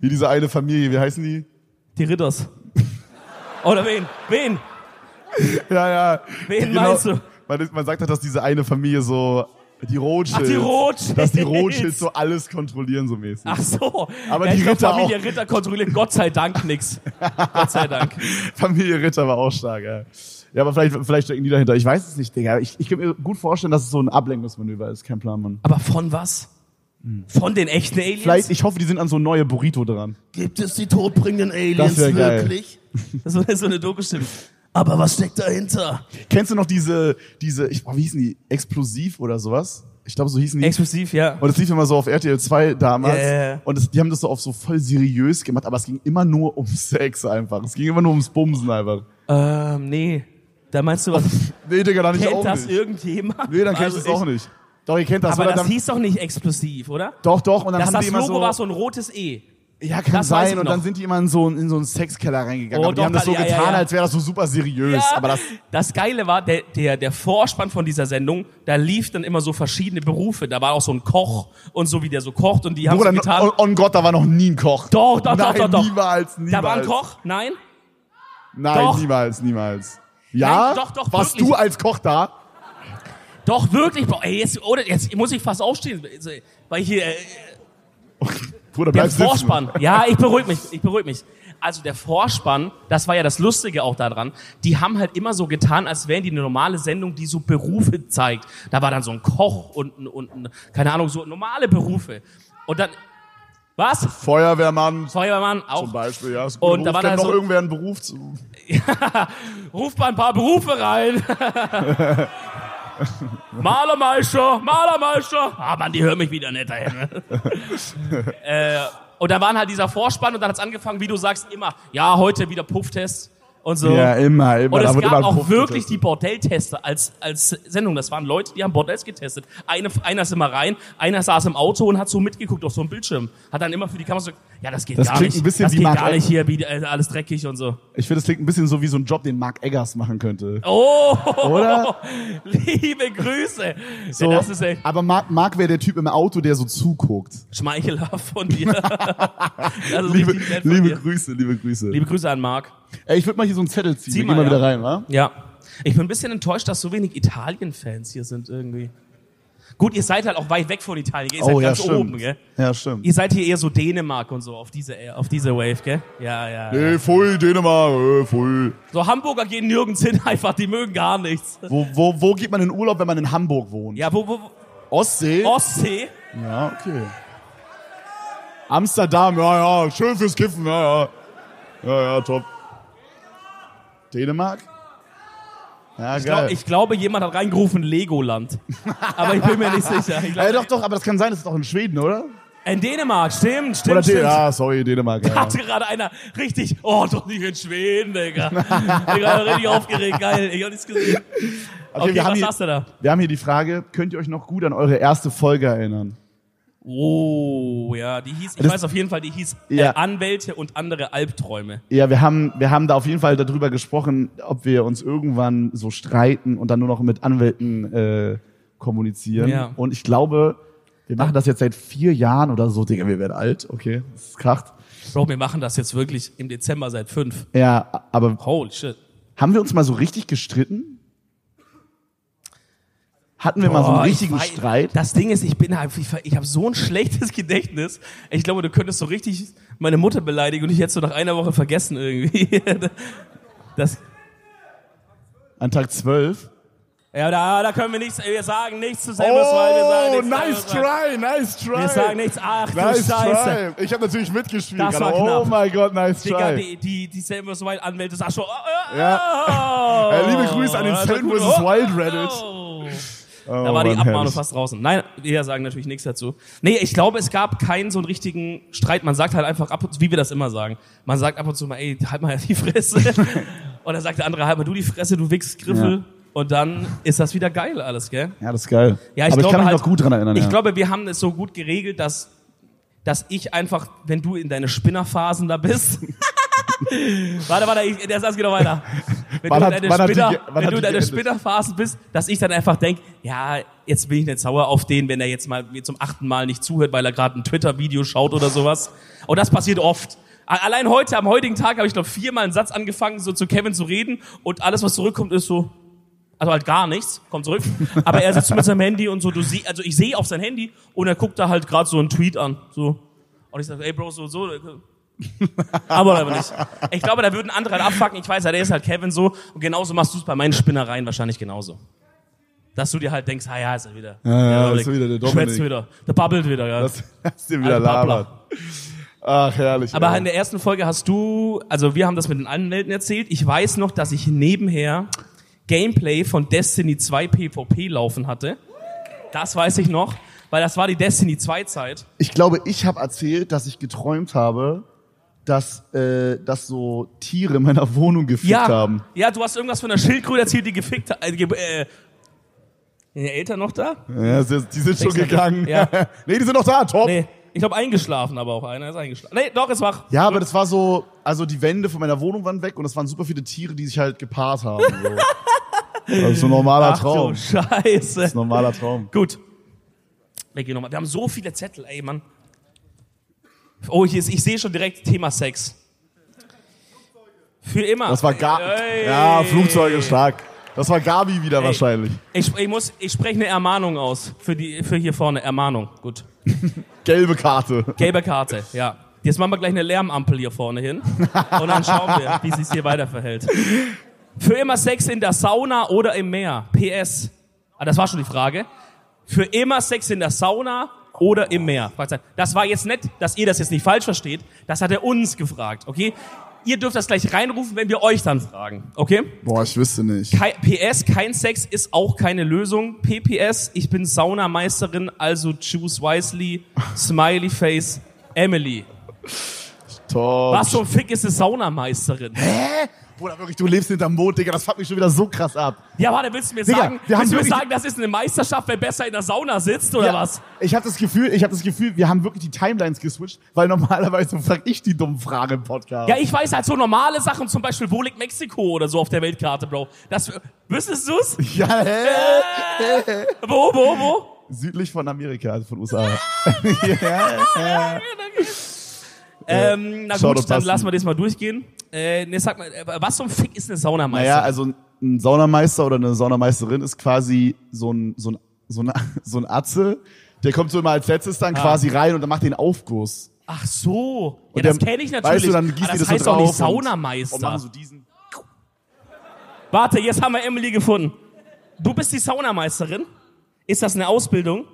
Speaker 1: Wie diese eine Familie, wie heißen die?
Speaker 2: Die Ritters. Oder wen? Wen?
Speaker 1: Ja, ja. Genau.
Speaker 2: Wen meinst du?
Speaker 1: Man, man sagt doch, dass diese eine Familie so, die Rothschilds.
Speaker 2: Ach, die Rothschilds.
Speaker 1: Dass die Rothschilds so alles kontrollieren, so mäßig.
Speaker 2: Ach so.
Speaker 1: Aber
Speaker 2: Ja,
Speaker 1: die
Speaker 2: ich glaub,
Speaker 1: Ritter
Speaker 2: Familie
Speaker 1: auch.
Speaker 2: Ritter kontrolliert Gott sei Dank nix. Gott sei Dank.
Speaker 1: Familie Ritter war auch stark, ja. Ja, aber vielleicht, vielleicht stecken die dahinter. Ich weiß es nicht, Digga. Ich, ich kann mir gut vorstellen, dass es so ein Ablenkungsmanöver ist, kein Plan, Mann.
Speaker 2: Aber von was? Von den echten Aliens?
Speaker 1: Hm. Vielleicht, ich hoffe, die sind an so neue Burrito dran.
Speaker 4: Gibt es die todbringenden
Speaker 1: Das
Speaker 4: Aliens
Speaker 1: wär geil.
Speaker 4: wirklich?
Speaker 2: Das ist so eine Doku-Stimme.
Speaker 4: Aber was steckt dahinter?
Speaker 1: Kennst du noch diese, diese, ich, boah, wie hießen die? Explosiv oder sowas? Ich glaube, so hießen die.
Speaker 2: Exklusiv, ja.
Speaker 1: Und das lief immer so auf RTL 2 damals.
Speaker 2: Ja, ja, ja.
Speaker 1: Und das, die haben das so auf so voll seriös gemacht, aber es ging immer nur um Sex einfach. Es ging immer nur ums Bumsen einfach.
Speaker 2: Ähm, nee. Da meinst du, was
Speaker 1: Nee, Digga, dann ich
Speaker 2: kennt
Speaker 1: auch
Speaker 2: das
Speaker 1: nicht.
Speaker 2: irgendjemand?
Speaker 1: Nee, dann kenn ich
Speaker 2: Also
Speaker 1: das auch nicht. Doch, ihr kennt das,
Speaker 2: Aber
Speaker 1: oder?
Speaker 2: das
Speaker 1: dann,
Speaker 2: hieß doch nicht explosiv, oder?
Speaker 1: doch, doch, und dann
Speaker 2: Das,
Speaker 1: haben
Speaker 2: das
Speaker 1: die immer
Speaker 2: Logo
Speaker 1: so,
Speaker 2: war so ein rotes E.
Speaker 1: ja, kann
Speaker 2: das weiß
Speaker 1: sein,
Speaker 2: ich
Speaker 1: und dann
Speaker 2: noch.
Speaker 1: sind die immer in so, in so einen Sexkeller reingegangen.
Speaker 2: Oh,
Speaker 1: aber die
Speaker 2: doch,
Speaker 1: haben das so
Speaker 2: ja, ja,
Speaker 1: getan,
Speaker 2: ja.
Speaker 1: als wäre das so super seriös,
Speaker 2: Ja,
Speaker 1: aber das,
Speaker 2: das Geile war, der, der, der Vorspann von dieser Sendung, da lief dann immer so verschiedene Berufe. Da war auch so ein Koch und so, wie der so kocht und die haben
Speaker 1: Bruder, oh,
Speaker 2: so getan.
Speaker 1: on, on Gott, da war noch nie ein Koch.
Speaker 2: Doch, doch, doch,
Speaker 1: Nein,
Speaker 2: doch, doch.
Speaker 1: niemals, niemals.
Speaker 2: da war ein Koch? Nein?
Speaker 1: Nein,
Speaker 2: Doch.
Speaker 1: niemals, niemals. Ja?
Speaker 2: Nein, doch, doch,
Speaker 1: Warst
Speaker 2: wirklich.
Speaker 1: du als Koch da?
Speaker 2: Doch, wirklich. Bro. Ey, jetzt, oder, jetzt muss ich fast aufstehen, also, weil hier äh,
Speaker 1: Bruder,
Speaker 2: der
Speaker 1: bleib sitzen.
Speaker 2: Vorspann. Ja, ich beruhige mich, ich beruhige mich. Also der Vorspann, das war ja das Lustige auch daran, die haben halt immer so getan, als wären die eine normale Sendung, die so Berufe zeigt. Da war dann so ein Koch und, ein- und ein- keine Ahnung, so normale Berufe. Und dann, was?
Speaker 1: Feuerwehrmann,
Speaker 2: Feuerwehrmann auch.
Speaker 1: Zum Beispiel, ja. Ist ein
Speaker 2: Und
Speaker 1: guter
Speaker 2: da
Speaker 1: Ruf.
Speaker 2: war
Speaker 1: Kennt
Speaker 2: da
Speaker 1: noch
Speaker 2: so-
Speaker 1: irgendwer einen Beruf. zu-
Speaker 2: Ruft mal ein paar Berufe rein. Malermeister, Malermeister. Ah, Mann, die hören mich wieder nicht dahin. ne? äh, und da waren halt dieser Vorspann und dann hat's angefangen, wie du sagst, immer, ja, heute wieder Pufftest und so.
Speaker 1: immer, immer.
Speaker 2: Und
Speaker 1: Da
Speaker 2: es
Speaker 1: wird
Speaker 2: gab
Speaker 1: immer ein
Speaker 2: auch
Speaker 1: Puff
Speaker 2: wirklich die
Speaker 1: getestet.
Speaker 2: Bordelltester als, als Sendung. Das waren Leute, die haben Bordells getestet. Eine, einer ist immer rein, einer saß im Auto und hat so mitgeguckt auf so einem Bildschirm. Hat dann immer für die Kamera so, ja, das geht
Speaker 1: Das
Speaker 2: gar
Speaker 1: klingt
Speaker 2: nicht.
Speaker 1: ein bisschen
Speaker 2: das
Speaker 1: wie
Speaker 2: geht
Speaker 1: Mark
Speaker 2: gar
Speaker 1: Eck.
Speaker 2: nicht hier, wie, äh, alles dreckig und so.
Speaker 1: Ich finde, das klingt ein bisschen so wie so ein Job, den Mark Eggers machen könnte.
Speaker 2: Oh,
Speaker 1: Oder?
Speaker 2: liebe Grüße.
Speaker 1: So,
Speaker 2: Ja, das ist echt
Speaker 1: aber Mark, Mark wäre der Typ im Auto, der so zuguckt.
Speaker 2: schmeichelhaft von dir. das ist
Speaker 1: Liebe,
Speaker 2: richtig nett von
Speaker 1: liebe
Speaker 2: dir.
Speaker 1: Grüße, liebe Grüße.
Speaker 2: liebe Grüße an Marc.
Speaker 1: Ey, ich würde mal hier so einen Zettel ziehen.
Speaker 2: Zieh
Speaker 1: Wir
Speaker 2: mal,
Speaker 1: gehen mal
Speaker 2: ja.
Speaker 1: wieder rein, wa?
Speaker 2: Ja. Ich bin ein bisschen enttäuscht, dass so wenig Italien-Fans hier sind irgendwie. Gut, ihr seid halt auch weit weg von Italien, ihr seid
Speaker 1: Oh, ja,
Speaker 2: ganz
Speaker 1: stimmt.
Speaker 2: oben, gell?
Speaker 1: Ja, stimmt.
Speaker 2: Ihr seid hier eher so Dänemark und so auf diese, auf diese Wave, gell? Ja, ja. ja.
Speaker 1: Ey, voll Dänemark, äh, ey, voll.
Speaker 2: So Hamburger gehen nirgends hin, einfach, die mögen gar nichts.
Speaker 1: Wo, wo, wo geht man in Urlaub, wenn man in Hamburg wohnt?
Speaker 2: Ja, Oh. wo, wo, wo-
Speaker 1: Ostsee?
Speaker 2: Ostsee?
Speaker 1: ja, okay. Amsterdam, ja, ja, schön fürs Kiffen, ja, ja. Ja, ja, top. Dänemark? Ja,
Speaker 2: Ich,
Speaker 1: geil.
Speaker 2: glaub, ich glaube, jemand hat reingerufen Legoland. Aber ich bin mir nicht sicher. Ich glaub,
Speaker 1: Ey, doch, doch, aber das kann sein, das ist doch in Schweden, oder?
Speaker 2: In Dänemark, stimmt, stimmt,
Speaker 1: Oder Dä-
Speaker 2: stimmt.
Speaker 1: ja, sorry, Dänemark.
Speaker 2: Da
Speaker 1: Ja.
Speaker 2: hatte gerade einer richtig, oh, doch nicht in Schweden, Digga. Ich war gerade richtig aufgeregt, geil. Ich hab nichts gesehen. Okay,
Speaker 1: wir haben
Speaker 2: was
Speaker 1: hier-
Speaker 2: hast du da?
Speaker 1: Wir haben hier die Frage, könnt ihr euch noch gut an eure erste Folge erinnern?
Speaker 2: Oh, ja, die hieß, ich
Speaker 1: Das-
Speaker 2: weiß auf jeden Fall, die hieß äh,
Speaker 1: Ja.
Speaker 2: Anwälte und andere Albträume.
Speaker 1: Ja, wir haben, wir haben da auf jeden Fall darüber gesprochen, ob wir uns irgendwann so streiten und dann nur noch mit Anwälten äh, kommunizieren.
Speaker 2: Ja.
Speaker 1: Und ich glaube, wir machen das jetzt seit vier Jahren oder so. Digga, wir werden alt, okay, das kracht.
Speaker 2: Bro, wir machen das jetzt wirklich im Dezember seit fünf.
Speaker 1: Ja, aber
Speaker 2: Holy shit.
Speaker 1: haben wir uns mal so richtig gestritten? Hatten wir mal so einen
Speaker 2: Boah, ich
Speaker 1: richtigen
Speaker 2: weiß-
Speaker 1: Streit?
Speaker 2: Das Ding ist, ich bin halt, ich, ich habe so ein schlechtes Gedächtnis. Ich glaube, du könntest so richtig meine Mutter beleidigen und ich hätte es so nach einer Woche vergessen irgendwie. Das,
Speaker 1: An Tag 12?
Speaker 2: ja, da, da können wir nichts, wir sagen nichts zu Samus, weil wir sagen nichts.
Speaker 1: Oh, nice
Speaker 2: zu Samus,
Speaker 1: try, Oh, nice try.
Speaker 2: wir sagen nichts, ach du
Speaker 1: Nice
Speaker 2: Scheiße.
Speaker 1: try. Ich habe natürlich mitgespielt.
Speaker 2: Das war
Speaker 1: gerade. oh
Speaker 2: knapp.
Speaker 1: mein Gott, nice
Speaker 2: Digga,
Speaker 1: try.
Speaker 2: die, die, die Samus Wild Anwälte sagt schon, oh, oh,
Speaker 1: Ja.
Speaker 2: oh.
Speaker 1: Äh, liebe Grüße an den
Speaker 2: Das war
Speaker 1: Sam
Speaker 2: gut.
Speaker 1: vs.
Speaker 2: Oh,
Speaker 1: Wild Reddit.
Speaker 2: oh. Da war die
Speaker 1: Mann,
Speaker 2: Abmahnung
Speaker 1: herrlich.
Speaker 2: fast draußen. Nein, wir sagen natürlich nichts dazu. Nee, ich glaube, es gab keinen so einen richtigen Streit. Man sagt halt einfach ab und zu, wie wir das immer sagen. Man sagt ab und zu mal, ey, halt mal die Fresse. und dann sagt der andere, halt mal du die Fresse, du Wichsgriffel.
Speaker 1: Ja.
Speaker 2: Und dann ist das wieder geil alles, gell?
Speaker 1: Ja, das ist geil.
Speaker 2: Ja,
Speaker 1: Aber ich
Speaker 2: glaube
Speaker 1: kann mich
Speaker 2: halt,
Speaker 1: noch gut dran erinnern.
Speaker 2: Ich
Speaker 1: ja.
Speaker 2: glaube, wir haben es so gut geregelt, dass, dass ich einfach, wenn du in deine Spinnerphasen da bist. warte, warte, ich, der saß genau weiter. Wenn
Speaker 1: Wann
Speaker 2: du
Speaker 1: hat-
Speaker 2: in
Speaker 1: wann
Speaker 2: deine,
Speaker 1: hat die
Speaker 2: Spinner,
Speaker 1: ge- wann
Speaker 2: wenn
Speaker 1: hat
Speaker 2: du in
Speaker 1: die
Speaker 2: deine
Speaker 1: geendet?
Speaker 2: Spinnerphasen bist, dass ich dann einfach denk, ja, jetzt bin ich nicht sauer auf den, wenn er jetzt mal mir zum achten Mal nicht zuhört, weil er gerade ein Twitter-Video schaut oder sowas. Und das passiert oft. A- Allein heute, am heutigen Tag, habe ich glaube viermal einen Satz angefangen, so zu Kevin zu reden und alles, was zurückkommt, ist so, also halt gar nichts, kommt zurück. Aber er sitzt mit seinem Handy und so, du sie, also ich sehe auf sein Handy und er guckt da halt gerade so einen Tweet an, so. Und ich sage, ey Bro, so, so. Aber aber nicht. Ich glaube, da würden andere halt abfucken. Ich weiß, ja, der ist halt Kevin so. Und genauso machst du es bei meinen Spinnereien wahrscheinlich genauso. Dass du dir halt denkst, ah ja, ist er wieder.
Speaker 1: ja,
Speaker 2: Der
Speaker 1: ist er wieder, der Dominik.
Speaker 2: Schwätzt wieder. Der babbelt wieder, ja.
Speaker 1: dass, dass dir wieder
Speaker 2: Alte Babbler.
Speaker 1: labert. Ach, herrlich.
Speaker 2: Aber
Speaker 1: ey.
Speaker 2: in der ersten Folge hast du, also wir haben das mit den Anwälten erzählt. Ich weiß noch, dass ich nebenher Gameplay von Destiny 2 PvP laufen hatte. Das weiß ich noch, weil das war die Destiny 2 Zeit.
Speaker 1: ich glaube, ich habe erzählt, dass ich geträumt habe, dass, äh, dass so Tiere in meiner Wohnung gefickt
Speaker 2: Ja,
Speaker 1: haben.
Speaker 2: ja, du hast irgendwas von der Schildkröte erzählt, die gefickt hat. Äh, ge- äh, sind die Eltern noch da?
Speaker 1: Ja, sie- die sind schon
Speaker 2: Nächster.
Speaker 1: gegangen.
Speaker 2: Ja.
Speaker 1: nee, die sind noch da, top.
Speaker 2: Nee, ich glaube eingeschlafen, aber auch einer ist eingeschlafen. Nee, doch, ist wach.
Speaker 1: Ja, aber das war so, also die Wände von meiner Wohnung waren weg und es waren super viele Tiere, die sich halt gepaart haben. So. das ist so ein normaler
Speaker 2: Ach
Speaker 1: Traum.
Speaker 2: du Scheiße.
Speaker 1: Normaler Traum.
Speaker 2: Gut. Wir gehen nochmal. Wir haben so viele Zettel, ey, Mann. Oh, hier ist, ich sehe schon direkt Thema Sex. Für immer.
Speaker 1: Das war Gabi.
Speaker 2: Ey.
Speaker 1: Ja, Flugzeuge stark. Das war Gabi wieder wahrscheinlich.
Speaker 2: Ich, ich muss, ich spreche eine Ermahnung aus. Für die, für hier vorne. Ermahnung. Gut.
Speaker 1: Gelbe Karte.
Speaker 2: Gelbe Karte, ja. Jetzt machen wir gleich eine Lärmampel hier vorne hin. Und dann schauen wir, wie sich's hier weiter verhält. Für immer Sex in der Sauna oder im Meer? PS. Ah, das war schon die Frage. Für immer Sex in der Sauna oder im Meer? Fragezeichen. Das war jetzt nicht, dass ihr das jetzt nicht falsch versteht. Das hat er uns gefragt, okay? Ihr dürft das gleich reinrufen, wenn wir euch dann fragen, okay?
Speaker 1: Boah, ich wüsste nicht.
Speaker 2: Kei- PS, kein Sex ist auch keine Lösung. PPS, ich bin Saunameisterin, also choose wisely. Smiley Face, Emily.
Speaker 1: Top.
Speaker 2: Was zum Fick ist eine Saunameisterin?
Speaker 1: Hä? Bruder, wirklich, du lebst hinterm Mond, Digga. Das fuckt mich schon wieder so krass ab.
Speaker 2: Ja, warte, willst du mir
Speaker 1: Digga,
Speaker 2: sagen,
Speaker 1: wir haben
Speaker 2: willst du mir
Speaker 1: wirklich-
Speaker 2: sagen, das ist eine Meisterschaft, wer besser in der Sauna sitzt oder
Speaker 1: Ja,
Speaker 2: was?
Speaker 1: Ich habe das Gefühl, ich habe das Gefühl, wir haben wirklich die Timelines geswitcht, weil normalerweise frage ich die dummen Fragen im Podcast.
Speaker 2: Ja, ich weiß halt so normale Sachen, zum Beispiel, wo liegt Mexiko oder so auf der Weltkarte, Bro. Das, wüsstest du's?
Speaker 1: Ja, hä?
Speaker 2: Wo, wo, wo?
Speaker 1: Südlich von Amerika, also von USA. ja.
Speaker 2: Ähm, na
Speaker 1: Schau,
Speaker 2: gut,
Speaker 1: das
Speaker 2: dann
Speaker 1: passt
Speaker 2: lassen
Speaker 1: nicht.
Speaker 2: wir das mal durchgehen. Äh, ne, sag mal, äh, was zum Fick ist eine Saunameisterin?
Speaker 1: Naja, also ein Saunameister oder eine Saunameisterin ist quasi so ein, so ein, so, ein so ein Atze, der kommt so immer als letztes
Speaker 2: Ah.
Speaker 1: dann quasi rein und dann macht den Aufguss.
Speaker 2: Ach so. Ja,
Speaker 1: Und
Speaker 2: das
Speaker 1: der-
Speaker 2: kenne ich natürlich.
Speaker 1: Weißt du, dann gießt
Speaker 2: Aber
Speaker 1: die
Speaker 2: das
Speaker 1: das
Speaker 2: heißt
Speaker 1: so
Speaker 2: doch
Speaker 1: drauf
Speaker 2: nicht
Speaker 1: und-
Speaker 2: Saunameister.
Speaker 1: Und machen so diesen.
Speaker 2: Warte, jetzt haben wir Emily gefunden. Du bist die Saunameisterin? Ist das eine Ausbildung?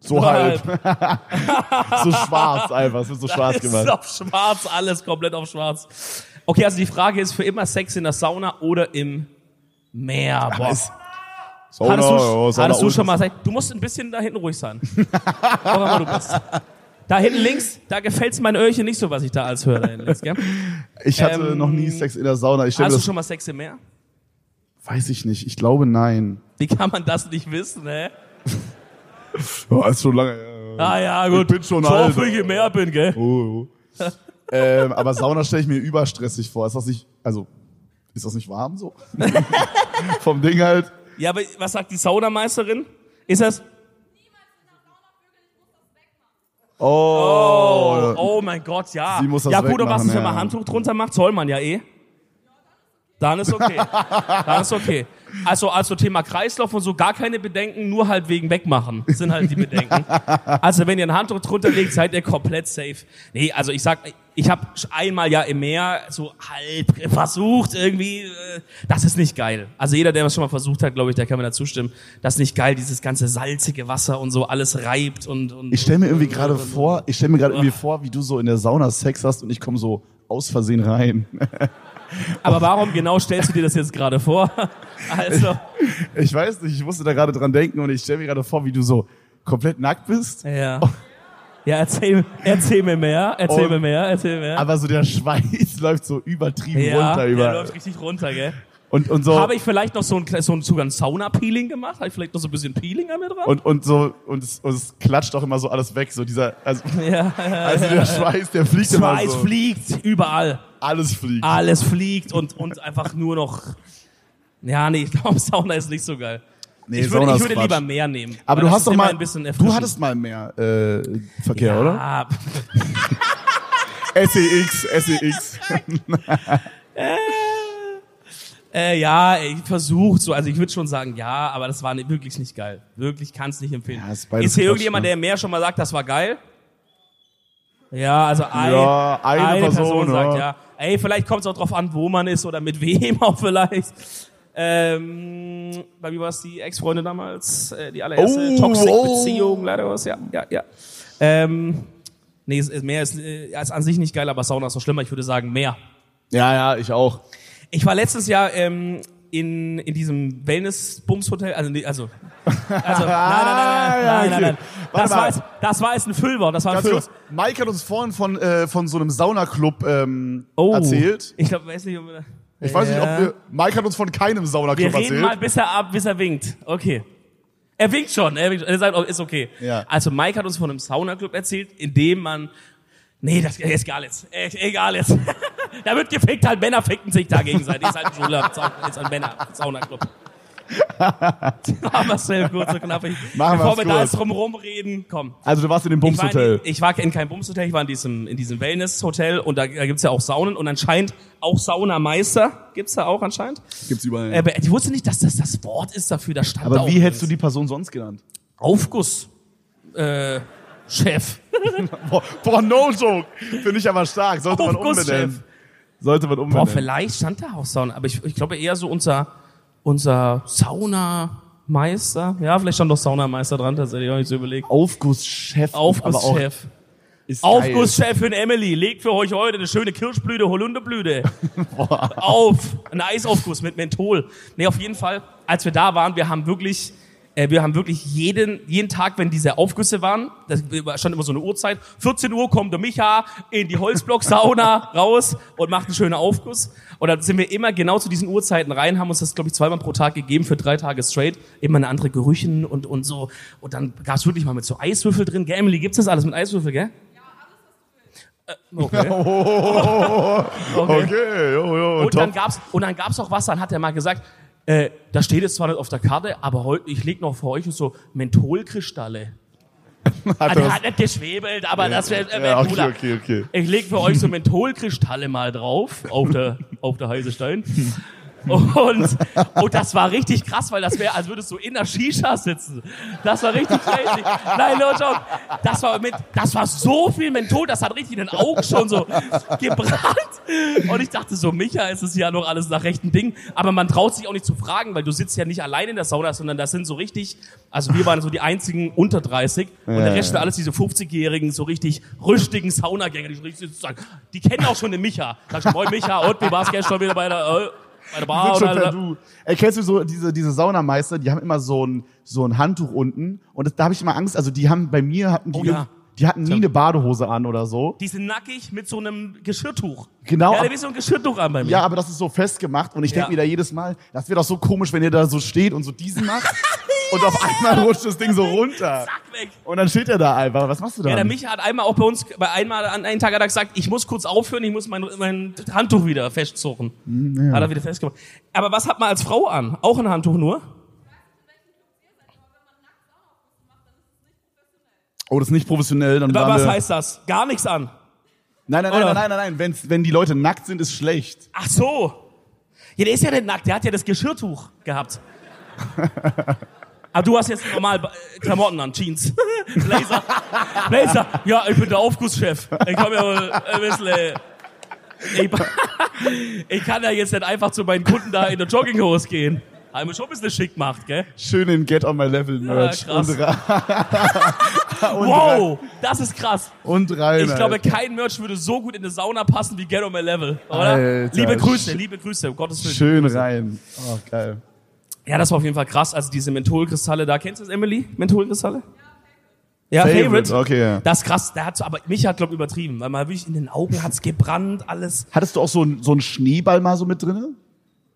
Speaker 1: So halt.
Speaker 2: Nur
Speaker 1: Oh, halb. so schwarz einfach. Es wird so schwarz
Speaker 2: ist
Speaker 1: gemacht.
Speaker 2: auf schwarz, alles komplett auf schwarz. Okay, also die Frage ist für immer Sex in der Sauna oder im Meer. Boah.
Speaker 1: es- Sauna,
Speaker 2: hattest du,
Speaker 1: ja, oh, Sauna
Speaker 2: hattest du
Speaker 1: unten.
Speaker 2: schon mal gesagt, du musst ein bisschen da hinten ruhig sein. Wo auch immer du bist. Da hinten links, da gefällt's mein Öhrchen nicht so, was ich da als höre. Da hinten links, gell?
Speaker 1: Ich hatte
Speaker 2: Ähm,
Speaker 1: noch nie Sex in der Sauna. Ich stelle mir
Speaker 2: Hast du
Speaker 1: das,
Speaker 2: schon mal Sex im Meer?
Speaker 1: weiß ich nicht. Ich glaube nein.
Speaker 2: Wie kann man das nicht wissen, hä?
Speaker 1: Ja, ist schon lange. her.
Speaker 2: Ah ja, gut.
Speaker 1: bin schon
Speaker 2: so
Speaker 1: alt.
Speaker 2: viel ich im Meer bin, gell?
Speaker 1: Oh, oh. ähm, aber Sauna stelle ich mir überstressig vor. Ist das nicht, also, ist das nicht warm so? Vom Ding halt.
Speaker 2: Ja, aber was sagt die Saunameisterin? Ist das?
Speaker 1: Oh.
Speaker 2: Oh, oh mein Gott, ja.
Speaker 1: Sie muss das
Speaker 2: ja gut, und was
Speaker 1: wegmachen,
Speaker 2: ist, wenn man
Speaker 1: ja.
Speaker 2: Handtuch drunter macht? Soll man ja eh. Dann ist okay. Dann ist okay. Also, also Thema Kreislauf und so gar keine Bedenken, nur halt wegen Wegmachen sind halt die Bedenken. Also wenn ihr ein Handtuch drunter legt, seid ihr komplett safe. Nee, also ich sag, ich habe einmal ja im Meer so halb versucht irgendwie, äh, das ist nicht geil. Also jeder, der das schon mal versucht hat, glaube ich, der kann mir da zustimmen, das ist nicht geil, dieses ganze salzige Wasser und so alles reibt und... und
Speaker 1: Ich stelle mir irgendwie gerade vor, ich stelle mir gerade irgendwie vor, wie du so in der Sauna Sex hast und ich komme so aus Versehen rein.
Speaker 2: Aber warum genau stellst du dir das jetzt gerade vor? Also,
Speaker 1: Ich weiß nicht, ich musste da gerade dran denken und ich stelle mir gerade vor, wie du so komplett nackt bist,
Speaker 2: ja. Ja, erzähl, erzähl mir mehr, erzähl
Speaker 1: Und-
Speaker 2: mir mehr, erzähl mir mehr.
Speaker 1: aber so der Schweiß läuft so übertrieben
Speaker 2: ja,
Speaker 1: runter
Speaker 2: der
Speaker 1: über
Speaker 2: läuft richtig runter, gell?
Speaker 1: und und so
Speaker 2: Habe ich vielleicht noch so ein, so ein, sogar ein Sauna-Peeling gemacht? Habe ich vielleicht noch so ein bisschen Peeling an mir dran?
Speaker 1: und und so und es, und es klatscht auch immer so alles weg, so dieser also,
Speaker 2: ja, ja,
Speaker 1: also
Speaker 2: ja.
Speaker 1: der Schweiß, der fliegt immer
Speaker 2: Schweiß
Speaker 1: so.
Speaker 2: fliegt Ah, überall.
Speaker 1: Alles fliegt.
Speaker 2: Alles fliegt und, und einfach nur noch. Ja, nee, ich glaube, Sauna ist nicht so geil.
Speaker 1: nee,
Speaker 2: Ich
Speaker 1: Sauna
Speaker 2: würde, ich
Speaker 1: ist
Speaker 2: würde
Speaker 1: Quatsch.
Speaker 2: lieber mehr nehmen.
Speaker 1: aber
Speaker 2: weil
Speaker 1: du
Speaker 2: das
Speaker 1: hast
Speaker 2: ist
Speaker 1: doch
Speaker 2: immer
Speaker 1: mal
Speaker 2: ein bisschen
Speaker 1: du hattest mal mehr äh, Verkehr, oder? E
Speaker 2: Ah,
Speaker 1: SEX, SEX.
Speaker 2: Äh, ja, ich versuch so, also ich würde schon sagen, ja, aber das war ni- wirklich nicht geil. Wirklich kann's nicht empfehlen.
Speaker 1: Ja, ist
Speaker 2: ist,
Speaker 1: beides
Speaker 2: hier
Speaker 1: Quatsch,
Speaker 2: irgendjemand,
Speaker 1: ne?
Speaker 2: der mehr schon mal sagt, das war geil? Ja, also ein,
Speaker 1: Ja, eine Person,
Speaker 2: sagt
Speaker 1: ja.
Speaker 2: ja. Ey, vielleicht kommt's auch drauf an, wo man ist oder mit wem auch vielleicht. Ähm, bei mir war es die Ex-Freundin damals, äh, die allererste
Speaker 1: Oh,
Speaker 2: Toxic-Beziehung, leider was, ja, ja, ja. Ähm, nee, es ist- mehr ist, äh, ja, ist an sich nicht geil, aber Sauna ist noch schlimmer. Ich würde sagen, mehr.
Speaker 1: Ja, ja, ich auch.
Speaker 2: Ich war letztes Jahr ähm, in, in diesem Wellness-Bums-Hotel. Also, nee, also, also nein, nein, nein, nein,
Speaker 1: Ah, ja,
Speaker 2: nein, nein, nein.
Speaker 1: okay. Warte
Speaker 2: Das war,
Speaker 1: mal.
Speaker 2: jetzt, das war jetzt ein Füllwort. Das war ein
Speaker 1: Ganz
Speaker 2: Füllwort.
Speaker 1: kurz, Mike hat uns vorhin von, äh, von so einem Saunaclub ähm, erzählt.
Speaker 2: Ich glaube, weiß nicht, ob wir,
Speaker 1: Ich weiß nicht,
Speaker 2: Oh. Ja.
Speaker 1: ob wir. Mike hat uns von keinem
Speaker 2: wir
Speaker 1: Saunaclub
Speaker 2: reden mal,
Speaker 1: erzählt.
Speaker 2: bis er ab, bis er winkt. Okay. Er winkt schon. Er, winkt, schon. er sagt, oh, ist okay.
Speaker 1: Ja.
Speaker 2: Also Mike hat uns von einem Saunaclub erzählt, in dem man Nee, das ist egal jetzt. Äh, Egal jetzt. da wird gefickt, halt Männer ficken sich da gegenseitig. Ist halt ein Schwuler, Sau- ist ein Männer, Saunaclub. Machen wir schnell kurz und knapp. Ich-
Speaker 1: Machen
Speaker 2: Bevor
Speaker 1: wir's
Speaker 2: wir da
Speaker 1: kurz.
Speaker 2: jetzt drum rumreden, komm.
Speaker 1: Also du warst in dem
Speaker 2: Ich war, in,
Speaker 1: Bumshotel.
Speaker 2: ich war in keinem Bumshotel, ich war in diesem, in diesem Wellness-Hotel und da, da gibt's ja auch Saunen und anscheinend auch Saunameister gibt's da auch anscheinend.
Speaker 1: Gibt's überall.
Speaker 2: Aber ich wusste nicht, dass das das Wort ist dafür. Da stand
Speaker 1: Aber
Speaker 2: auch
Speaker 1: wie hättest du die Person sonst genannt?
Speaker 2: Aufguss, äh, Chef.
Speaker 1: Boah, boah no joke. Finde ich aber stark. Sollte man
Speaker 2: Aufgusschef.
Speaker 1: umbenennen. Sollte man
Speaker 2: Boah,
Speaker 1: umbenennen.
Speaker 2: vielleicht stand da auch Sauna, aber ich, ich glaube eher so unser, unser Saunameister. Ja, vielleicht stand doch Saunameister dran, tatsächlich habe ich so überlegt.
Speaker 1: Aufgusschef.
Speaker 2: Aufgusschef.
Speaker 1: ist geil.
Speaker 2: Aufgusschefin Emily, legt für euch heute eine schöne Kirschblüte, Holunderblüte auf. Ein Eisaufguss mit Menthol. Nee, auf jeden Fall, als wir da waren, wir haben wirklich, äh, wir haben wirklich jeden, jeden Tag, wenn diese Aufgüsse waren, das stand immer so eine Uhrzeit, 14 Uhr kommt der Micha in die Holzblock-Sauna raus und macht einen schönen Aufguss. Und dann sind wir immer genau zu diesen Uhrzeiten rein, haben uns das, glaube ich, zweimal pro Tag gegeben für drei Tage straight. Immer eine andere Gerüchen und, und so. Und dann gab's wirklich mal mit so Eiswürfel drin. Gell, Emily, gibt's das alles mit Eiswürfel, gell? Ja, alles, was du willst. Äh, okay.
Speaker 1: Okay, jo, jo,
Speaker 2: Und
Speaker 1: top.
Speaker 2: dann gab's und dann gab's auch was. Dann hat er mal gesagt, äh, da steht es zwar nicht auf der Karte, aber heute ich leg noch für euch so Mentholkristalle. Ah,
Speaker 1: hat
Speaker 2: der
Speaker 1: er
Speaker 2: hat nicht geschwebelt, aber das wäre wär
Speaker 1: ja, okay,
Speaker 2: cooler.
Speaker 1: okay, okay.
Speaker 2: Ich leg für euch so Mentholkristalle mal drauf auf der auf der heiße Stein. Und, und das war richtig krass, weil das wäre, als würdest du in der Shisha sitzen. Das war richtig crazy. Nein, no joke. Das war mit, das war so viel Menthol, das hat richtig in den Augen schon so gebrannt. Und ich dachte so, Micha, es ist ja noch alles nach rechten Ding. Aber man traut sich auch nicht zu fragen, weil du sitzt ja nicht allein in der Sauna, sondern das sind so richtig, also wir waren so die einzigen unter 30 und der Rest sind alles diese 50-Jährigen, so richtig rüstigen Saunagänger, die so richtig sagen, die kennen auch schon den Micha. Sag ich, moin Micha, und wie war's gestern wieder bei der, äh, bei der Bar
Speaker 1: Sind schon per
Speaker 2: oder,
Speaker 1: Du. Ey, kennst du so diese, diese Saunameister, die haben immer so ein, so ein Handtuch unten und das, da habe ich immer Angst, also die haben bei mir hatten die,
Speaker 2: Oh ja.
Speaker 1: die hatten nie eine Badehose an oder so.
Speaker 2: Die sind nackig mit so einem Geschirrtuch.
Speaker 1: Genau.
Speaker 2: Ja, der ist so ein Geschirrtuch an bei mir.
Speaker 1: Ja, aber das ist so festgemacht und ich denk
Speaker 2: Ja.
Speaker 1: mir da jedes Mal, das wäre doch so komisch, wenn ihr da so steht und so diesen macht und auf einmal rutscht das Ding so runter.
Speaker 2: Zack, weg.
Speaker 1: Und dann steht er da einfach. Was machst du da?
Speaker 2: Ja, der Micha hat einmal auch bei uns, bei einmal an einem Tag hat er gesagt, ich muss kurz aufhören, ich muss mein, mein Handtuch wieder festsuchen.
Speaker 1: Mhm,
Speaker 2: Hat er wieder festgemacht. Aber was hat man als Frau an? Auch ein Handtuch nur?
Speaker 1: oh, das ist nicht professionell. Dann
Speaker 2: Aber
Speaker 1: waren
Speaker 2: was
Speaker 1: wir-
Speaker 2: heißt das? Gar nichts an.
Speaker 1: Nein, nein, nein, nein,
Speaker 2: Oder?
Speaker 1: nein, nein, nein. Wenn's, wenn die Leute nackt sind, ist schlecht.
Speaker 2: Ach so. Ja, der ist ja nicht nackt, der hat ja das Geschirrtuch gehabt. Aber du hast jetzt normal äh, Klamotten an, Jeans. Blazer. Blazer. Ja, ich bin der Aufgusschef. Ich komm ja wohl ein bisschen. äh, Ich, ich kann ja jetzt nicht einfach zu meinen Kunden da in der Jogginghose gehen. Haben wir schon ein bisschen schick gemacht, gell?
Speaker 1: Schön in Get on my level Merch.
Speaker 2: krass.
Speaker 1: und, Ra- und, Genau.
Speaker 2: Wow, das ist krass.
Speaker 1: Ra- und rein.
Speaker 2: Ich glaube,
Speaker 1: Alter.
Speaker 2: kein Merch würde so gut in eine Sauna passen wie Get on my level, oder?
Speaker 1: Alter,
Speaker 2: liebe Grüße,
Speaker 1: sch-
Speaker 2: liebe Grüße, um Gottes Willen.
Speaker 1: schön rein. Oh, geil.
Speaker 2: Ja, das war auf jeden Fall krass. Also diese Mentholkristalle da. Kennst du das, Emily? Mentholkristalle? Ja, Favorite.
Speaker 1: Okay. Ja.
Speaker 2: Das ist krass. Der hat so, aber mich hat, glaube ich, übertrieben. Weil mal wirklich in den Augen hat's gebrannt, alles.
Speaker 1: Hattest du auch so, ein- so einen Schneeball mal so mit drinne?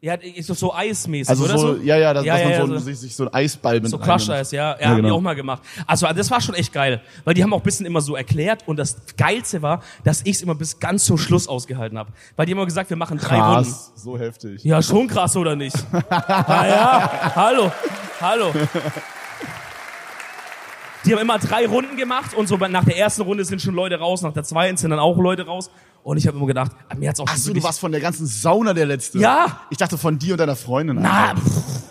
Speaker 2: Ja, ist doch so eismäßig,
Speaker 1: Also
Speaker 2: oder
Speaker 1: so, ja, ja, dass,
Speaker 2: Ja,
Speaker 1: dass
Speaker 2: ja,
Speaker 1: man so,
Speaker 2: ja,
Speaker 1: ein-
Speaker 2: so-
Speaker 1: Sich, sich so ein Eisball mit
Speaker 2: So
Speaker 1: reinnimmt.
Speaker 2: Crush Eis, ja. Ja,
Speaker 1: Ja,
Speaker 2: haben die
Speaker 1: genau.
Speaker 2: auch mal gemacht. Also das war schon echt geil, weil die haben auch ein bisschen immer so erklärt und das Geilste war, dass ich's immer bis ganz zum Schluss ausgehalten habe. Weil die haben immer gesagt, wir machen drei Runden.
Speaker 1: Krass, so heftig.
Speaker 2: Ja, schon krass, oder nicht? ah, ja, hallo, hallo. Die haben immer drei Runden gemacht und so bei- nach der ersten Runde sind schon Leute raus, nach der zweiten sind dann auch Leute raus. Und ich habe immer gedacht, ah, mir hat's auch
Speaker 1: Ach
Speaker 2: schon
Speaker 1: so, du
Speaker 2: wirklich-
Speaker 1: warst von der ganzen Sauna der Letzte.
Speaker 2: Ja.
Speaker 1: Ich dachte von dir und deiner Freundin.
Speaker 2: Ah,
Speaker 1: Alter.
Speaker 2: pff,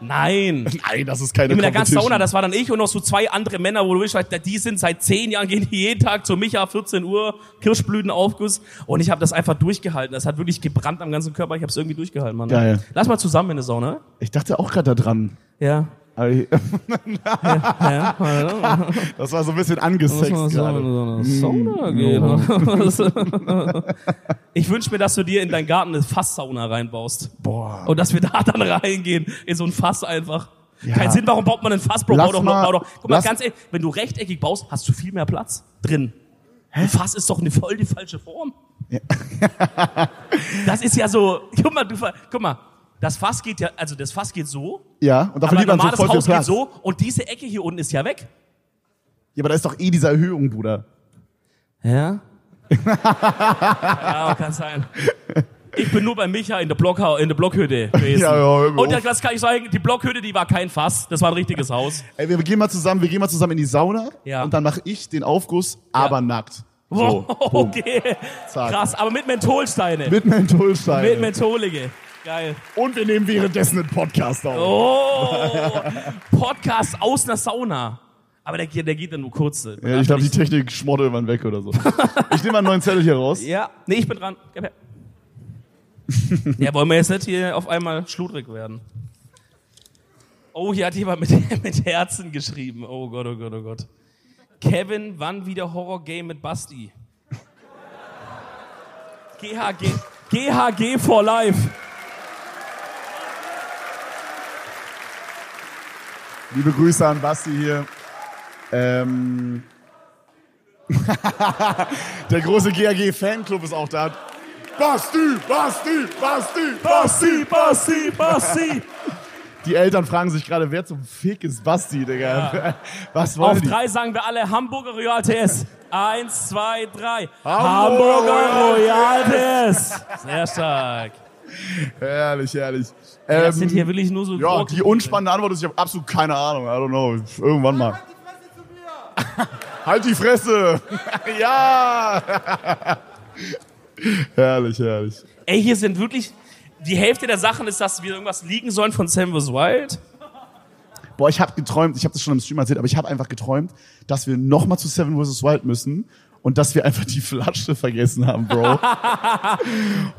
Speaker 2: nein.
Speaker 1: Nein, das ist keine
Speaker 2: In der ganzen
Speaker 1: Competition.
Speaker 2: Sauna, das war dann ich und noch so zwei andere Männer, wo du wirklich weißt, die sind seit zehn Jahren, gehen die jeden Tag zu Micha, 14 Uhr, Kirschblütenaufguss. Und ich habe das einfach durchgehalten. Das hat wirklich gebrannt am ganzen Körper. Ich habe es irgendwie durchgehalten, Mann.
Speaker 1: Geil.
Speaker 2: Lass mal zusammen in der Sauna.
Speaker 1: Ich dachte auch gerade daran.
Speaker 2: Ja.
Speaker 1: Aber ich- Das war so ein bisschen angesext gerade. Mm,
Speaker 2: Ich wünsche mir, dass du dir in deinen Garten eine Fasssauna reinbaust.
Speaker 1: Boah.
Speaker 2: Und dass wir da dann reingehen, in so ein Fass einfach.
Speaker 1: Ja.
Speaker 2: Kein Sinn, warum baut man ein Fass, Bro?
Speaker 1: Lass
Speaker 2: Bau doch, noch,
Speaker 1: mal-
Speaker 2: bau doch. Guck mal,
Speaker 1: lass-
Speaker 2: ganz ehrlich, wenn du rechteckig baust, hast du viel mehr Platz drin. Ein Fass ist doch eine voll die falsche Form. das ist ja so, guck mal, du, ver- guck mal, das Fass geht ja, also das Fass geht so,
Speaker 1: Ja, und dafür
Speaker 2: aber ein
Speaker 1: lieber so
Speaker 2: normales
Speaker 1: voll viel
Speaker 2: Haus geht
Speaker 1: Platz.
Speaker 2: so und diese Ecke hier unten ist ja weg.
Speaker 1: Ja, aber da ist doch eh diese Erhöhung, Bruder.
Speaker 2: Ja? ja, kann sein. Ich bin nur bei Micha in der, Blockha in der Blockhütte gewesen.
Speaker 1: Ja, ja, hör mir
Speaker 2: Und
Speaker 1: auf.
Speaker 2: das kann ich sagen, die Blockhütte, die war kein Fass, das war ein richtiges Haus.
Speaker 1: Ey, wir gehen mal zusammen, wir gehen mal zusammen in die Sauna
Speaker 2: Ja.
Speaker 1: und dann mache ich den Aufguss, aber nackt. So,
Speaker 2: Wow,
Speaker 1: boom.
Speaker 2: Oh, okay.
Speaker 1: Zack.
Speaker 2: Krass, aber mit Mentholsteine.
Speaker 1: Mit
Speaker 2: Mit,
Speaker 1: Mentholstein.
Speaker 2: Mentholige. Geil.
Speaker 1: und wir nehmen währenddessen einen Podcast auf.
Speaker 2: Oh, Podcast aus einer Sauna. Aber der, geht- der geht dann nur kurz.
Speaker 1: Ja, ich glaube, die Technik schmort irgendwann weg oder so. ich nehme mal einen neuen Zettel hier raus.
Speaker 2: Ja, nee, ich bin dran. Gib her. ja, wollen wir jetzt nicht hier auf einmal schludrig werden? Oh, hier hat jemand mit, mit Herzen geschrieben. Oh Gott, oh Gott, oh Gott. Kevin, wann wieder Horror Game mit Basti? GHG, GHG for life.
Speaker 1: Liebe Grüße an Basti hier. Ähm. Der große GAG-Fanclub ist auch da. Basti, Basti, Basti, Basti,
Speaker 2: Basti, Basti.
Speaker 1: Die Eltern fragen sich gerade, wer zum Fick ist Basti, Digga? Was wollen
Speaker 2: Auf
Speaker 1: die?
Speaker 2: drei sagen wir alle Hamburger Royal TS. Eins, zwei, drei.
Speaker 1: Hamburger
Speaker 2: Royal TS. Sehr stark.
Speaker 1: Herrlich, herrlich. Ähm,
Speaker 2: Das sind hier wirklich nur so
Speaker 1: ja,
Speaker 2: Gurken.
Speaker 1: die unspannende Antwort ist, ich habe absolut keine Ahnung. I don't know. Irgendwann mal. Halt die Halt Fresse! ja! herrlich, herrlich.
Speaker 2: Ey, hier sind wirklich. die Hälfte der Sachen ist, dass wir irgendwas liegen sollen von Sam vs. Wild.
Speaker 1: Boah, ich habe geträumt, ich habe das schon im Stream erzählt, aber ich habe einfach geträumt, dass wir nochmal zu Seven vs. Wild müssen und dass wir einfach die Flasche vergessen haben, Bro.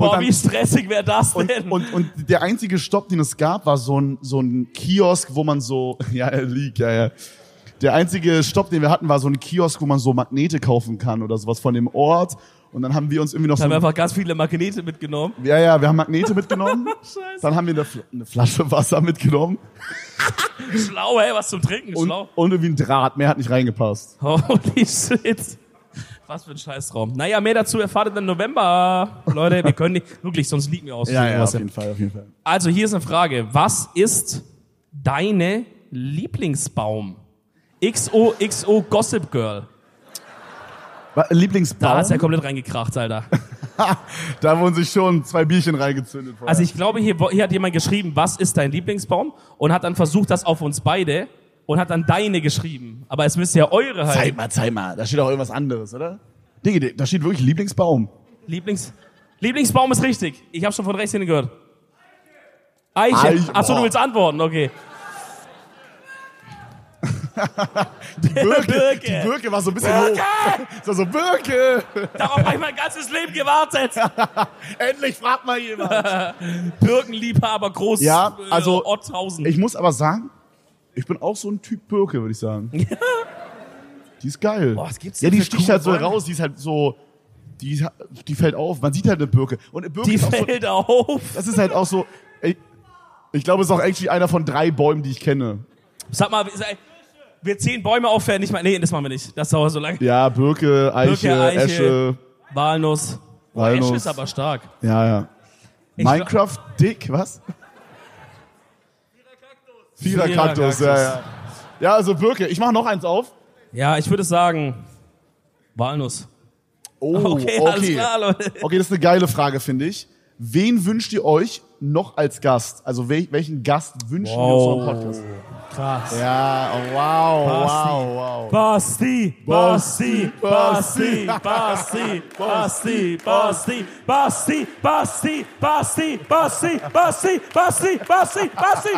Speaker 2: Boah,
Speaker 1: dann-
Speaker 2: wie stressig wäre das denn?
Speaker 1: Und, und der einzige Stopp, den es gab, war so ein, so ein Kiosk, wo man so, ja, ja, Leak, ja, ja. Der einzige Stopp, den wir hatten, war so ein Kiosk, wo man so Magnete kaufen kann oder sowas von dem Ort. Und dann haben wir uns irgendwie noch
Speaker 2: da haben wir
Speaker 1: so,
Speaker 2: einfach ganz viele Magnete mitgenommen.
Speaker 1: ja, ja, wir haben Magnete mitgenommen. dann haben wir eine, Fl- eine Flasche Wasser mitgenommen
Speaker 2: Schlau, ey, was zum Trinken,
Speaker 1: und,
Speaker 2: schlau.
Speaker 1: und irgendwie ein Draht. Mehr hat nicht reingepasst.
Speaker 2: Holy shit. Was für ein Scheißraum. Naja, mehr dazu erfahrt ihr im November. Leute, wir können nicht, wirklich, sonst liegt mir aus.
Speaker 1: Ja, ja,
Speaker 2: Was
Speaker 1: auf jeden Fall, auf jeden Fall.
Speaker 2: Also hier ist eine Frage. Was ist deine Lieblingsbaum? XOXO Gossip Girl.
Speaker 1: Wa-
Speaker 2: Da hat's ja
Speaker 1: Lieblingsbaum,
Speaker 2: komplett reingekracht, Alter.
Speaker 1: da wurden sich schon zwei Bierchen reingezündet. vorher.
Speaker 2: Also ich glaube, hier, wo- hier hat jemand geschrieben, was ist dein Lieblingsbaum? Und hat dann versucht, das auf uns beide und hat dann deine geschrieben. Aber es müsste ja eure halt.
Speaker 1: Also, zeig mal, zeig mal, da steht auch irgendwas anderes, oder? Dinge, da steht wirklich Lieblingsbaum.
Speaker 2: Lieblings Lieblingsbaum ist richtig. Ich habe schon von rechts hin gehört. Eiche.
Speaker 1: Eich-
Speaker 2: Achso, du
Speaker 1: boah.
Speaker 2: willst antworten, okay.
Speaker 1: Die Birke,
Speaker 2: Birke.
Speaker 1: Die Birke war so ein bisschen hoch. So, so, Birke!
Speaker 2: Darauf habe ich mein ganzes Leben gewartet.
Speaker 1: Endlich fragt mal jemand.
Speaker 2: Birkenliebhaber groß.
Speaker 1: Ja,
Speaker 2: äh,
Speaker 1: also-
Speaker 2: Otthausen.
Speaker 1: Ich muss aber sagen, ich bin auch so ein Typ Birke, würde ich sagen. Die ist geil.
Speaker 2: Boah, was gibt's
Speaker 1: ja,
Speaker 2: denn
Speaker 1: die
Speaker 2: für
Speaker 1: sticht
Speaker 2: coole
Speaker 1: halt so
Speaker 2: Bäume?
Speaker 1: raus, die ist halt so, die, ist- halt, die fällt auf. Man sieht halt eine Birke. Und eine Birke
Speaker 2: die
Speaker 1: ist auch so,
Speaker 2: fällt auf.
Speaker 1: das ist halt auch so, ey, ich glaube, es ist auch eigentlich einer von drei Bäumen, die ich kenne.
Speaker 2: Sag mal, wir- wir zehn Bäume aufhören, nicht mal. Nee, das machen wir nicht. Das dauert so lange.
Speaker 1: Ja, Birke, Eiche,
Speaker 2: Birke, Eiche.
Speaker 1: Esche,
Speaker 2: Walnuss. Oh,
Speaker 1: Walnuss.
Speaker 2: Esche ist aber stark.
Speaker 1: ja, ja.
Speaker 2: Ich
Speaker 1: Minecraft, Dick, was? Vierer Kaktus, ja, ja. Ja, also Birke. Ich mache noch eins auf.
Speaker 2: glaub- Ja, ich würde sagen, Walnuss.
Speaker 1: Oh,
Speaker 2: Okay, alles klar, Leute.
Speaker 1: Okay, das ist eine geile Frage, finde ich. Wen wünscht ihr euch noch als Gast? Also wel welchen Gast wünschen wir uns noch im Podcast?
Speaker 2: Krass.
Speaker 1: Ja, oh, wow,
Speaker 2: Basti.
Speaker 1: wow, wow.
Speaker 2: Basti, Basti, Basti, Basti, Basti, Basti, Basti, Basti, Basti, Basti, Basti, Basti, Basti, Basti.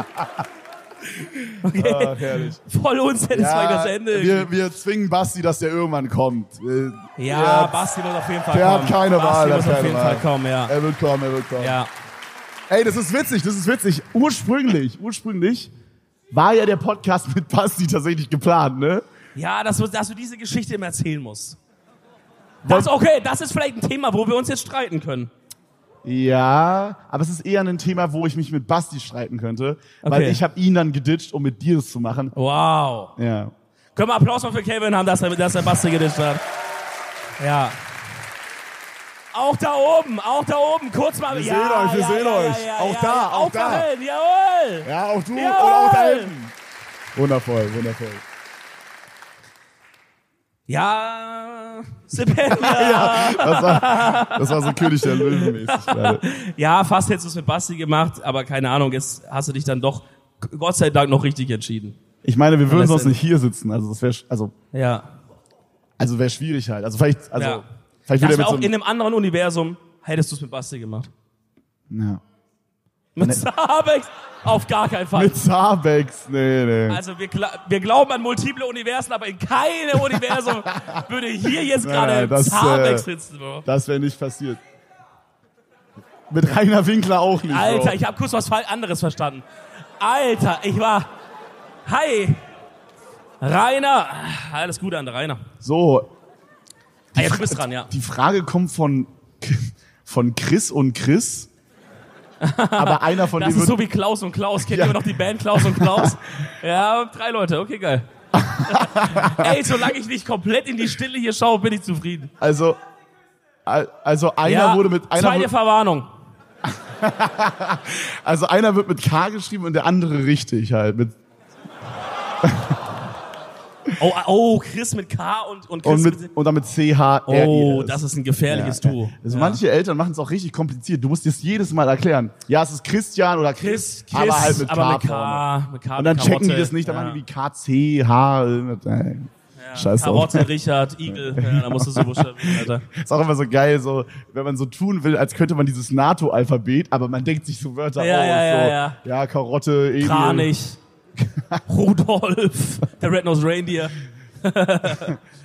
Speaker 1: Ah, herrlich.
Speaker 2: Voll unsinnig war das Ende.
Speaker 1: wir, wir zwingen Basti, dass der irgendwann kommt. Äh,
Speaker 2: ja,
Speaker 1: der-
Speaker 2: Basti muss auf jeden Fall
Speaker 1: Der
Speaker 2: kommen.
Speaker 1: hat keine
Speaker 2: Basti
Speaker 1: Wahl, der
Speaker 2: muss
Speaker 1: hat
Speaker 2: auf
Speaker 1: keine
Speaker 2: jeden
Speaker 1: Wahl.
Speaker 2: Fall kommen, ja.
Speaker 1: Er wird kommen, er wird kommen.
Speaker 2: Ja,
Speaker 1: Ey, das ist witzig, das ist witzig. Ursprünglich, ursprünglich war ja der Podcast mit Basti tatsächlich geplant, ne?
Speaker 2: ja dass, du, dass du diese Geschichte immer erzählen musst. Das, okay, das ist vielleicht ein Thema, wo wir uns jetzt streiten können.
Speaker 1: Ja, aber es ist eher ein Thema, wo ich mich mit Basti streiten könnte, weil
Speaker 2: Okay.
Speaker 1: ich habe ihn dann geditcht, um mit dir das zu machen.
Speaker 2: Wow.
Speaker 1: Ja.
Speaker 2: Können wir Applaus mal für Kevin haben, dass er, dass er Basti gedischt hat? Ja. Auch da oben, auch da oben, kurz mal.
Speaker 1: Wir
Speaker 2: ja,
Speaker 1: sehen euch, wir
Speaker 2: ja,
Speaker 1: sehen
Speaker 2: ja,
Speaker 1: euch.
Speaker 2: Ja, ja,
Speaker 1: Auch
Speaker 2: ja,
Speaker 1: da,
Speaker 2: ja.
Speaker 1: auch
Speaker 2: Auf
Speaker 1: da.
Speaker 2: dahin, jawohl.
Speaker 1: Ja, auch du
Speaker 2: Jawohl!
Speaker 1: und auch da hinten. Wundervoll, wundervoll.
Speaker 2: Ja, September. ja.
Speaker 1: Das war, das war so König der Löwen mäßig gerade.
Speaker 2: ja, fast hättest du es mit Basti gemacht, aber keine Ahnung, jetzt hast du dich dann doch g- Gott sei Dank noch richtig entschieden.
Speaker 1: Ich meine, wir würden
Speaker 2: das
Speaker 1: sonst
Speaker 2: denn?
Speaker 1: nicht hier sitzen, also das wäre also
Speaker 2: Ja.
Speaker 1: also wäre schwierig halt. Also vielleicht also
Speaker 2: Ja.
Speaker 1: vielleicht
Speaker 2: Das
Speaker 1: würde
Speaker 2: wär auch
Speaker 1: er
Speaker 2: in
Speaker 1: mit
Speaker 2: einem anderen Universum, hättest du es mit Basti gemacht.
Speaker 1: so einem, ja.
Speaker 2: Mit Sabex? Auf gar keinen Fall.
Speaker 1: mit Zabex. Nee, nee.
Speaker 2: Also wir, gla wir glauben an multiple Universen, aber in keinem Universum würde hier jetzt
Speaker 1: Nein,
Speaker 2: gerade
Speaker 1: nein, das,
Speaker 2: Zabex
Speaker 1: äh,
Speaker 2: sitzen. Bro.
Speaker 1: Das wäre nicht passiert. Mit Rainer Winkler auch nicht.
Speaker 2: Alter,
Speaker 1: Bro.
Speaker 2: ich habe kurz was fal- anderes verstanden. Alter, ich war... Hi! Rainer! Alles Gute an der Rainer.
Speaker 1: so,
Speaker 2: Ah, ja, du bist dran, ja.
Speaker 1: Die Frage kommt von, von Chris und Chris. Aber einer von
Speaker 2: Das
Speaker 1: denen
Speaker 2: ist
Speaker 1: wird,
Speaker 2: so wie Klaus und Klaus. Kennt
Speaker 1: Ja.
Speaker 2: ihr noch die Band Klaus und Klaus? ja, drei Leute. Okay, geil. Ey, solange ich nicht komplett in die Stille hier schaue, bin ich zufrieden.
Speaker 1: also, al- also einer
Speaker 2: ja,
Speaker 1: wurde mit, einer
Speaker 2: zweite
Speaker 1: wurde,
Speaker 2: Verwarnung.
Speaker 1: also einer wird mit K geschrieben und der andere richtig halt. Mit,
Speaker 2: Oh, oh, Chris mit K und, und Chris
Speaker 1: und mit, und dann mit C, H, R, E,
Speaker 2: Oh, das ist ein gefährliches Duo.
Speaker 1: Also manche Eltern machen es auch richtig kompliziert. Du musst dir es jedes Mal erklären. Ja, es ist Christian oder Chris,
Speaker 2: Chris, Chris,
Speaker 1: aber halt mit K.
Speaker 2: aber
Speaker 1: vorne.
Speaker 2: mit K, mit K
Speaker 1: Und dann
Speaker 2: mit
Speaker 1: checken die
Speaker 2: Karotte.
Speaker 1: das nicht, dann
Speaker 2: ja.
Speaker 1: machen die wie K, C, H. äh, äh. Scheiß drauf.
Speaker 2: Karotte, Richard, Igel. Ja, da musst du so buchstabieren, Alter.
Speaker 1: Ist auch immer so geil, so, wenn man so tun will, als könnte man dieses NATO-Alphabet, aber man denkt sich so Wörter
Speaker 2: Ja,
Speaker 1: aus.
Speaker 2: ja, ja,
Speaker 1: so,
Speaker 2: ja.
Speaker 1: Karotte, Edel.
Speaker 2: Kranich, Rudolf, der Red-Nosed Reindeer.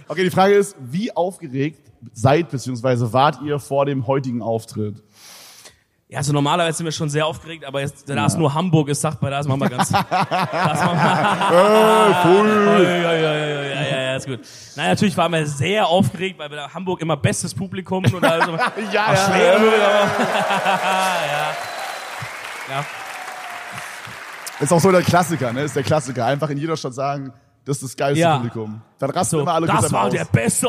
Speaker 1: Okay, die Frage ist, wie aufgeregt seid bzw. wart ihr vor dem heutigen Auftritt?
Speaker 2: Ja, also normalerweise sind wir schon sehr aufgeregt, aber jetzt, da es nur Hamburg ist, sagt man, da ist man mal ganz. da ist man mal. Äh, ja, ja, ja, ja, ja, ja, ja, ist gut. Nein, natürlich waren wir sehr aufgeregt, weil wir da Hamburg immer bestes Publikum und also
Speaker 1: Ja, ja.
Speaker 2: schwer Müll, aber.
Speaker 1: Ah.
Speaker 2: ja. ja.
Speaker 1: Ist auch so der Klassiker, ne? Ist der Klassiker. Einfach in jeder Stadt sagen, das ist das geilste
Speaker 2: Ja.
Speaker 1: Publikum. Dann rasten
Speaker 2: So,
Speaker 1: immer alle
Speaker 2: das
Speaker 1: kurz einmal
Speaker 2: war
Speaker 1: aus.
Speaker 2: der beste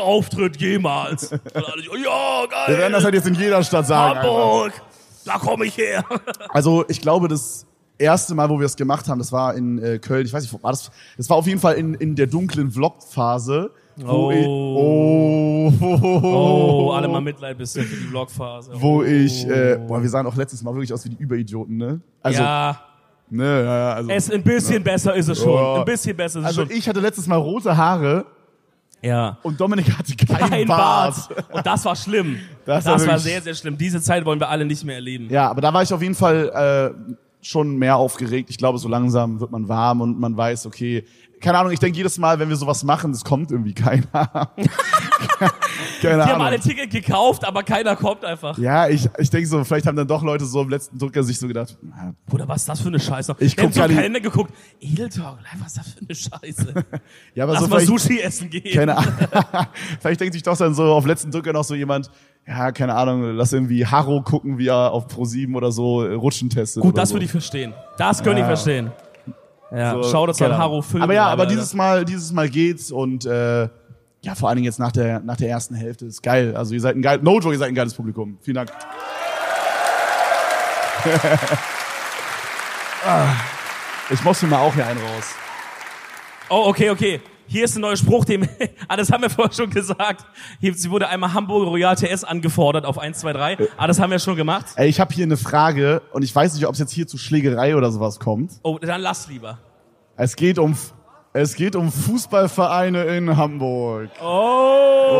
Speaker 2: Auftritt jemals. Und alle, so, ja, geil.
Speaker 1: Wir werden das halt jetzt in jeder Stadt sagen. einfach.
Speaker 2: Hamburg, da komme ich her.
Speaker 1: Also ich glaube, das erste Mal, wo wir es gemacht haben, das war in äh, Köln. Ich weiß nicht, wo war das? Das war auf jeden Fall in, in der dunklen Vlog-Phase. Wo
Speaker 2: Oh.
Speaker 1: Ich, oh,
Speaker 2: Oh, alle mal Mitleid bisher für die Vlogphase.
Speaker 1: Wo ich, äh, boah, wir sahen auch letztes Mal wirklich aus wie die Überidioten, ne? Also,
Speaker 2: ja,
Speaker 1: ne, ja, ja, also.
Speaker 2: es ein bisschen besser ist es schon.
Speaker 1: Ja.
Speaker 2: Ein bisschen besser ist es
Speaker 1: also
Speaker 2: schon.
Speaker 1: ich hatte letztes Mal rote Haare
Speaker 2: ja.
Speaker 1: und Dominik hatte keinen
Speaker 2: Ein
Speaker 1: Bart.
Speaker 2: Bart. Und das war schlimm.
Speaker 1: Das war
Speaker 2: Das, war
Speaker 1: wirklich-
Speaker 2: sehr, sehr schlimm. Diese Zeit wollen wir alle nicht mehr erleben.
Speaker 1: Ja, aber da war ich auf jeden Fall äh, schon mehr aufgeregt. Ich glaube, so langsam wird man warm und man weiß, okay, keine Ahnung, ich denke jedes Mal, wenn wir sowas machen, das kommt irgendwie keiner. keine
Speaker 2: Die haben alle
Speaker 1: Ahnung.
Speaker 2: Ticket gekauft, aber keiner kommt einfach.
Speaker 1: Ja, ich, ich denke so, vielleicht haben dann doch Leute so im letzten Drücker sich so gedacht, na,
Speaker 2: Bruder, was ist das für eine Scheiße?
Speaker 1: Ich
Speaker 2: Wir haben
Speaker 1: guck gar
Speaker 2: so
Speaker 1: nicht-
Speaker 2: Kalender geguckt. Edeltalk, was ist das für eine Scheiße?
Speaker 1: ja, aber
Speaker 2: Lass
Speaker 1: so
Speaker 2: mal
Speaker 1: vielleicht,
Speaker 2: Sushi essen gehen.
Speaker 1: keine Ahnung. vielleicht denkt sich doch dann so auf letzten Drücker noch so jemand, ja, keine Ahnung, lass irgendwie Harro gucken, wie er auf Pro 7 oder so äh, Rutschen testet.
Speaker 2: Gut,
Speaker 1: oder
Speaker 2: das
Speaker 1: so.
Speaker 2: würde ich verstehen. Das könnte ich verstehen. Ja,
Speaker 1: So,
Speaker 2: schau das
Speaker 1: keine
Speaker 2: an
Speaker 1: Ahnung.
Speaker 2: Haro Film.
Speaker 1: Aber ja, aber
Speaker 2: Alter.
Speaker 1: dieses Mal, dieses Mal geht's und äh, ja, vor allen Dingen jetzt nach der, nach der ersten Hälfte ist geil. Also ihr seid ein geil, no joke, ihr seid ein geiles Publikum. Vielen Dank. Ah, ich muss mir mal auch hier einen raus.
Speaker 2: Oh, okay, okay. Hier ist ein neuer Spruch, dem, ah, das haben wir vorher schon gesagt. Hier, sie wurde einmal Hamburger Royal TS angefordert auf 1, 2, 3.
Speaker 1: Äh.
Speaker 2: Ah, das haben wir schon gemacht.
Speaker 1: Ey, ich habe hier eine Frage und ich weiß nicht, ob es jetzt hier zu Schlägerei oder sowas kommt.
Speaker 2: Oh, dann lass lieber.
Speaker 1: Es geht um es geht um Fußballvereine in Hamburg.
Speaker 2: Oh!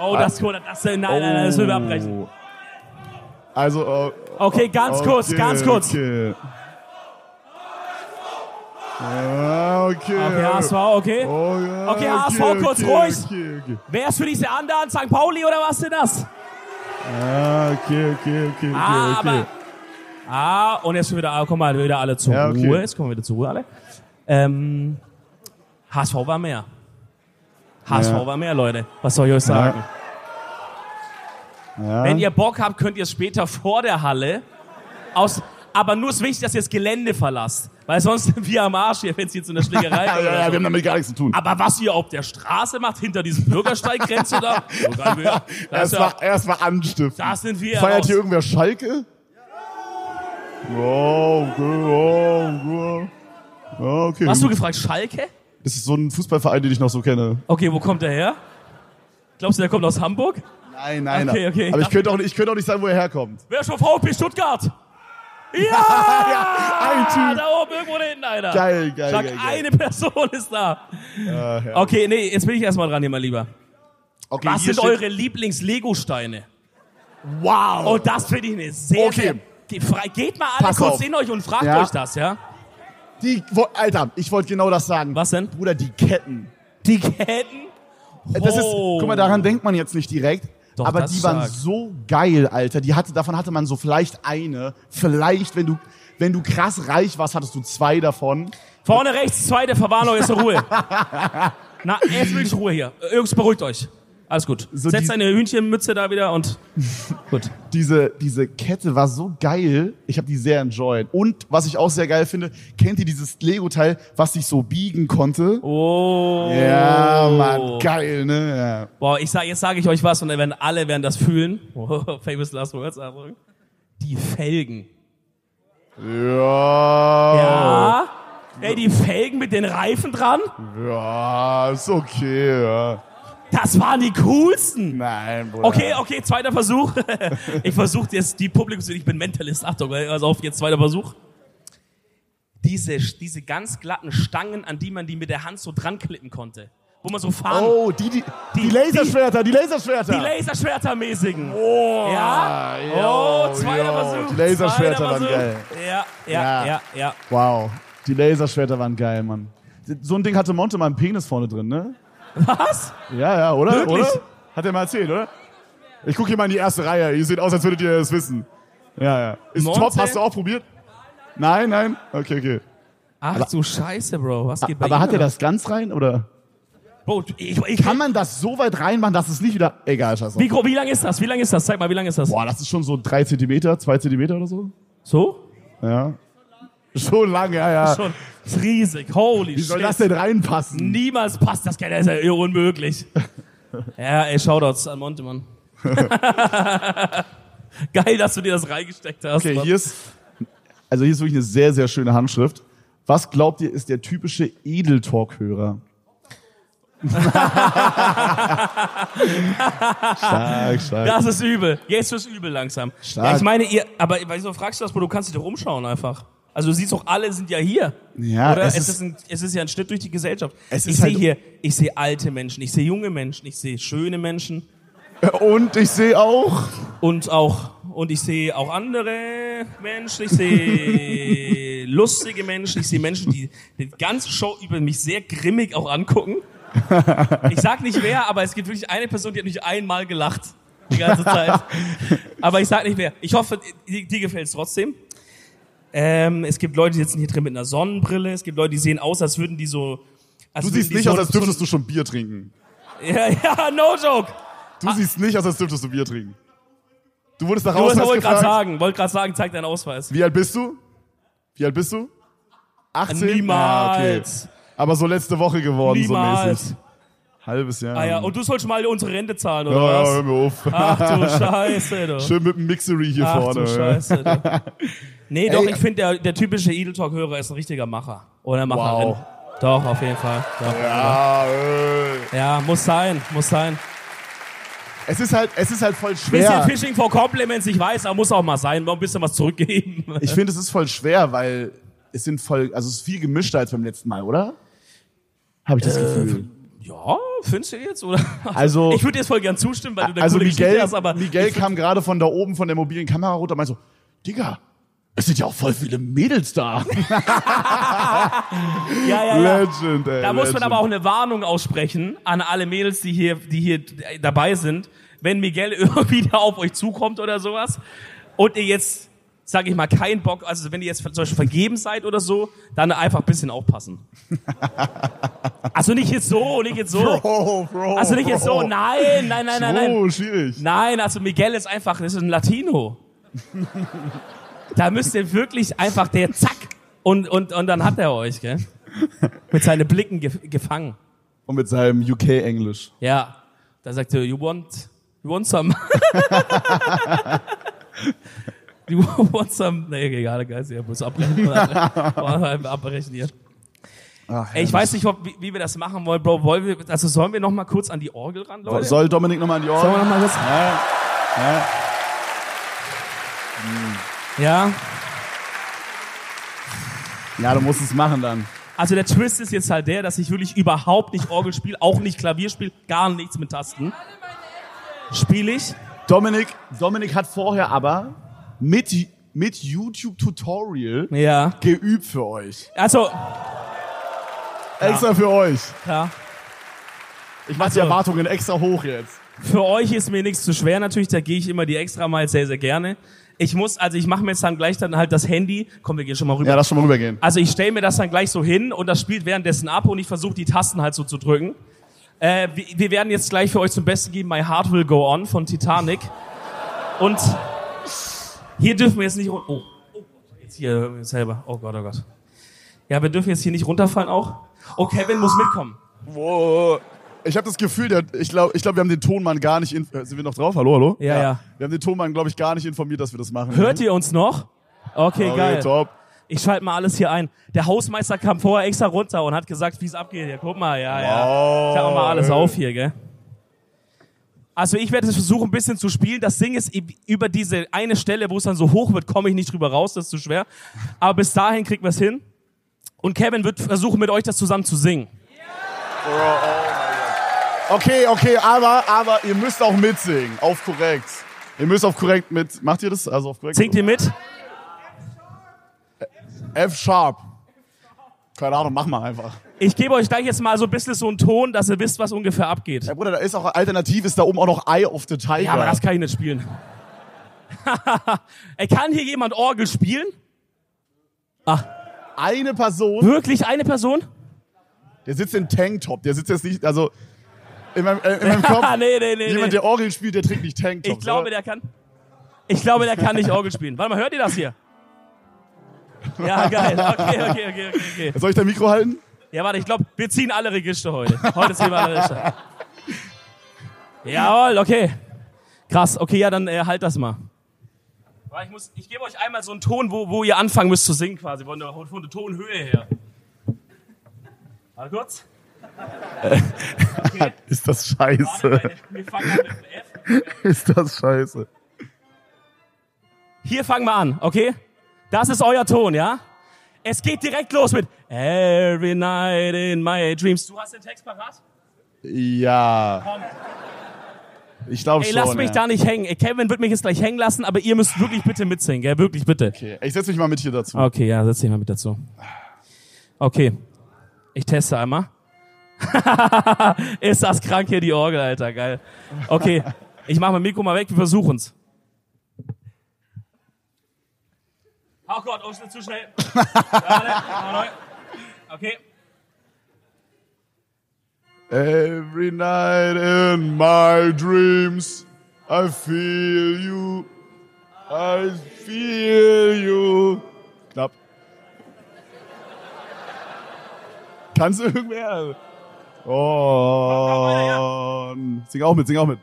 Speaker 2: Oh,
Speaker 1: Ah.
Speaker 2: das, das, das, nein, nein, nein, das will wir abbrechen.
Speaker 1: Also oh,
Speaker 2: Okay, ganz kurz,
Speaker 1: Okay,
Speaker 2: ganz kurz.
Speaker 1: Okay. Ja, Ah, okay.
Speaker 2: Okay, HSV, okay.
Speaker 1: Oh, ja,
Speaker 2: Okay, HSV, kurz ruhig.
Speaker 1: Okay, okay.
Speaker 2: Wer ist für diese anderen? St. Pauli oder was denn das?
Speaker 1: Ah, okay, okay, okay, okay,
Speaker 2: Ah,
Speaker 1: okay.
Speaker 2: aber. Ah, und jetzt schon wieder, ah, komm mal, wieder alle zur
Speaker 1: Ja, okay.
Speaker 2: Ruhe. Jetzt kommen wir wieder zur Ruhe alle. Ähm, HSV war mehr. HSV
Speaker 1: Ja.
Speaker 2: war mehr, Leute. Was soll ich euch sagen?
Speaker 1: Ja.
Speaker 2: Wenn ihr Bock habt, könnt ihr es später vor der Halle aus. Aber nur ist wichtig, dass ihr das Gelände verlasst. Weil sonst sind wir am Arsch hier, wenn es hier zu einer Schlägerei
Speaker 1: ja,
Speaker 2: kommt.
Speaker 1: ja, ja, wir haben damit gar nichts zu tun.
Speaker 2: Aber was ihr auf der Straße macht, hinter diesem Bürgersteiggrenze da, so geil wir- das, ist ja,
Speaker 1: Erstmal erst mal anstiften.
Speaker 2: da sind wir.
Speaker 1: Feiert
Speaker 2: raus.
Speaker 1: hier irgendwer Schalke? Oh, okay, oh, okay. Ja, okay.
Speaker 2: Hast du gefragt, Schalke?
Speaker 1: das ist so ein Fußballverein, den ich noch so kenne.
Speaker 2: Okay, wo kommt der her? Glaubst du, der kommt aus Hamburg?
Speaker 1: Nein, nein.
Speaker 2: Okay, okay.
Speaker 1: Aber ich könnte auch, nicht- ich könnte auch nicht sagen, wo er herkommt.
Speaker 2: Wer ist schon VfB Stuttgart? Ja!
Speaker 1: ja, ein Typ.
Speaker 2: da oben irgendwo da hinten einer.
Speaker 1: Geil, geil,
Speaker 2: Sag,
Speaker 1: geil, geil.
Speaker 2: eine Person ist da.
Speaker 1: Ah, ja.
Speaker 2: Okay, nee, jetzt bin ich erstmal dran hier, mein Lieber.
Speaker 1: Okay,
Speaker 2: Was
Speaker 1: hier
Speaker 2: sind
Speaker 1: steht-
Speaker 2: eure Lieblings-Lego-Steine?
Speaker 1: Wow.
Speaker 2: Oh, das finde ich eine sehr,
Speaker 1: Okay.
Speaker 2: sehr... Ge- fra- Geht mal alle
Speaker 1: Pass auf.
Speaker 2: kurz in euch und fragt
Speaker 1: Ja.
Speaker 2: euch das, ja?
Speaker 1: Die, wo, Alter, ich wollte genau das sagen.
Speaker 2: Was denn?
Speaker 1: Bruder, die Ketten.
Speaker 2: Die Ketten?
Speaker 1: Das ist,
Speaker 2: Oh.
Speaker 1: guck mal, daran denkt man jetzt nicht direkt.
Speaker 2: Doch,
Speaker 1: aber
Speaker 2: das
Speaker 1: die waren
Speaker 2: stark.
Speaker 1: so geil, Alter. Die hatte, davon hatte man so vielleicht eine. Vielleicht, wenn du, wenn du krass reich warst, hattest du zwei davon.
Speaker 2: Vorne rechts, zweite Verwarnung, jetzt Ruhe. Na, jetzt wirklich Ruhe hier. Äh, Jungs, beruhigt euch. Alles gut.
Speaker 1: So die-
Speaker 2: Setz deine Hühnchenmütze da wieder und gut.
Speaker 1: Diese, diese Kette war so geil. Ich habe die sehr enjoyed. Und was ich auch sehr geil finde, kennt ihr dieses Lego-Teil, was sich so biegen konnte?
Speaker 2: Oh.
Speaker 1: Ja, Mann, geil, ne? Ja.
Speaker 2: Boah, ich sag, jetzt sage ich euch was und dann werden alle werden das fühlen. Oh, famous last words. Achtung. Die Felgen.
Speaker 1: Oh. Ja,
Speaker 2: Ja. Ey, die Felgen mit den Reifen dran?
Speaker 1: ja ist okay, ja.
Speaker 2: Das waren die coolsten.
Speaker 1: Nein, Bruder.
Speaker 2: Okay, okay, zweiter Versuch. ich versuche jetzt die Publikum, ich bin Mentalist. Achtung, pass auf, jetzt zweiter Versuch. diese, diese ganz glatten Stangen, an die man die mit der Hand so dran klippen konnte. Wo man so fahren.
Speaker 1: Oh, die, die, die, Laserschwerter, die, Laserschwerter.
Speaker 2: Die Laserschwertermäßigen. Oh, ja.
Speaker 1: yo,
Speaker 2: oh, zweiter
Speaker 1: yo.
Speaker 2: Versuch.
Speaker 1: Die Laserschwerter
Speaker 2: zweiter
Speaker 1: waren
Speaker 2: Versuch.
Speaker 1: geil.
Speaker 2: Ja, ja,
Speaker 1: Ja.
Speaker 2: ja, ja.
Speaker 1: Wow, die Laserschwerter waren geil, Mann. So ein Ding hatte Monte mal einen Penis vorne drin, ne?
Speaker 2: Was?
Speaker 1: Ja, ja, oder?
Speaker 2: Wirklich?
Speaker 1: Oder? Hat er mal erzählt, oder? Ich gucke hier mal in die erste Reihe. Ihr seht aus, als würdet ihr das wissen. Ja, ja. Ist
Speaker 2: Monte?
Speaker 1: top, hast du auch probiert? Nein, nein. Okay, okay.
Speaker 2: Ach du Scheiße, Bro. Was geht bei
Speaker 1: Aber
Speaker 2: ihm
Speaker 1: hat er
Speaker 2: ab?
Speaker 1: das ganz rein oder?
Speaker 2: Bro, ich, ich,
Speaker 1: Kann man das so weit reinmachen, dass es nicht wieder. Egal, scheiß drauf.
Speaker 2: wie, gro- wie lang ist das? Wie lang ist das? Zeig mal, wie lang ist das?
Speaker 1: Boah, das ist schon so drei Zentimeter, zwei Zentimeter oder so.
Speaker 2: So?
Speaker 1: Ja. Schon lange, ja, ja.
Speaker 2: Schon. Das ist riesig. Holy
Speaker 1: Wie
Speaker 2: shit.
Speaker 1: soll das denn reinpassen?
Speaker 2: Niemals passt das. Das ist ja eher unmöglich. ja, ey, Shoutouts an Montemann. Geil, dass du dir das reingesteckt hast.
Speaker 1: Okay,
Speaker 2: Mann.
Speaker 1: hier ist, also hier ist wirklich eine sehr, sehr schöne Handschrift. Was glaubt ihr, ist der typische Edeltalk-Hörer? stark, stark.
Speaker 2: Das ist übel. Jetzt wird's übel langsam.
Speaker 1: Stark.
Speaker 2: Ja, ich meine, ihr, aber wieso fragst du das, Bro? Du kannst dich doch rumschauen einfach. Also du siehst doch, alle sind ja hier.
Speaker 1: Ja,
Speaker 2: Oder
Speaker 1: es
Speaker 2: es, ist,
Speaker 1: ist-
Speaker 2: ein, es ist ja ein Schnitt durch die Gesellschaft.
Speaker 1: Es
Speaker 2: ich
Speaker 1: ist
Speaker 2: sehe
Speaker 1: halt-
Speaker 2: hier, ich sehe alte Menschen, ich sehe junge Menschen, ich sehe schöne Menschen
Speaker 1: Und ich sehe auch,
Speaker 2: und auch und ich sehe auch andere Menschen, ich sehe lustige Menschen, ich sehe Menschen, die die ganze Show über mich sehr grimmig auch angucken. Ich sag nicht wer, aber es gibt wirklich eine Person, die hat mich einmal gelacht die ganze Zeit. Aber ich sag nicht wer. Ich hoffe, dir, dir gefällt's trotzdem. Ähm, es gibt Leute, die sitzen hier drin mit einer Sonnenbrille. Es gibt Leute, die sehen aus, als würden die so. Als
Speaker 1: du
Speaker 2: würden
Speaker 1: siehst
Speaker 2: die
Speaker 1: nicht
Speaker 2: so-
Speaker 1: aus, als
Speaker 2: so-
Speaker 1: dürftest du schon Bier trinken.
Speaker 2: Ja, ja, no joke.
Speaker 1: Du siehst nicht aus, als dürftest du Bier trinken. Ah. Du wurdest nach
Speaker 2: Du
Speaker 1: Hause
Speaker 2: wollte gerade
Speaker 1: gefragt.
Speaker 2: sagen, wollte gerade sagen, zeig deinen Ausweis.
Speaker 1: Wie alt bist du? Wie alt bist du? 18?
Speaker 2: Niemals.
Speaker 1: Ah, okay. Aber so letzte Woche geworden, so
Speaker 2: Niemals.
Speaker 1: mäßig. Halbes Jahr.
Speaker 2: Ah ja, und du sollst mal unsere Rente zahlen, oder
Speaker 1: ja, ja, hör
Speaker 2: was?
Speaker 1: mir auf.
Speaker 2: Ach du Scheiße, du.
Speaker 1: Schön mit dem Mixery hier
Speaker 2: Ach
Speaker 1: vorne.
Speaker 2: du Scheiße, du. Nee, doch,
Speaker 1: Ey.
Speaker 2: ich finde, der, der typische Edel Talk-Hörer ist ein richtiger Macher. Oder Macherin.
Speaker 1: Wow.
Speaker 2: Doch, auf jeden Fall. Doch.
Speaker 1: Ja, ey.
Speaker 2: Ja, muss sein, muss sein.
Speaker 1: es ist halt, es ist halt voll
Speaker 2: Bisschen
Speaker 1: schwer.
Speaker 2: Fishing for Compliments, ich weiß, aber muss auch mal sein. Mal ein bisschen was zurückgeben.
Speaker 1: Ich finde, es ist voll schwer, weil es sind voll, also es ist viel gemischter als beim letzten Mal, oder? Habe ich
Speaker 2: Äh,
Speaker 1: das Gefühl.
Speaker 2: Ja, findest du jetzt? Oder?
Speaker 1: Also-
Speaker 2: ich würde dir jetzt voll gern zustimmen, weil du eine
Speaker 1: Also
Speaker 2: coole Geschichte
Speaker 1: Miguel,
Speaker 2: hast, aber
Speaker 1: Miguel kam gerade von da oben von der mobilen Kamera runter und meinte so, Digga, es sind ja auch voll viele Mädels da.
Speaker 2: ja, ja, ja.
Speaker 1: Legend, ey.
Speaker 2: Da muss man
Speaker 1: Legend.
Speaker 2: aber auch eine Warnung aussprechen an alle Mädels, die hier, die hier dabei sind. Wenn Miguel irgendwie da auf euch zukommt oder sowas und ihr jetzt, sag ich mal, keinen Bock, also wenn ihr jetzt zum Beispiel vergeben seid oder so, dann einfach ein bisschen aufpassen. Also nicht jetzt so, nicht jetzt so.
Speaker 1: Bro, Bro.
Speaker 2: Also nicht jetzt so, nein, nein, nein, nein, nein.
Speaker 1: Oh, schwierig.
Speaker 2: Nein, also Miguel ist einfach, ist ein Latino. da müsst ihr wirklich einfach der Zack und, und, und dann hat er euch, gell? Mit seinen Blicken gef gefangen.
Speaker 1: Und mit seinem UK-Englisch.
Speaker 2: Ja. Da sagt er, you want, you want some. you want some. Nee, egal, geil, ich muss abbrechen. abbrechen hier.
Speaker 1: Ach,
Speaker 2: Ey, ich weiß nicht, ob, wie, wie wir das machen wollen, Bro. Wollen wir, also sollen wir noch mal kurz an die Orgel ran, Leute?
Speaker 1: Soll Dominik nochmal in die
Speaker 2: sollen
Speaker 1: Ohren?
Speaker 2: wir noch mal kurz?
Speaker 1: Ja, ja.
Speaker 2: Ja.
Speaker 1: ja, du musst es machen dann.
Speaker 2: Also der Twist ist jetzt halt der, dass ich wirklich überhaupt nicht Orgel spiele, auch nicht Klavier spiele, gar nichts mit Tasten. Spiele ich?
Speaker 1: Dominik, Dominik hat vorher aber mit, mit YouTube-Tutorial
Speaker 2: Ja.
Speaker 1: geübt für euch.
Speaker 2: Also,
Speaker 1: Extra für euch.
Speaker 2: ja.
Speaker 1: Ich mach die
Speaker 2: Also-
Speaker 1: Erwartungen extra hoch jetzt.
Speaker 2: Für euch ist mir nichts zu schwer natürlich, da gehe ich immer die extra Meile sehr, sehr gerne. Ich muss, also ich mache mir jetzt dann gleich dann halt das Handy. Komm, wir gehen schon mal rüber.
Speaker 1: Ja, lass schon mal rübergehen.
Speaker 2: Also ich stelle mir das dann gleich so hin und das spielt währenddessen ab und ich versuche die Tasten halt so zu drücken. Äh, wir, wir werden jetzt gleich für euch zum Besten geben My Heart Will Go On von Titanic. Und hier dürfen wir jetzt nicht run- oh, oh, jetzt hier selber. Oh Gott, oh Gott. Ja, wir dürfen jetzt hier nicht runterfallen auch. Oh, Kevin muss mitkommen.
Speaker 1: Wow. Ich habe das Gefühl, der, ich glaube, ich glaub, wir haben den Tonmann gar nicht. In, äh, sind wir noch drauf? Hallo, hallo?
Speaker 2: Ja, ja.
Speaker 1: Wir haben den Tonmann, glaube ich, gar nicht informiert, dass wir das machen.
Speaker 2: Hört ihr uns noch? Okay,
Speaker 1: okay,
Speaker 2: geil.
Speaker 1: Top.
Speaker 2: Ich schalte mal alles hier ein. Der Hausmeister kam vorher extra runter und hat gesagt, wie es abgeht. Ja, guck mal, ja, ja.
Speaker 1: Wow.
Speaker 2: Ich hab mal
Speaker 1: Oh, äh.
Speaker 2: alles auf hier, gell? Also ich werde es versuchen, ein bisschen zu spielen. Das Ding ist, i- über diese eine Stelle, wo es dann so hoch wird, komme ich nicht drüber raus, das ist zu schwer. Aber bis dahin kriegen wir es hin. Und Kevin wird versuchen, mit euch das zusammen zu singen.
Speaker 1: Okay, okay, aber, aber ihr müsst auch mitsingen. Auf korrekt. Ihr müsst auf korrekt mit. Macht ihr das? Also auf korrekt?
Speaker 2: Singt ihr mit?
Speaker 1: F sharp. Keine Ahnung, mach mal einfach.
Speaker 2: Ich gebe euch gleich jetzt mal so ein bisschen so einen Ton, dass ihr wisst, was ungefähr abgeht.
Speaker 1: Ja, Bruder, da ist auch alternativ, ist da oben auch noch Eye of the Tiger.
Speaker 2: Ja, aber das kann ich nicht spielen. Ey, kann hier jemand Orgel spielen?
Speaker 1: Eine Person,
Speaker 2: Wirklich eine Person?
Speaker 1: der sitzt in Tanktop, der sitzt jetzt nicht, also, in meinem, äh, in meinem Kopf,
Speaker 2: nee, nee, nee.
Speaker 1: jemand,
Speaker 2: nee.
Speaker 1: der Orgel spielt, der trägt nicht Tanktop.
Speaker 2: Ich glaube,
Speaker 1: oder?
Speaker 2: der kann. Ich glaube, der kann nicht Orgel spielen. Warte mal, hört ihr das hier? Ja, geil. Okay, okay, okay, okay. okay.
Speaker 1: Soll ich dein Mikro halten?
Speaker 2: Ja, warte, ich glaube, wir ziehen alle Register heute. Heute ziehen wir alle Register. Jawohl, okay. Krass, okay, ja, dann äh, halt das mal. Warte, Ich, muss- ich gebe euch einmal so einen Ton, wo, wo ihr anfangen müsst zu singen quasi, von der, von der Tonhöhe her. Warte kurz.
Speaker 1: Ist das scheiße.
Speaker 2: Warte, wir fangen an mit dem F.
Speaker 1: Ist das scheiße.
Speaker 2: Hier fangen wir an, okay? Das ist euer Ton, ja? Es geht direkt los mit Every night in my dreams. Du hast den Text parat? Komm.
Speaker 1: Ja. Ich glaube
Speaker 2: Ey,
Speaker 1: schon.
Speaker 2: lass mich
Speaker 1: ja.
Speaker 2: da nicht hängen. Ey, Kevin wird mich jetzt gleich hängen lassen, aber ihr müsst wirklich bitte mitsingen, gell? Wirklich bitte.
Speaker 1: Okay, ich setze mich mal mit hier dazu.
Speaker 2: Okay, ja, setz dich mal mit dazu. Okay. Ich teste einmal. ist das krank hier, die Orgel, Alter. Geil. Okay. Ich mach mein Mikro mal weg, wir versuchen's. Oh Gott, oh, ist zu schnell. Warte, neu. Okay.
Speaker 1: Every night in my dreams, I feel you. I feel you. Knapp. Kannst du irgendwer? Und sing auch mit, sing auch mit.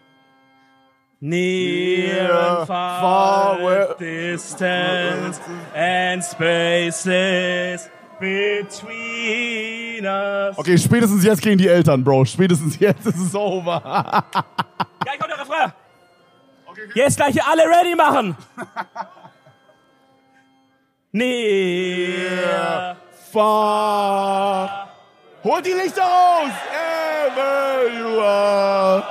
Speaker 2: Near and far,
Speaker 1: far, where-
Speaker 2: distance and spaces between us.
Speaker 1: Okay, spätestens jetzt gegen die Eltern, Bro. Spätestens jetzt ist es over.
Speaker 2: Gleich kommt der Refrain. Jetzt gleich alle ready machen. Near.
Speaker 1: Far. Holt die Lichter raus! Ever you are.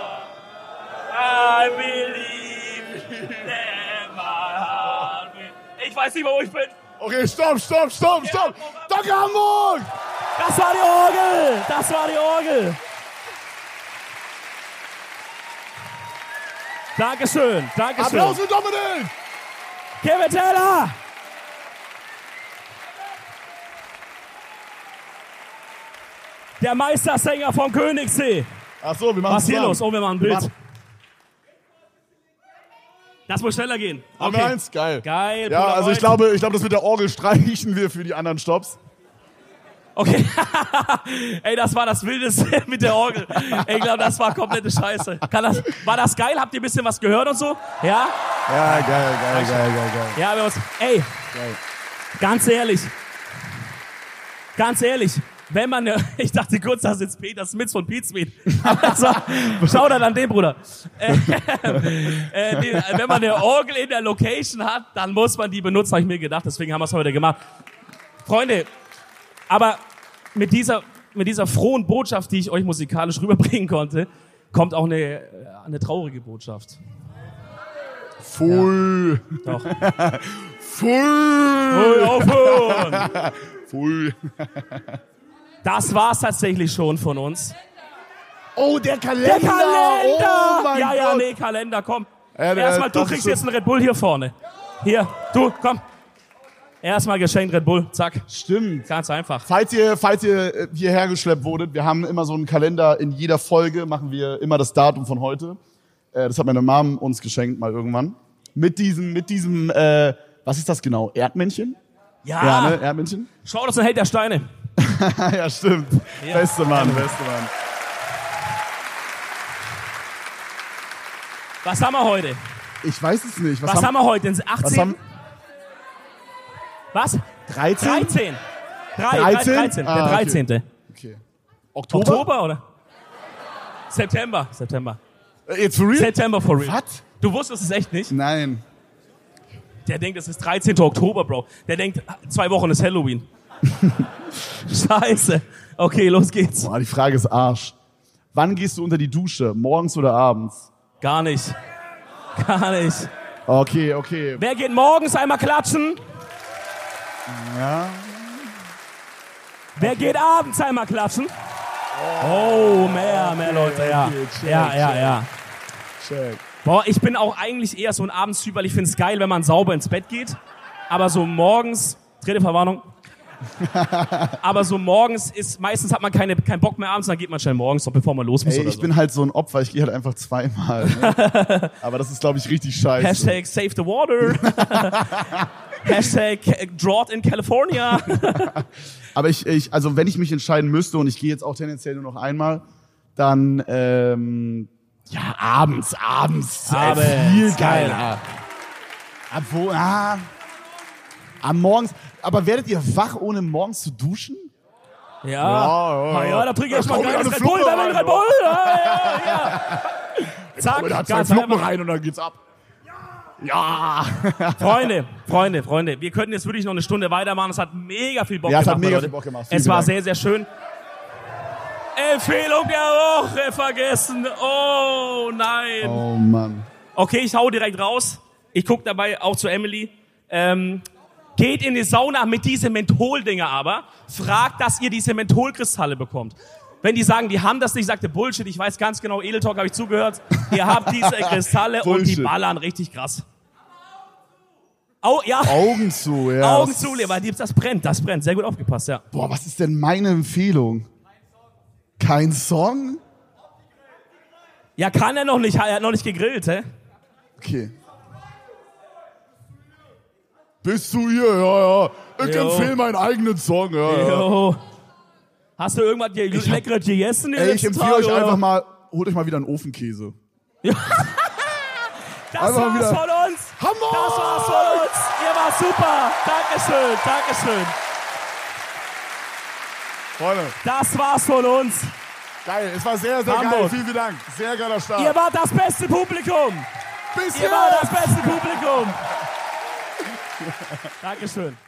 Speaker 2: I believe that my heart will- Ich weiß nicht, wo ich bin.
Speaker 1: Okay, stopp, stopp, stopp, stopp! Danke, Hamburg!
Speaker 2: Das war die Orgel. Das war die Orgel. Dankeschön. Dankeschön.
Speaker 1: Applaus für Dominik!
Speaker 2: Kevin Taylor. Der Meistersänger von Königssee.
Speaker 1: Ach so, wir machen
Speaker 2: Was ist hier
Speaker 1: zusammen.
Speaker 2: los? Oh, wir machen ein Bild.
Speaker 1: Mann.
Speaker 2: Das muss schneller gehen.
Speaker 1: Haben wir eins? Geil.
Speaker 2: Geil.
Speaker 1: Ja, also ich
Speaker 2: Polaroid.
Speaker 1: glaube, ich glaube, das mit der Orgel streichen wir für die anderen Stops.
Speaker 2: Okay. Ey, das war das Wildeste mit der Orgel. Ey, ich glaube, das war komplette Scheiße. Kann das, war das geil? Habt ihr ein bisschen was gehört und so? Ja?
Speaker 1: Ja, geil, geil, geil, geil, geil.
Speaker 2: Ja, wir haben uns. Ey,
Speaker 1: Geil.
Speaker 2: ganz ehrlich. Ganz ehrlich. Wenn man, ich dachte kurz, das ist jetzt Peter Smith von Pete Smith. Aber das war, schau dann an den Bruder. Äh, äh, die, wenn man eine Orgel in der Location hat, dann muss man die benutzen, habe ich mir gedacht. Deswegen haben wir es heute gemacht. Freunde, aber mit dieser, mit dieser frohen Botschaft, die ich euch musikalisch rüberbringen konnte, kommt auch eine, äh, eine traurige Botschaft.
Speaker 1: Full.
Speaker 2: Doch.
Speaker 1: Full.
Speaker 2: Aufhören!
Speaker 1: Full.
Speaker 2: Das war's tatsächlich schon von uns.
Speaker 1: Oh, der Kalender. Oh mein
Speaker 2: ja, ja,
Speaker 1: Gott.
Speaker 2: nee, Kalender, komm.
Speaker 1: Ja, Äh, der-
Speaker 2: Erstmal, du
Speaker 1: das
Speaker 2: kriegst
Speaker 1: ist-
Speaker 2: jetzt einen Red Bull hier vorne. Hier, du, komm. Erstmal geschenkt Red Bull, zack.
Speaker 1: Stimmt.
Speaker 2: Ganz einfach.
Speaker 1: Falls ihr, falls ihr äh, hierher geschleppt wurdet, wir haben immer so einen Kalender in jeder Folge, machen wir immer das Datum von heute. Äh, das hat meine Mom uns geschenkt mal irgendwann. Mit diesem, mit diesem, äh, was ist das genau? Erdmännchen?
Speaker 2: Ja,
Speaker 1: Ja, ne? Erdmännchen? Ah,
Speaker 2: schau, das ist ein Held der Steine.
Speaker 1: ja, stimmt. Beste Mann, beste Mann.
Speaker 2: Was haben wir heute?
Speaker 1: Ich weiß es nicht.
Speaker 2: Was, haben, wir heute? Den 18?
Speaker 1: was haben
Speaker 2: Was?
Speaker 1: 13?
Speaker 2: 13. Drei, 13?
Speaker 1: 13?
Speaker 2: 13.
Speaker 1: Ah,
Speaker 2: Der
Speaker 1: okay.
Speaker 2: 13.
Speaker 1: Okay.
Speaker 2: Oktober?
Speaker 1: Oktober?
Speaker 2: oder? September. September.
Speaker 1: Äh, Jetzt for real?
Speaker 2: September for real.
Speaker 1: Was?
Speaker 2: Du wusstest es echt nicht?
Speaker 1: Nein.
Speaker 2: Der denkt, es ist 13. Oktober, Bro. Der denkt, zwei Wochen ist Halloween. Scheiße. Okay, los geht's.
Speaker 1: Boah, Ah, die Frage ist Arsch. Wann gehst du unter die Dusche? Morgens oder abends?
Speaker 2: Gar nicht. Gar nicht.
Speaker 1: Okay, okay.
Speaker 2: Wer geht morgens einmal klatschen?
Speaker 1: Ja.
Speaker 2: Wer geht abends einmal klatschen? Oh, mehr, mehr Leute, ja.
Speaker 1: okay, check,
Speaker 2: Ja, ja,
Speaker 1: check.
Speaker 2: ja.
Speaker 1: Check.
Speaker 2: Boah, ich bin auch eigentlich eher so ein Abendstyp, weil ich find's geil, wenn man sauber ins Bett geht. Aber so morgens, dritte Verwarnung. Aber so morgens ist, meistens hat man keine, keinen Bock mehr abends, dann geht man schnell morgens, noch bevor man los muss
Speaker 1: Ey,
Speaker 2: oder
Speaker 1: ich
Speaker 2: so.
Speaker 1: bin halt so ein Opfer, ich gehe halt einfach zweimal. Ne? Aber das ist, glaube ich, richtig scheiße.
Speaker 2: Hashtag save the water. Hashtag drought in California.
Speaker 1: Aber ich, ich, also wenn ich mich entscheiden müsste und ich gehe jetzt auch tendenziell nur noch einmal, dann ähm, ja abends, abends, ey,
Speaker 2: Abends,
Speaker 1: viel
Speaker 2: geil.
Speaker 1: geiler. Ab wo? Ah, am morgens. Aber werdet ihr wach, ohne morgens zu duschen?
Speaker 2: Ja.
Speaker 1: ja, ja.
Speaker 2: Ah, ja, da trinke ich
Speaker 1: Da
Speaker 2: erstmal
Speaker 1: kommt
Speaker 2: geiles
Speaker 1: eine
Speaker 2: Red Bull,
Speaker 1: Fluppe
Speaker 2: da will
Speaker 1: rein,
Speaker 2: ich Red Bull. Ja, ja, ja.
Speaker 1: Oder da
Speaker 2: Zack,
Speaker 1: zwei
Speaker 2: ganz
Speaker 1: Fluppen
Speaker 2: einfach.
Speaker 1: rein und dann geht's ab. Ja.
Speaker 2: Freunde, Freunde, Freunde, wir könnten jetzt wirklich noch eine Stunde weitermachen. Es hat mega viel Bock
Speaker 1: Ja, es
Speaker 2: gemacht.
Speaker 1: hat mega
Speaker 2: Leute.
Speaker 1: viel Bock gemacht.
Speaker 2: Es
Speaker 1: Vielen
Speaker 2: war
Speaker 1: Dank.
Speaker 2: sehr, sehr schön. Empfehlung der Woche vergessen. Oh nein.
Speaker 1: Oh Mann.
Speaker 2: Okay, ich hau direkt raus. Ich guck dabei auch zu Emily. Ähm, geht in die Sauna mit diese Mentholdinger aber. Fragt, dass ihr diese Mentholkristalle bekommt. Wenn die sagen, die haben das nicht, sagt ihr Bullshit. Ich weiß ganz genau, Edeltalk habe ich zugehört. Ihr habt diese Kristalle und die
Speaker 1: Bullshit.
Speaker 2: ballern richtig krass. Au, ja,
Speaker 1: Augen zu, ja.
Speaker 2: Augen
Speaker 1: Das-
Speaker 2: zu, lieber Liebs, das brennt, das brennt. Sehr gut aufgepasst, ja.
Speaker 1: Boah, was ist denn meine Empfehlung? Kein Song?
Speaker 2: Ja, kann er noch nicht, er hat noch nicht gegrillt, hä?
Speaker 1: Okay. Bist du hier? Ja, ja. Ich
Speaker 2: Jo.
Speaker 1: empfehle meinen eigenen Song. Ja, ja.
Speaker 2: Jo. Hast du irgendwas ge leckeres gegessen? die
Speaker 1: Ey, ich
Speaker 2: letzten
Speaker 1: empfehle
Speaker 2: Tage,
Speaker 1: euch
Speaker 2: oder?
Speaker 1: einfach mal, holt euch mal wieder einen Ofenkäse.
Speaker 2: Das
Speaker 1: Einfach
Speaker 2: war's
Speaker 1: wieder-
Speaker 2: von uns.
Speaker 1: Hammer!
Speaker 2: Das war's von uns. Ihr wart super. Dankeschön, Dankeschön.
Speaker 1: Freunde,
Speaker 2: Das war's von uns.
Speaker 1: geil. Es war sehr, sehr
Speaker 2: Hamburg.
Speaker 1: geil. Vielen, vielen Dank. Sehr geiler Start.
Speaker 2: Ihr wart das beste Publikum.
Speaker 1: Bis
Speaker 2: Ihr wart das beste Publikum. Dankeschön.